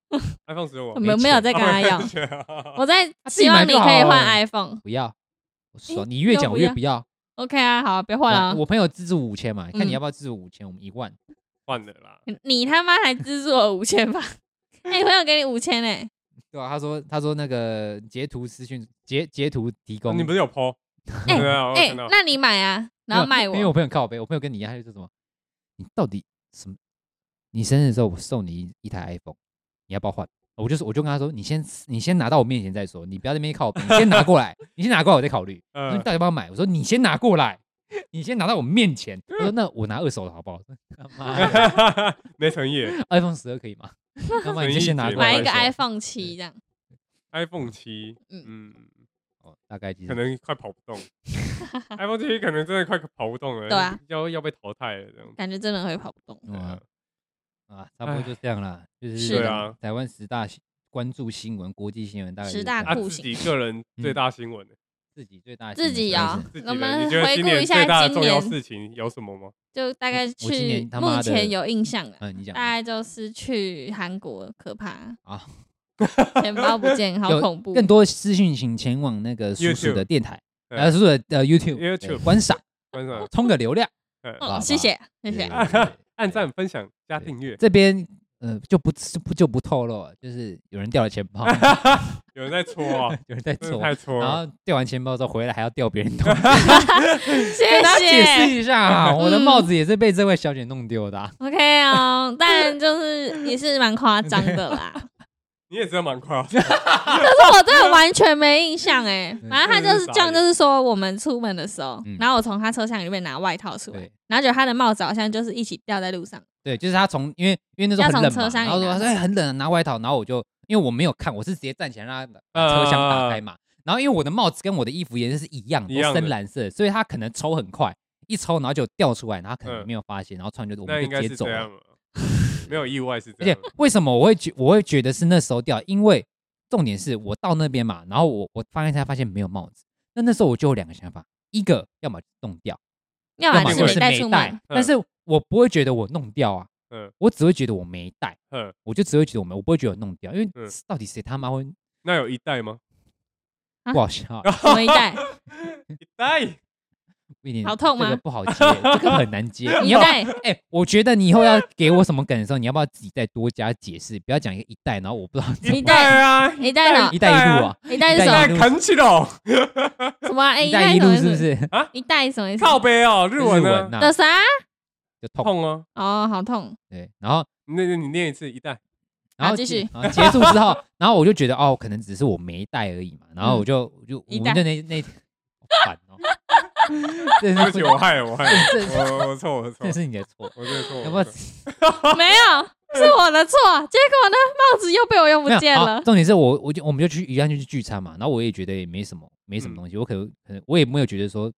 Speaker 1: iPhone 十五
Speaker 4: 我，们哦没有在跟他要， 我在
Speaker 5: 他啊自己
Speaker 4: 希望
Speaker 5: 买
Speaker 4: 你
Speaker 5: 就好
Speaker 4: 可以换
Speaker 5: 了
Speaker 4: iPhone。
Speaker 5: 不要，我
Speaker 4: 诶
Speaker 5: 说你越
Speaker 4: 要
Speaker 5: 讲
Speaker 4: 不
Speaker 5: 我越
Speaker 4: 要
Speaker 5: 不要。
Speaker 4: OK 啊，好，别换了
Speaker 5: 我
Speaker 4: 哦，
Speaker 5: 我朋友资助五千嘛，看
Speaker 4: 嗯
Speaker 5: 你要不要资助五千，我们一万。
Speaker 1: 换的啦，
Speaker 4: 你他妈还资助我五 千吧？哎，朋友给你五千欸呢，
Speaker 5: 对啊，他说他说那个截图私讯截截图提供，
Speaker 1: 啊你不是有 PO？
Speaker 4: 哎
Speaker 1: 对啊，我
Speaker 4: 哎
Speaker 1: 看到，。
Speaker 4: 那你买啊，然后
Speaker 5: 没
Speaker 4: 卖
Speaker 5: 有
Speaker 4: 我
Speaker 5: 因为，我朋友靠背，我朋友跟你一样，他就说什么，你到底什么？你生日的时候我送你一一台 iPhone，你要不要换？我就是我就跟他说，你先你先拿到我面前再说，你不要在那边靠背，你先拿过 来，你先拿过来我再考虑。你
Speaker 1: 嗯
Speaker 5: 到底要不要买？我说你先拿过来，你先拿到我面前。我
Speaker 4: 嗯
Speaker 5: 说那我拿二手的好 不好？他妈的
Speaker 1: 没诚意
Speaker 5: ，iPhone 十二可以吗？要 么你就先拿过来
Speaker 4: 买一
Speaker 5: 二
Speaker 4: 个
Speaker 5: 手
Speaker 4: iPhone 七这样。
Speaker 1: ，iPhone 七，
Speaker 4: 嗯
Speaker 1: 嗯，
Speaker 5: 哦，大概就是
Speaker 1: 可能快跑不动，iPhone 七可能真的快跑不动了，
Speaker 4: 对啊，
Speaker 1: 要要被淘汰了这样子。
Speaker 4: 感觉真的会跑不动。
Speaker 5: 嗯 啊啊，差不多就这样啦，就是
Speaker 4: 是
Speaker 1: 对啊
Speaker 5: 台湾十大新关注新闻、国际新闻，大概就是
Speaker 4: 十大
Speaker 5: 这
Speaker 1: 啊，
Speaker 5: 样
Speaker 4: 酷
Speaker 1: 自
Speaker 4: 刑
Speaker 1: 己个人最大新闻，
Speaker 5: 自己最大的
Speaker 4: 自
Speaker 5: 心
Speaker 4: 己啊
Speaker 5: 愿是
Speaker 4: 摇
Speaker 5: 什么
Speaker 1: 自己的，
Speaker 4: 我们
Speaker 1: 你觉得
Speaker 4: 回
Speaker 1: 今
Speaker 4: 顾
Speaker 1: 年
Speaker 4: 一下
Speaker 1: 最大的
Speaker 4: 今
Speaker 1: 重要
Speaker 4: 年
Speaker 1: 事情有什么吗？
Speaker 4: 就大概
Speaker 5: 我今
Speaker 4: 去
Speaker 5: 年他
Speaker 4: 目
Speaker 5: 妈的
Speaker 4: 前有印象的，
Speaker 5: 嗯，你讲
Speaker 4: 大
Speaker 5: 吧
Speaker 4: 概就是去韩国，可怕
Speaker 5: 啊，
Speaker 4: 钱包不见，好
Speaker 5: 有
Speaker 4: 恐怖。
Speaker 5: 更多资讯请前往那个叔叔
Speaker 1: YouTube
Speaker 5: 的电台，
Speaker 1: 对
Speaker 5: 呃，叔叔的呃 YouTube 对
Speaker 1: YouTube
Speaker 5: 观赏，
Speaker 1: 观众
Speaker 5: 充个流量，
Speaker 4: 嗯
Speaker 5: 吧
Speaker 4: 谢谢谢
Speaker 5: 对
Speaker 4: 谢。
Speaker 5: 对对对
Speaker 1: 哎按赞、分享、加订阅。
Speaker 5: 这边呃就不就不就不透露了，就是有人掉了钱 包，
Speaker 1: 有人在戳啊，
Speaker 5: 有人在
Speaker 1: 真的
Speaker 5: 抽，
Speaker 1: 太戳
Speaker 5: 然
Speaker 1: 了。
Speaker 5: 后掉完钱包之后回来还要掉别人东西，
Speaker 4: 谢
Speaker 5: 跟大家解释
Speaker 4: 谢
Speaker 5: 一下 啊，我的
Speaker 4: 嗯
Speaker 5: 帽子也是被这位小姐弄丢的啊，
Speaker 4: ，OK 哦，但就是也是蛮夸张 的啦。
Speaker 1: 你也知道蛮快啊，
Speaker 4: 可是我真的完全没印象哎、反正他就是
Speaker 1: 嗯
Speaker 4: 这样，就是说我们出门的时候，
Speaker 5: 嗯
Speaker 4: 然后我从他车厢里面拿外套出来
Speaker 5: 对，
Speaker 4: 然后觉得他的帽子好像就是一起掉在路上，
Speaker 5: 对，就是他从因为因为那时候很冷
Speaker 4: 要从
Speaker 5: 嘛，
Speaker 4: 车厢里
Speaker 5: 然后说
Speaker 4: 拿
Speaker 5: 哎很冷，拿外套，然后我就因为我没有看，我是直接站起来让他把 车厢打开嘛，然后因为我的帽子跟我的衣服颜色是一样，
Speaker 1: 呃一
Speaker 5: 都
Speaker 1: 样的
Speaker 5: 深蓝色，所以他可能抽很快。一抽，然后就掉出来，然后他可
Speaker 1: 嗯
Speaker 5: 能没有发现，然后突然就我
Speaker 1: 那
Speaker 5: 们
Speaker 1: 应
Speaker 5: 就
Speaker 1: 该
Speaker 5: 直
Speaker 1: 是
Speaker 5: 接走
Speaker 1: 这
Speaker 5: 了
Speaker 1: 样。了，没有意外是
Speaker 5: 而
Speaker 1: 这
Speaker 5: 且
Speaker 1: 样。
Speaker 5: 为什么我会觉我会觉得是那时候掉？因为重点是我到那边嘛，然后我我发现才发现没有帽子。那那时候我就有两个想法，一个要么弄掉，
Speaker 4: 要
Speaker 5: 要
Speaker 4: 么
Speaker 5: 么
Speaker 4: 是
Speaker 5: 就
Speaker 4: 没
Speaker 5: 是
Speaker 4: 带
Speaker 5: 没
Speaker 4: 出
Speaker 5: 带
Speaker 4: 门。。
Speaker 5: 但是我不会觉得我弄掉啊，
Speaker 1: 嗯
Speaker 5: 我只会觉得我没带，
Speaker 1: 嗯，
Speaker 5: 我就只会觉得我没，我不会觉得我弄掉，因为
Speaker 1: 嗯
Speaker 5: 到底谁他妈会
Speaker 1: 那有一代吗？
Speaker 4: 啊
Speaker 5: 不好笑啊，
Speaker 4: 什么 一带？
Speaker 5: 嗯
Speaker 1: 一代
Speaker 5: 一点
Speaker 4: 好痛吗
Speaker 5: 这个不好接，这个很难接。你
Speaker 4: 一
Speaker 5: 要不要
Speaker 4: 带
Speaker 5: 哎、我觉得你以后要给我什么梗的时候，你要不要自己再多加解释？不要讲一个一代，然后我不知道怎么
Speaker 4: 一带
Speaker 1: 啊，
Speaker 4: 一带呢？
Speaker 5: 一带一路啊，
Speaker 4: 一带
Speaker 5: 一带
Speaker 4: 是什
Speaker 1: 在
Speaker 4: 么？
Speaker 5: 一路
Speaker 1: 啃起了，哦
Speaker 4: 什么啊？哎，
Speaker 5: 一带一
Speaker 4: 什
Speaker 5: 路
Speaker 4: 么
Speaker 5: 是不
Speaker 4: 意思？
Speaker 5: 是？
Speaker 4: 一带是什么意思？
Speaker 1: 靠背哦，日文呢？
Speaker 5: 呐
Speaker 4: 的啥？
Speaker 5: 就痛
Speaker 1: 痛啊！
Speaker 4: 哦，好痛！
Speaker 5: 对，然后
Speaker 1: 那那你念一次一代，
Speaker 5: 然
Speaker 4: 好
Speaker 5: 后
Speaker 4: 继
Speaker 5: 结
Speaker 4: 续
Speaker 5: 然后结束之后，然后我就觉得哦，可能只是我没带而已嘛，然后我就我就我
Speaker 4: 一
Speaker 5: 们
Speaker 4: 带
Speaker 5: 的那那好烦哦， 这
Speaker 1: 对
Speaker 5: 是
Speaker 1: 不起，我害了，我害了，
Speaker 5: 这
Speaker 1: 我我错，我错
Speaker 5: 这，是你的错，
Speaker 1: 我真的错。
Speaker 5: 要
Speaker 1: 我
Speaker 5: 不要
Speaker 1: 错？
Speaker 4: 没有，是我的错。结果呢，帽子又被我用不
Speaker 5: 没有
Speaker 4: 见
Speaker 5: 好
Speaker 4: 了。
Speaker 5: 重点是我我就我们就去一样就去聚餐嘛，然后我也觉得也没什么没什么
Speaker 1: 嗯
Speaker 5: 东西，我可能可能我也没有觉得说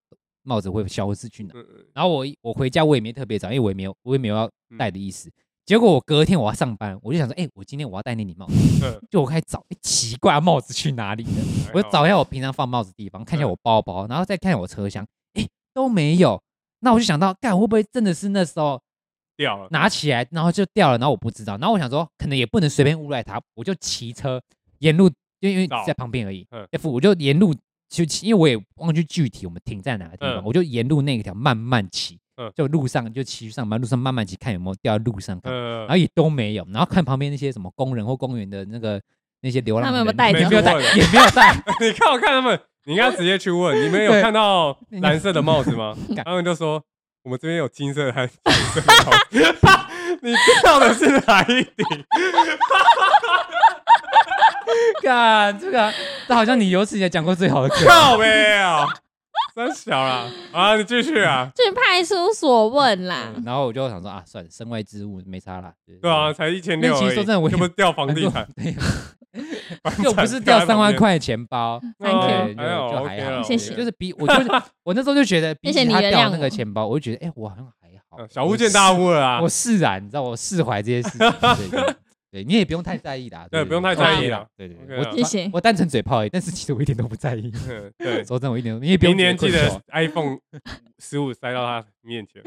Speaker 5: 帽子会消失去哪，
Speaker 1: 嗯嗯
Speaker 5: 然后我一我回家我也没特别找，因为我也没有我也没有要戴的意思。结果我隔天我要上班，我就想说，哎、我今天我要戴那顶帽子，
Speaker 1: 嗯，
Speaker 5: 就我开始找，哎、奇怪，帽子去哪里了？
Speaker 1: 还
Speaker 5: 我
Speaker 1: 好
Speaker 5: 找一下我平常放帽子的地方，看一下我包包，然后再看一下我车厢，哎、都没有。那我就想到，干会不会真的是那时候
Speaker 1: 掉 了，
Speaker 5: 拿起来，然后就掉了，然后我不知道。然后我想说，可能也不能随便诬赖他，我就骑车沿路，因为因为
Speaker 1: 找
Speaker 5: 在旁边而已
Speaker 1: 嗯，
Speaker 5: F 我就沿路就骑，因为我也忘记具体我们停在哪个地方，
Speaker 1: 嗯
Speaker 5: 我就沿路那条慢慢骑
Speaker 1: 嗯，
Speaker 5: 就路上就骑去上班，路上慢慢骑，看有没有掉在路上，看
Speaker 1: 呃
Speaker 5: 然后，也都没有，然后看旁边那些什么工人或公园的那个那些流浪
Speaker 4: 他
Speaker 5: 人，
Speaker 4: 们有没有带
Speaker 5: 也
Speaker 1: 走
Speaker 5: 没有带，
Speaker 1: 没有
Speaker 5: 也没有带，
Speaker 1: 呃 你看我看他们，你应该直接去问，你们有
Speaker 5: 对
Speaker 1: 看到蓝色的帽子吗
Speaker 5: 干？
Speaker 1: 他们就说我们这边有 金色的还是蓝色的帽子， 你掉的是哪一顶？
Speaker 5: 干这个，这好像你有史以来讲过 最好的歌。
Speaker 1: 靠背啊，真小啦！啊，你继续啊，
Speaker 4: 去派出所问啦。
Speaker 5: 然后我就想说啊，算了，身外之物没差啦。
Speaker 1: 对啊，，才一千六，
Speaker 5: 那其实说真的我也
Speaker 1: 要不掉
Speaker 5: 很
Speaker 1: 房
Speaker 5: 多
Speaker 1: 地产，，
Speaker 5: 对
Speaker 1: 房地产
Speaker 5: 又不是掉三万块的钱包，
Speaker 4: Thank
Speaker 1: 哦
Speaker 4: you
Speaker 5: 对，就
Speaker 1: 还好
Speaker 5: 就
Speaker 1: OK 啊
Speaker 5: 还
Speaker 1: 啦
Speaker 5: 好，
Speaker 4: 谢谢
Speaker 5: 就是 比我就是我那时候就觉得，比
Speaker 4: 谢谢
Speaker 5: 起
Speaker 4: 你
Speaker 5: 他
Speaker 4: 原
Speaker 5: 掉
Speaker 4: 谅
Speaker 5: 那
Speaker 4: 我
Speaker 5: 个钱包，我就觉得哎，我好像还好
Speaker 1: 嗯，小巫见大
Speaker 5: 我
Speaker 1: 巫了啊
Speaker 5: 释，我，释然，你知道，我释怀这些事情。对 对对，你也不用太在意啦，
Speaker 1: 对不用太
Speaker 4: 在
Speaker 1: 意啦。
Speaker 5: 对对
Speaker 1: OK 啊
Speaker 5: 对，我
Speaker 4: 啦谢谢
Speaker 5: 我单纯嘴炮而已，但是其实我一点都不 在意。
Speaker 1: 嗯 对，
Speaker 5: 说真的，我一点都，你也不用
Speaker 1: 明年
Speaker 5: 觉
Speaker 1: 记
Speaker 5: 得愧疚
Speaker 1: 得 iPhone 十五塞到他面 前，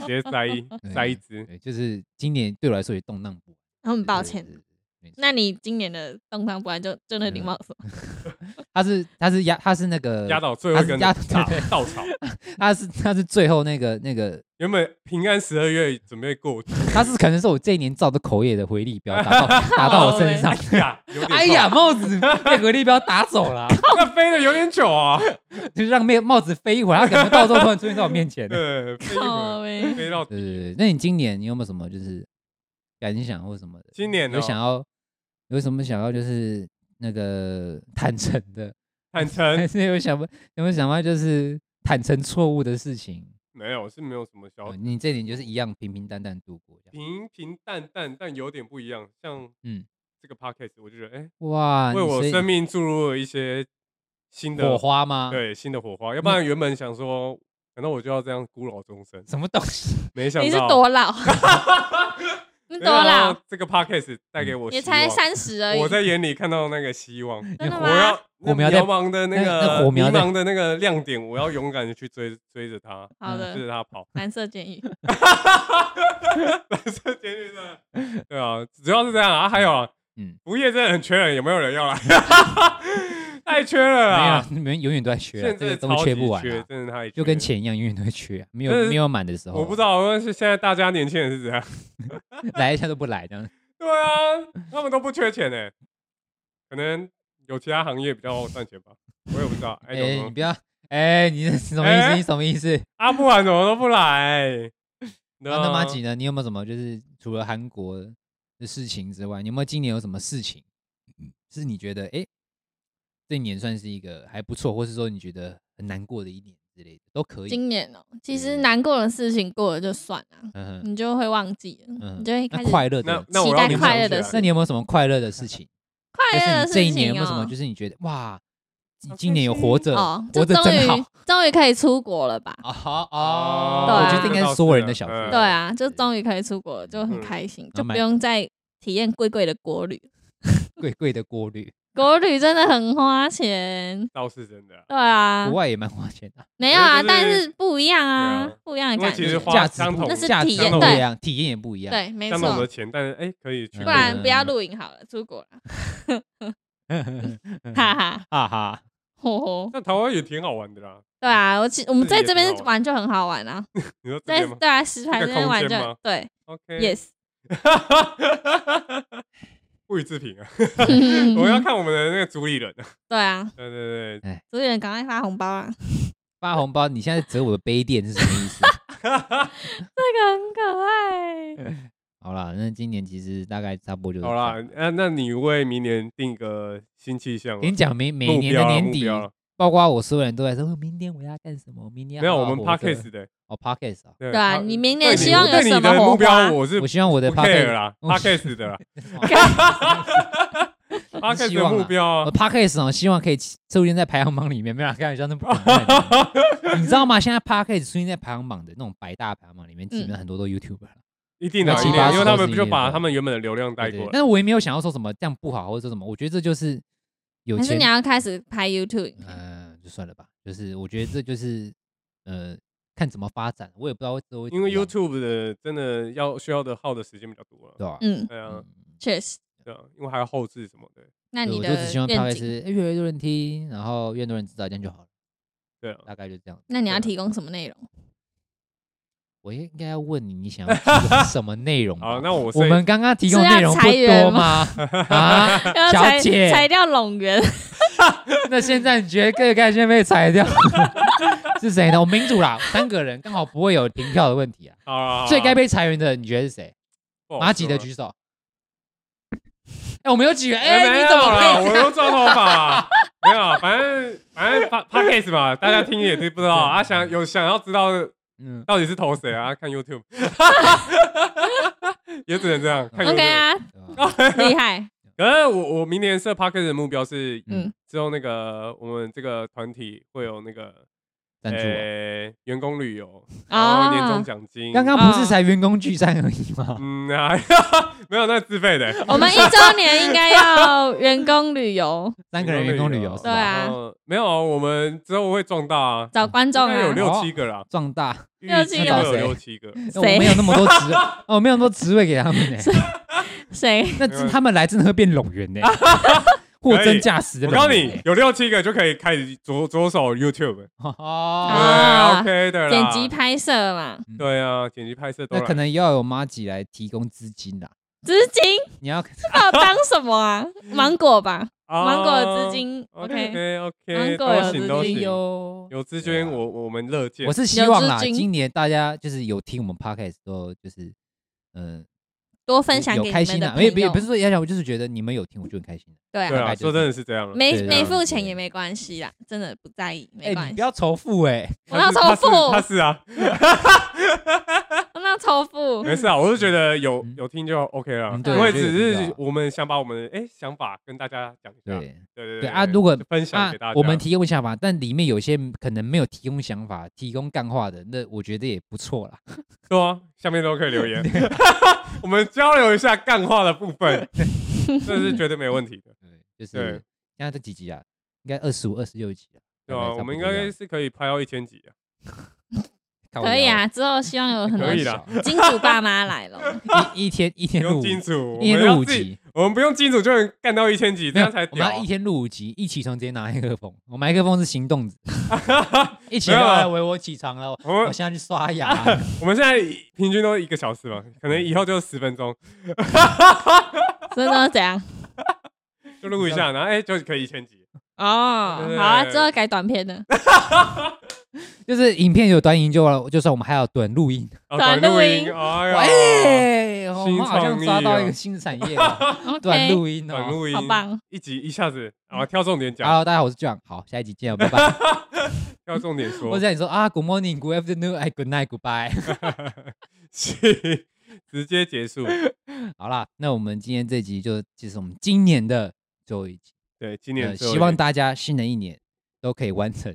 Speaker 1: 直接塞一塞一只。
Speaker 5: 对，就是今年对我来说也动荡不安。
Speaker 4: 很嗯抱
Speaker 5: 对
Speaker 4: 歉。。
Speaker 5: 对对没错
Speaker 4: 那你今年的动荡不安就就那
Speaker 5: 嗯
Speaker 4: 顶帽 子吗，
Speaker 5: 他是他是压他是那个
Speaker 1: 压倒最后一根
Speaker 5: 他
Speaker 1: 稻
Speaker 5: 是啊压对对
Speaker 1: 稻草，
Speaker 5: 他是他是最后那个那个
Speaker 1: 原本平安十二月准备 过，
Speaker 5: 他是可能是我这一年造的口业的回力镖 打到打到我身上。
Speaker 1: 哎呀，有点痛
Speaker 5: 哎呀，，帽子被回力镖打走了，啊
Speaker 1: 那飞的有点久啊，
Speaker 5: 就是让帽帽子飞一会儿，他可能到时候突然出现在我面前。对
Speaker 1: 对，飞一会
Speaker 4: 靠
Speaker 1: 儿
Speaker 4: 呗。
Speaker 1: 飞到
Speaker 5: 对对，那你今年你有没有什么就是感想或什么的？
Speaker 1: 今年哦
Speaker 5: 有想要有什么想要就是那个坦诚的，
Speaker 1: 坦诚
Speaker 5: 还，是有想不有没有想要就是坦诚错误的事情？
Speaker 1: 没有是没有什么小
Speaker 5: 哦你这点就是一样平平淡淡度过这样。
Speaker 1: 平平淡淡，但有点不一样，像
Speaker 5: 嗯
Speaker 1: 这个 podcast，我就觉得哎，
Speaker 5: 哇，
Speaker 1: 为
Speaker 5: 你
Speaker 1: 我
Speaker 5: 所以
Speaker 1: 生命注入了一些新的
Speaker 5: 火花吗？，
Speaker 1: 对新的火花，要不然原本想说，难道我就要这样孤老终生？
Speaker 5: 什么东西？
Speaker 1: 没想
Speaker 4: 你是
Speaker 1: 到
Speaker 4: 多老？那
Speaker 1: 没
Speaker 4: 多
Speaker 1: 想到
Speaker 5: 啊
Speaker 4: 啦，
Speaker 1: 这个 podcast
Speaker 5: 嗯
Speaker 1: 带给我
Speaker 4: 也
Speaker 1: 希望
Speaker 4: 才三十而已啊
Speaker 1: 我。在眼里看到那个希 望，
Speaker 4: 真的
Speaker 1: 我要
Speaker 4: 吗？
Speaker 1: 那
Speaker 5: 火苗在
Speaker 1: 渺茫的那
Speaker 5: 那
Speaker 1: 个
Speaker 5: 那火苗
Speaker 1: 迷
Speaker 5: 在
Speaker 1: 茫的那个亮点，我要勇敢的去追追着它，
Speaker 5: 嗯
Speaker 4: 好
Speaker 1: 追着
Speaker 4: 的，
Speaker 1: 它跑。
Speaker 4: 蓝色监狱。
Speaker 1: 蓝色监狱的，对啊，主要是这样啊。还有啊，
Speaker 5: 嗯
Speaker 1: 服务业真的很缺人，有没有人要来？ 太缺了
Speaker 5: 没有啊
Speaker 1: 啊！，
Speaker 5: 你们永远都在缺啊，
Speaker 1: 现
Speaker 5: 这
Speaker 1: 在
Speaker 5: 个东西
Speaker 1: 超
Speaker 5: 缺
Speaker 1: 级
Speaker 5: 不完
Speaker 1: 缺
Speaker 5: 啊，
Speaker 1: 真的太缺
Speaker 5: 就跟。钱一样，永远都会缺啊，没
Speaker 1: 但
Speaker 5: 有
Speaker 1: 是
Speaker 5: 没有满的时候啊，
Speaker 1: 我不知道，但是现在大家年轻人是怎样？
Speaker 5: 来一下都不来这样。
Speaker 1: 对啊，他们都不缺钱呢，可能有其他行业比较好赚钱吧，我也不知道。哎、
Speaker 5: 哎，你不要，哎，你这什么意
Speaker 1: 哎
Speaker 5: 思？你什么意思？
Speaker 1: 阿布兰怎么都不来？
Speaker 5: 那啊那
Speaker 1: 啊
Speaker 5: 马吉呢？你有没有什么就是除了韩国的事情之外，你有没有今年有什么事情是你觉得哎、这一年算是一个还不错，或是说你觉得很难过的一年之类的都可以。
Speaker 4: 今年哦、其实难过的事情过了就算了，
Speaker 5: 嗯哼
Speaker 4: 你就会忘记了，
Speaker 5: 嗯哼，
Speaker 4: 你就会开
Speaker 5: 那
Speaker 4: 始
Speaker 5: 快乐
Speaker 1: 那
Speaker 5: 的。
Speaker 1: 那我
Speaker 4: 期
Speaker 1: 让
Speaker 4: 待
Speaker 1: 你们
Speaker 4: 快乐
Speaker 1: 想起
Speaker 4: 的
Speaker 1: 来
Speaker 4: 事
Speaker 5: 那你有没有什么快乐的事情？就
Speaker 4: 快乐
Speaker 5: 是
Speaker 4: 的
Speaker 5: 你
Speaker 4: 事
Speaker 5: 这
Speaker 4: 情、哦。
Speaker 5: 一年有没有什么就是你觉得哇，你
Speaker 1: 好
Speaker 5: 今年有
Speaker 1: 开心
Speaker 5: 活着，
Speaker 4: 哦，
Speaker 5: 活
Speaker 4: 就
Speaker 5: 着
Speaker 4: 终
Speaker 5: 真
Speaker 4: 于
Speaker 5: 好。
Speaker 4: 终于可以出国了吧？
Speaker 5: 啊 好
Speaker 1: 哦
Speaker 5: 哦，
Speaker 4: 对啊
Speaker 5: 我觉得应该是所有人的小
Speaker 1: 这倒是嗯
Speaker 5: 事。
Speaker 4: 对啊，就是终于可以出国了，就很开心，
Speaker 5: 嗯然后
Speaker 4: 就
Speaker 5: 买
Speaker 4: 不用再体验贵贵的国旅，
Speaker 5: 贵贵的过滤，
Speaker 4: 国旅真的很花钱。
Speaker 1: 倒是真的啊、
Speaker 4: 对啊
Speaker 5: 国，外也蛮花钱 的，
Speaker 4: 没有啊，
Speaker 1: 就是
Speaker 4: 但是不一样
Speaker 1: 对
Speaker 4: 啊
Speaker 1: 啊，
Speaker 4: 不一样的
Speaker 1: 因为
Speaker 4: 感
Speaker 1: 其实
Speaker 4: 觉。
Speaker 1: 花
Speaker 5: 价值
Speaker 1: 相
Speaker 5: 不
Speaker 1: 同
Speaker 4: 那是
Speaker 5: 价值
Speaker 4: 体验
Speaker 5: 不
Speaker 4: 对
Speaker 5: 一样，体验也不一样。
Speaker 4: 对，没
Speaker 1: 相同的
Speaker 4: 错，
Speaker 1: 钱，但是哎、可以去
Speaker 5: 不
Speaker 4: 不
Speaker 1: 国
Speaker 4: 然
Speaker 1: 外
Speaker 4: 不要露营好了，出国了，哈
Speaker 1: 嗯
Speaker 5: 哈
Speaker 4: 哈，
Speaker 5: 哈哈，
Speaker 4: 吼吼。
Speaker 1: 那台湾也挺好玩的啦。
Speaker 4: 对啊，我其我们
Speaker 1: 自己
Speaker 4: 在
Speaker 1: 也
Speaker 4: 这
Speaker 1: 挺
Speaker 4: 边
Speaker 1: 好玩
Speaker 4: 玩就很好玩啊，
Speaker 1: 你说这
Speaker 4: 在
Speaker 1: 边吗
Speaker 4: 对啊，石牌
Speaker 1: 这个
Speaker 4: 这边玩
Speaker 1: 空间
Speaker 4: 就
Speaker 1: 吗
Speaker 4: 对
Speaker 1: ？OK，
Speaker 4: ，yes，
Speaker 1: 不予置评啊！
Speaker 4: 嗯
Speaker 1: 我要看我们的那个主理人。
Speaker 4: 对啊，
Speaker 1: 对对对，
Speaker 4: 主理人赶快发红 包啊，
Speaker 5: 发红包，你现在折我的杯垫是什么意思？
Speaker 4: 这个很可爱。
Speaker 5: 好啦，那今年其实大概差不多就是
Speaker 1: 好
Speaker 5: 这样
Speaker 1: 啦，那那你为明年定个新气象啊
Speaker 5: 跟你讲，每每一
Speaker 1: 目
Speaker 5: 年的
Speaker 1: 标啊
Speaker 5: 年
Speaker 1: 目
Speaker 5: 底，
Speaker 1: 标啊
Speaker 5: 包括我所有人都在说，哦明年我要干什么？明年
Speaker 1: 没有我们
Speaker 5: podcast
Speaker 1: podcast 的，
Speaker 5: 哦 podcast 啊，
Speaker 1: 对
Speaker 4: 对啊
Speaker 1: 他
Speaker 4: 你明
Speaker 1: 对
Speaker 4: 年
Speaker 1: 你
Speaker 4: 希望
Speaker 1: 对
Speaker 4: 有
Speaker 1: 你
Speaker 4: 什
Speaker 1: 的
Speaker 4: 么
Speaker 1: 目
Speaker 4: 火
Speaker 1: 标，
Speaker 4: 花？
Speaker 1: 我是
Speaker 5: 我希望我的
Speaker 1: 不 care
Speaker 5: podcast
Speaker 1: 啦
Speaker 5: 我
Speaker 1: ，podcast 的啦，podcast
Speaker 5: 希
Speaker 1: 的
Speaker 5: 望
Speaker 1: 目
Speaker 5: 啦
Speaker 1: 标啊
Speaker 5: 我，podcast 哦，希望可以出现在排行榜里面，没有啦开玩笑，那不可能。你知道吗？现在 podcast 出现在排行榜的那种百大排行榜里面，基本上很多都 YouTuber 了。
Speaker 1: 一定的，
Speaker 4: 那
Speaker 1: 一
Speaker 4: 七
Speaker 1: 定
Speaker 4: 八
Speaker 1: 的，因
Speaker 4: 十
Speaker 1: 为他
Speaker 5: 都
Speaker 1: 们
Speaker 5: 是
Speaker 1: 不就
Speaker 5: 一定
Speaker 1: 把
Speaker 5: 的
Speaker 1: 他们原本的流量带
Speaker 5: 对对
Speaker 1: 过来？
Speaker 5: 对但是我也没有想要说什么这样不好或者说什么，我觉得这就是有
Speaker 4: 还是
Speaker 5: 钱
Speaker 4: 你要开始拍 YouTube 影片？
Speaker 5: 嗯，就算了吧。就是我觉得这就是呃，看怎么发展，我也不知道之后会
Speaker 1: 因为
Speaker 5: 怎么样
Speaker 1: YouTube 的真的要需要的耗的时间比较多了。
Speaker 5: 对吧？
Speaker 4: 嗯，
Speaker 1: 对啊，
Speaker 4: 确实。
Speaker 1: 对啊，因为还要后置什么的。
Speaker 4: 那
Speaker 5: 对
Speaker 4: 你
Speaker 5: 我
Speaker 4: 的
Speaker 5: 就只希望 p o
Speaker 4: 愿
Speaker 5: d
Speaker 4: 景，
Speaker 5: 越来越多人听，然后越多人知道，这样就好了，
Speaker 1: 对啊，
Speaker 5: 大概就这样。
Speaker 4: 那你要
Speaker 1: 对啊
Speaker 4: 提供什么内容？
Speaker 5: 我应该要问你，你想要提供什么内容吧？
Speaker 1: 好，那我
Speaker 5: 我
Speaker 1: 是
Speaker 5: 们刚刚提供
Speaker 4: 是要
Speaker 5: 内容不
Speaker 4: 裁员
Speaker 5: 多吗？ 啊，
Speaker 4: 要
Speaker 5: 小
Speaker 4: 裁
Speaker 5: 姐
Speaker 4: 裁掉拢源，
Speaker 5: 那现在你觉得各个先被裁掉 是谁呢？我们民主啦，三个人刚好不会有停票的问题啊。
Speaker 1: 好啊好啊
Speaker 5: 最该被裁员的，你觉得是谁？
Speaker 4: 哦
Speaker 1: 不好
Speaker 5: 马吉
Speaker 1: 说
Speaker 5: 的
Speaker 1: 啊
Speaker 5: 举手。哎，我们有举人，
Speaker 1: 哎，
Speaker 5: 哎，你怎么
Speaker 1: 没有啦
Speaker 5: 可以这
Speaker 1: 我
Speaker 5: 样？
Speaker 1: 都抓头发，没有，反正反正 pa- podcast 嘛，大家听也是不知道啊。想有想要知道
Speaker 5: 嗯，
Speaker 1: 到底是投谁啊？看 YouTube，也只能这样看 YouTube。
Speaker 4: OK 啊，
Speaker 5: 对吧
Speaker 4: 厉害，
Speaker 1: 可是我我明年设 podcast 的目标是，
Speaker 4: 嗯
Speaker 1: 之后那个我们这个团体会有那个
Speaker 5: 赞助
Speaker 4: 哎
Speaker 5: 啊。
Speaker 1: 呃员工旅游，然
Speaker 4: 啊
Speaker 1: 后年终奖金。
Speaker 5: 刚刚不是才员工聚餐而已吗？
Speaker 1: 嗯啊， 没有那自费的，
Speaker 4: 我们一周年应该要员工旅游，
Speaker 5: 三个人员工旅游是
Speaker 4: 对
Speaker 5: 吧？
Speaker 4: 啊
Speaker 1: 然后没有啊，我们之后会壮大啊，
Speaker 4: 找观众
Speaker 1: 应该有
Speaker 5: 哦
Speaker 4: 啊，
Speaker 1: 六七个啦，
Speaker 5: 壮大，
Speaker 1: 预
Speaker 4: 六
Speaker 1: 计
Speaker 4: 七
Speaker 5: 个
Speaker 1: 会有
Speaker 5: 谁
Speaker 1: 六七 个。
Speaker 5: 哎我没有那么多 职，哦我没有那么多职位给他们呢。
Speaker 4: 谁？
Speaker 5: 那
Speaker 1: 没有
Speaker 5: 真他们来真的会变 拢员呢，货真价实的
Speaker 1: 我
Speaker 5: 拢员。
Speaker 1: 告诉你，有六七个就可以开始着着手 YouTube，
Speaker 5: 哦，
Speaker 1: 对
Speaker 4: 啊
Speaker 1: ，OK 的
Speaker 4: 剪
Speaker 1: 啦。
Speaker 4: 辑拍摄嘛，
Speaker 1: 对啊，剪辑拍摄都
Speaker 5: 那可
Speaker 1: 来。
Speaker 5: 能要有马吉来提供资金啦。
Speaker 4: 资金
Speaker 5: 你要
Speaker 4: 要当什么啊？芒果吧，芒果的资金，OK，
Speaker 1: 啊哦，OK OK，
Speaker 4: 芒果
Speaker 1: 都
Speaker 4: 有
Speaker 1: 行
Speaker 4: 啊资
Speaker 1: 都
Speaker 4: 金
Speaker 1: 行，
Speaker 5: 哟。
Speaker 1: 有资
Speaker 5: 对
Speaker 1: 金
Speaker 5: 啊
Speaker 1: 我我们乐见
Speaker 5: 我。是希望啦，
Speaker 4: 有资金
Speaker 5: 今年大家就是有听我们 podcast 都就是，嗯，
Speaker 4: 多分享
Speaker 5: 有
Speaker 4: 给你
Speaker 5: 开
Speaker 4: 们
Speaker 5: 心
Speaker 4: 的
Speaker 5: 啊，
Speaker 4: 朋
Speaker 5: 没有没有不
Speaker 4: 友
Speaker 5: 是。说要讲，我就是觉得你们有听，我就很开心。
Speaker 4: 对
Speaker 1: 对
Speaker 4: 啊，
Speaker 5: 大
Speaker 1: 啊，
Speaker 5: 概就是
Speaker 1: 说真的是这样啊。
Speaker 4: 没
Speaker 5: 对
Speaker 4: 没
Speaker 5: 啊
Speaker 4: 付钱
Speaker 5: 对
Speaker 4: 也没关系啦，真的不在意，没
Speaker 5: 哎，
Speaker 4: 关
Speaker 5: 你不
Speaker 4: 系。
Speaker 5: 要仇富哎，
Speaker 4: 我要
Speaker 1: 他
Speaker 4: 重
Speaker 1: 是
Speaker 4: 复，
Speaker 1: 他是他是啊，
Speaker 4: 我要重复。
Speaker 1: 没事啊，我是觉得有有听就 OK 了，
Speaker 5: 嗯
Speaker 4: 对
Speaker 1: 因为
Speaker 4: 我
Speaker 5: 觉得
Speaker 1: 只
Speaker 5: 有听
Speaker 1: 是
Speaker 5: 到
Speaker 1: 我们想把我们的哎想法跟大家讲一下，对
Speaker 5: 对
Speaker 1: 对
Speaker 5: 对啊，如果
Speaker 1: 分享
Speaker 5: 啊
Speaker 1: 给大家，
Speaker 5: 我们提供想法，但里面有些可能没有提供想法，提供干话的，那我觉得也不错啦。
Speaker 1: 对啊，下面都可以留言， 我们交流一下干话的部分，这是绝对没问题的，
Speaker 5: 对，就是
Speaker 1: 对
Speaker 5: 现在这几集啊，应该二十五、二十六集了。
Speaker 1: 对
Speaker 5: 大概
Speaker 1: 啊，
Speaker 5: 差
Speaker 1: 我们应
Speaker 5: 不多这
Speaker 1: 该
Speaker 5: 样
Speaker 1: 是可以拍到一千集啊，
Speaker 5: 靠
Speaker 4: 可以
Speaker 5: 腰
Speaker 4: 啊，之后希望有很多
Speaker 1: 可以啦
Speaker 4: 金主爸妈来了，
Speaker 5: 一 一天一
Speaker 1: 不
Speaker 5: 天录
Speaker 1: 用
Speaker 5: 五
Speaker 1: 金主，我
Speaker 5: 一天
Speaker 1: 们要
Speaker 5: 录五
Speaker 1: 自己
Speaker 5: 集，
Speaker 1: 我们不用金主就能干到一千集，这
Speaker 5: 没有
Speaker 1: 样才
Speaker 5: 我们
Speaker 1: 屌啊。
Speaker 5: 要一天录五集，一起床直接拿麦克风，我麦克风是 行动子，一起
Speaker 1: 没有啊
Speaker 5: 来喂我起床了，
Speaker 1: 我们
Speaker 5: 我现在去刷 牙，
Speaker 1: 我们现在平均都一个小时嘛，可能以后就十分钟，
Speaker 4: 真的怎样？
Speaker 1: 就录一下，然后哎、就可以一千集。
Speaker 4: 哦
Speaker 1: 对，
Speaker 4: 好啊，之后改短片的，
Speaker 5: 就是影片有短影就了，就算我们还有短录音，
Speaker 1: 哦，
Speaker 4: 短
Speaker 1: 录
Speaker 4: 录
Speaker 1: 音，
Speaker 4: 音
Speaker 1: 哎呀，
Speaker 5: 喂，哦我们好像抓到一个新产业了， 短
Speaker 4: OK，
Speaker 5: 录音
Speaker 1: 啊短
Speaker 5: 哦。
Speaker 1: 录音，
Speaker 4: 好棒，
Speaker 1: 一集一下子啊，挑重点讲，
Speaker 5: Hello，大家好，我是 John，好，下一集见，拜拜。
Speaker 1: 挑重点
Speaker 5: 我
Speaker 1: 说，
Speaker 5: 在你说啊，Good morning，Good afternoon，哎，Good night，Goodbye。
Speaker 1: 是 直接结束。
Speaker 5: 好啦，那我们今天这集就就是我们今年的最后一集。
Speaker 1: 对，今年
Speaker 5: 呃
Speaker 1: 最后
Speaker 5: 希望
Speaker 1: 一
Speaker 5: 大家新的一年都可以完成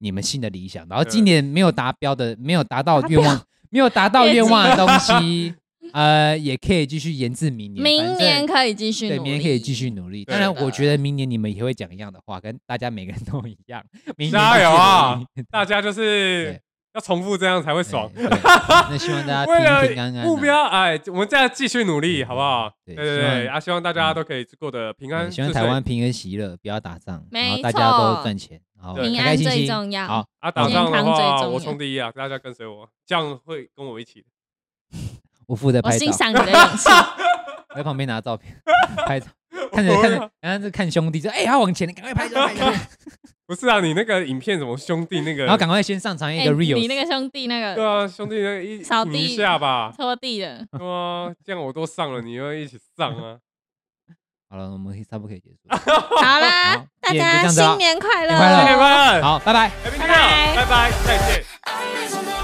Speaker 5: 你们新的理想。然后
Speaker 1: 对
Speaker 5: 今年没有达标的、没有达到愿望、没有达到
Speaker 4: 业绩
Speaker 5: 愿望的东西，呃，也可以继续延至明年。
Speaker 4: 明
Speaker 5: 反正
Speaker 4: 年可以继续努
Speaker 5: 对，
Speaker 4: 力，
Speaker 5: 明年可以继续努力。
Speaker 1: 对
Speaker 5: 当然，我觉得明年你们也会讲一样的话，跟大家每个人都一样。明年
Speaker 1: 加油啊
Speaker 5: 继续努力！
Speaker 1: 大家就是
Speaker 5: 对
Speaker 1: 要重复这样才会爽。
Speaker 5: 对对那希望 大
Speaker 1: 为
Speaker 5: 家平平安
Speaker 1: 了
Speaker 5: 安啊。
Speaker 1: 目标，哎，我们再继续努力，
Speaker 5: 对
Speaker 1: 好不好？对
Speaker 5: 对
Speaker 1: 对
Speaker 5: 希望嗯
Speaker 1: 对，啊，希望大家都可以过得平安
Speaker 5: 对，嗯希望
Speaker 1: 顺
Speaker 5: 台
Speaker 1: 遂
Speaker 5: 湾平安喜乐，不要打仗，然后
Speaker 4: 没
Speaker 5: 大家都
Speaker 4: 错
Speaker 5: 赚钱，然后
Speaker 1: 对
Speaker 5: 开
Speaker 4: 平
Speaker 5: 开
Speaker 4: 安
Speaker 5: 心
Speaker 4: 最
Speaker 5: 心。
Speaker 4: 重要
Speaker 5: 好，
Speaker 1: 啊，打仗的
Speaker 4: 健康最
Speaker 1: 话
Speaker 4: 重
Speaker 1: 我
Speaker 4: 要
Speaker 1: 冲第一啊，大家跟随我，这样会跟我一起的。
Speaker 5: 我负责
Speaker 4: 我
Speaker 5: 拍照
Speaker 4: 欣。赏你的勇气，
Speaker 5: 我在旁边拿照片拍照，看着看着，然后就看兄弟就哎、他往前，赶快拍照，拍照，
Speaker 1: 不是啊，你那个影片什么兄弟那个，
Speaker 5: 然后赶快先上传一
Speaker 4: 哎
Speaker 5: 个
Speaker 4: 你
Speaker 5: reels，、
Speaker 4: 那个兄弟那
Speaker 1: 对
Speaker 4: 个
Speaker 1: 啊，兄弟那个一
Speaker 4: 扫
Speaker 1: 挺一
Speaker 4: 地
Speaker 1: 下吧，
Speaker 4: 拖地的，
Speaker 1: 对啊，这样我都上了，你又一起上啊。
Speaker 5: 好了，我们可以差不多可以结束，
Speaker 4: 好 啦
Speaker 5: 好，
Speaker 4: 大
Speaker 5: 今天就这样
Speaker 4: 家
Speaker 5: 子啊
Speaker 4: 新年快乐，
Speaker 5: 新年快
Speaker 1: 拜
Speaker 5: 乐
Speaker 1: 拜，
Speaker 5: 好，拜拜。
Speaker 1: Happy New Year，
Speaker 4: 拜
Speaker 1: 拜
Speaker 4: 拜
Speaker 1: 拜，再见。
Speaker 2: eyes on the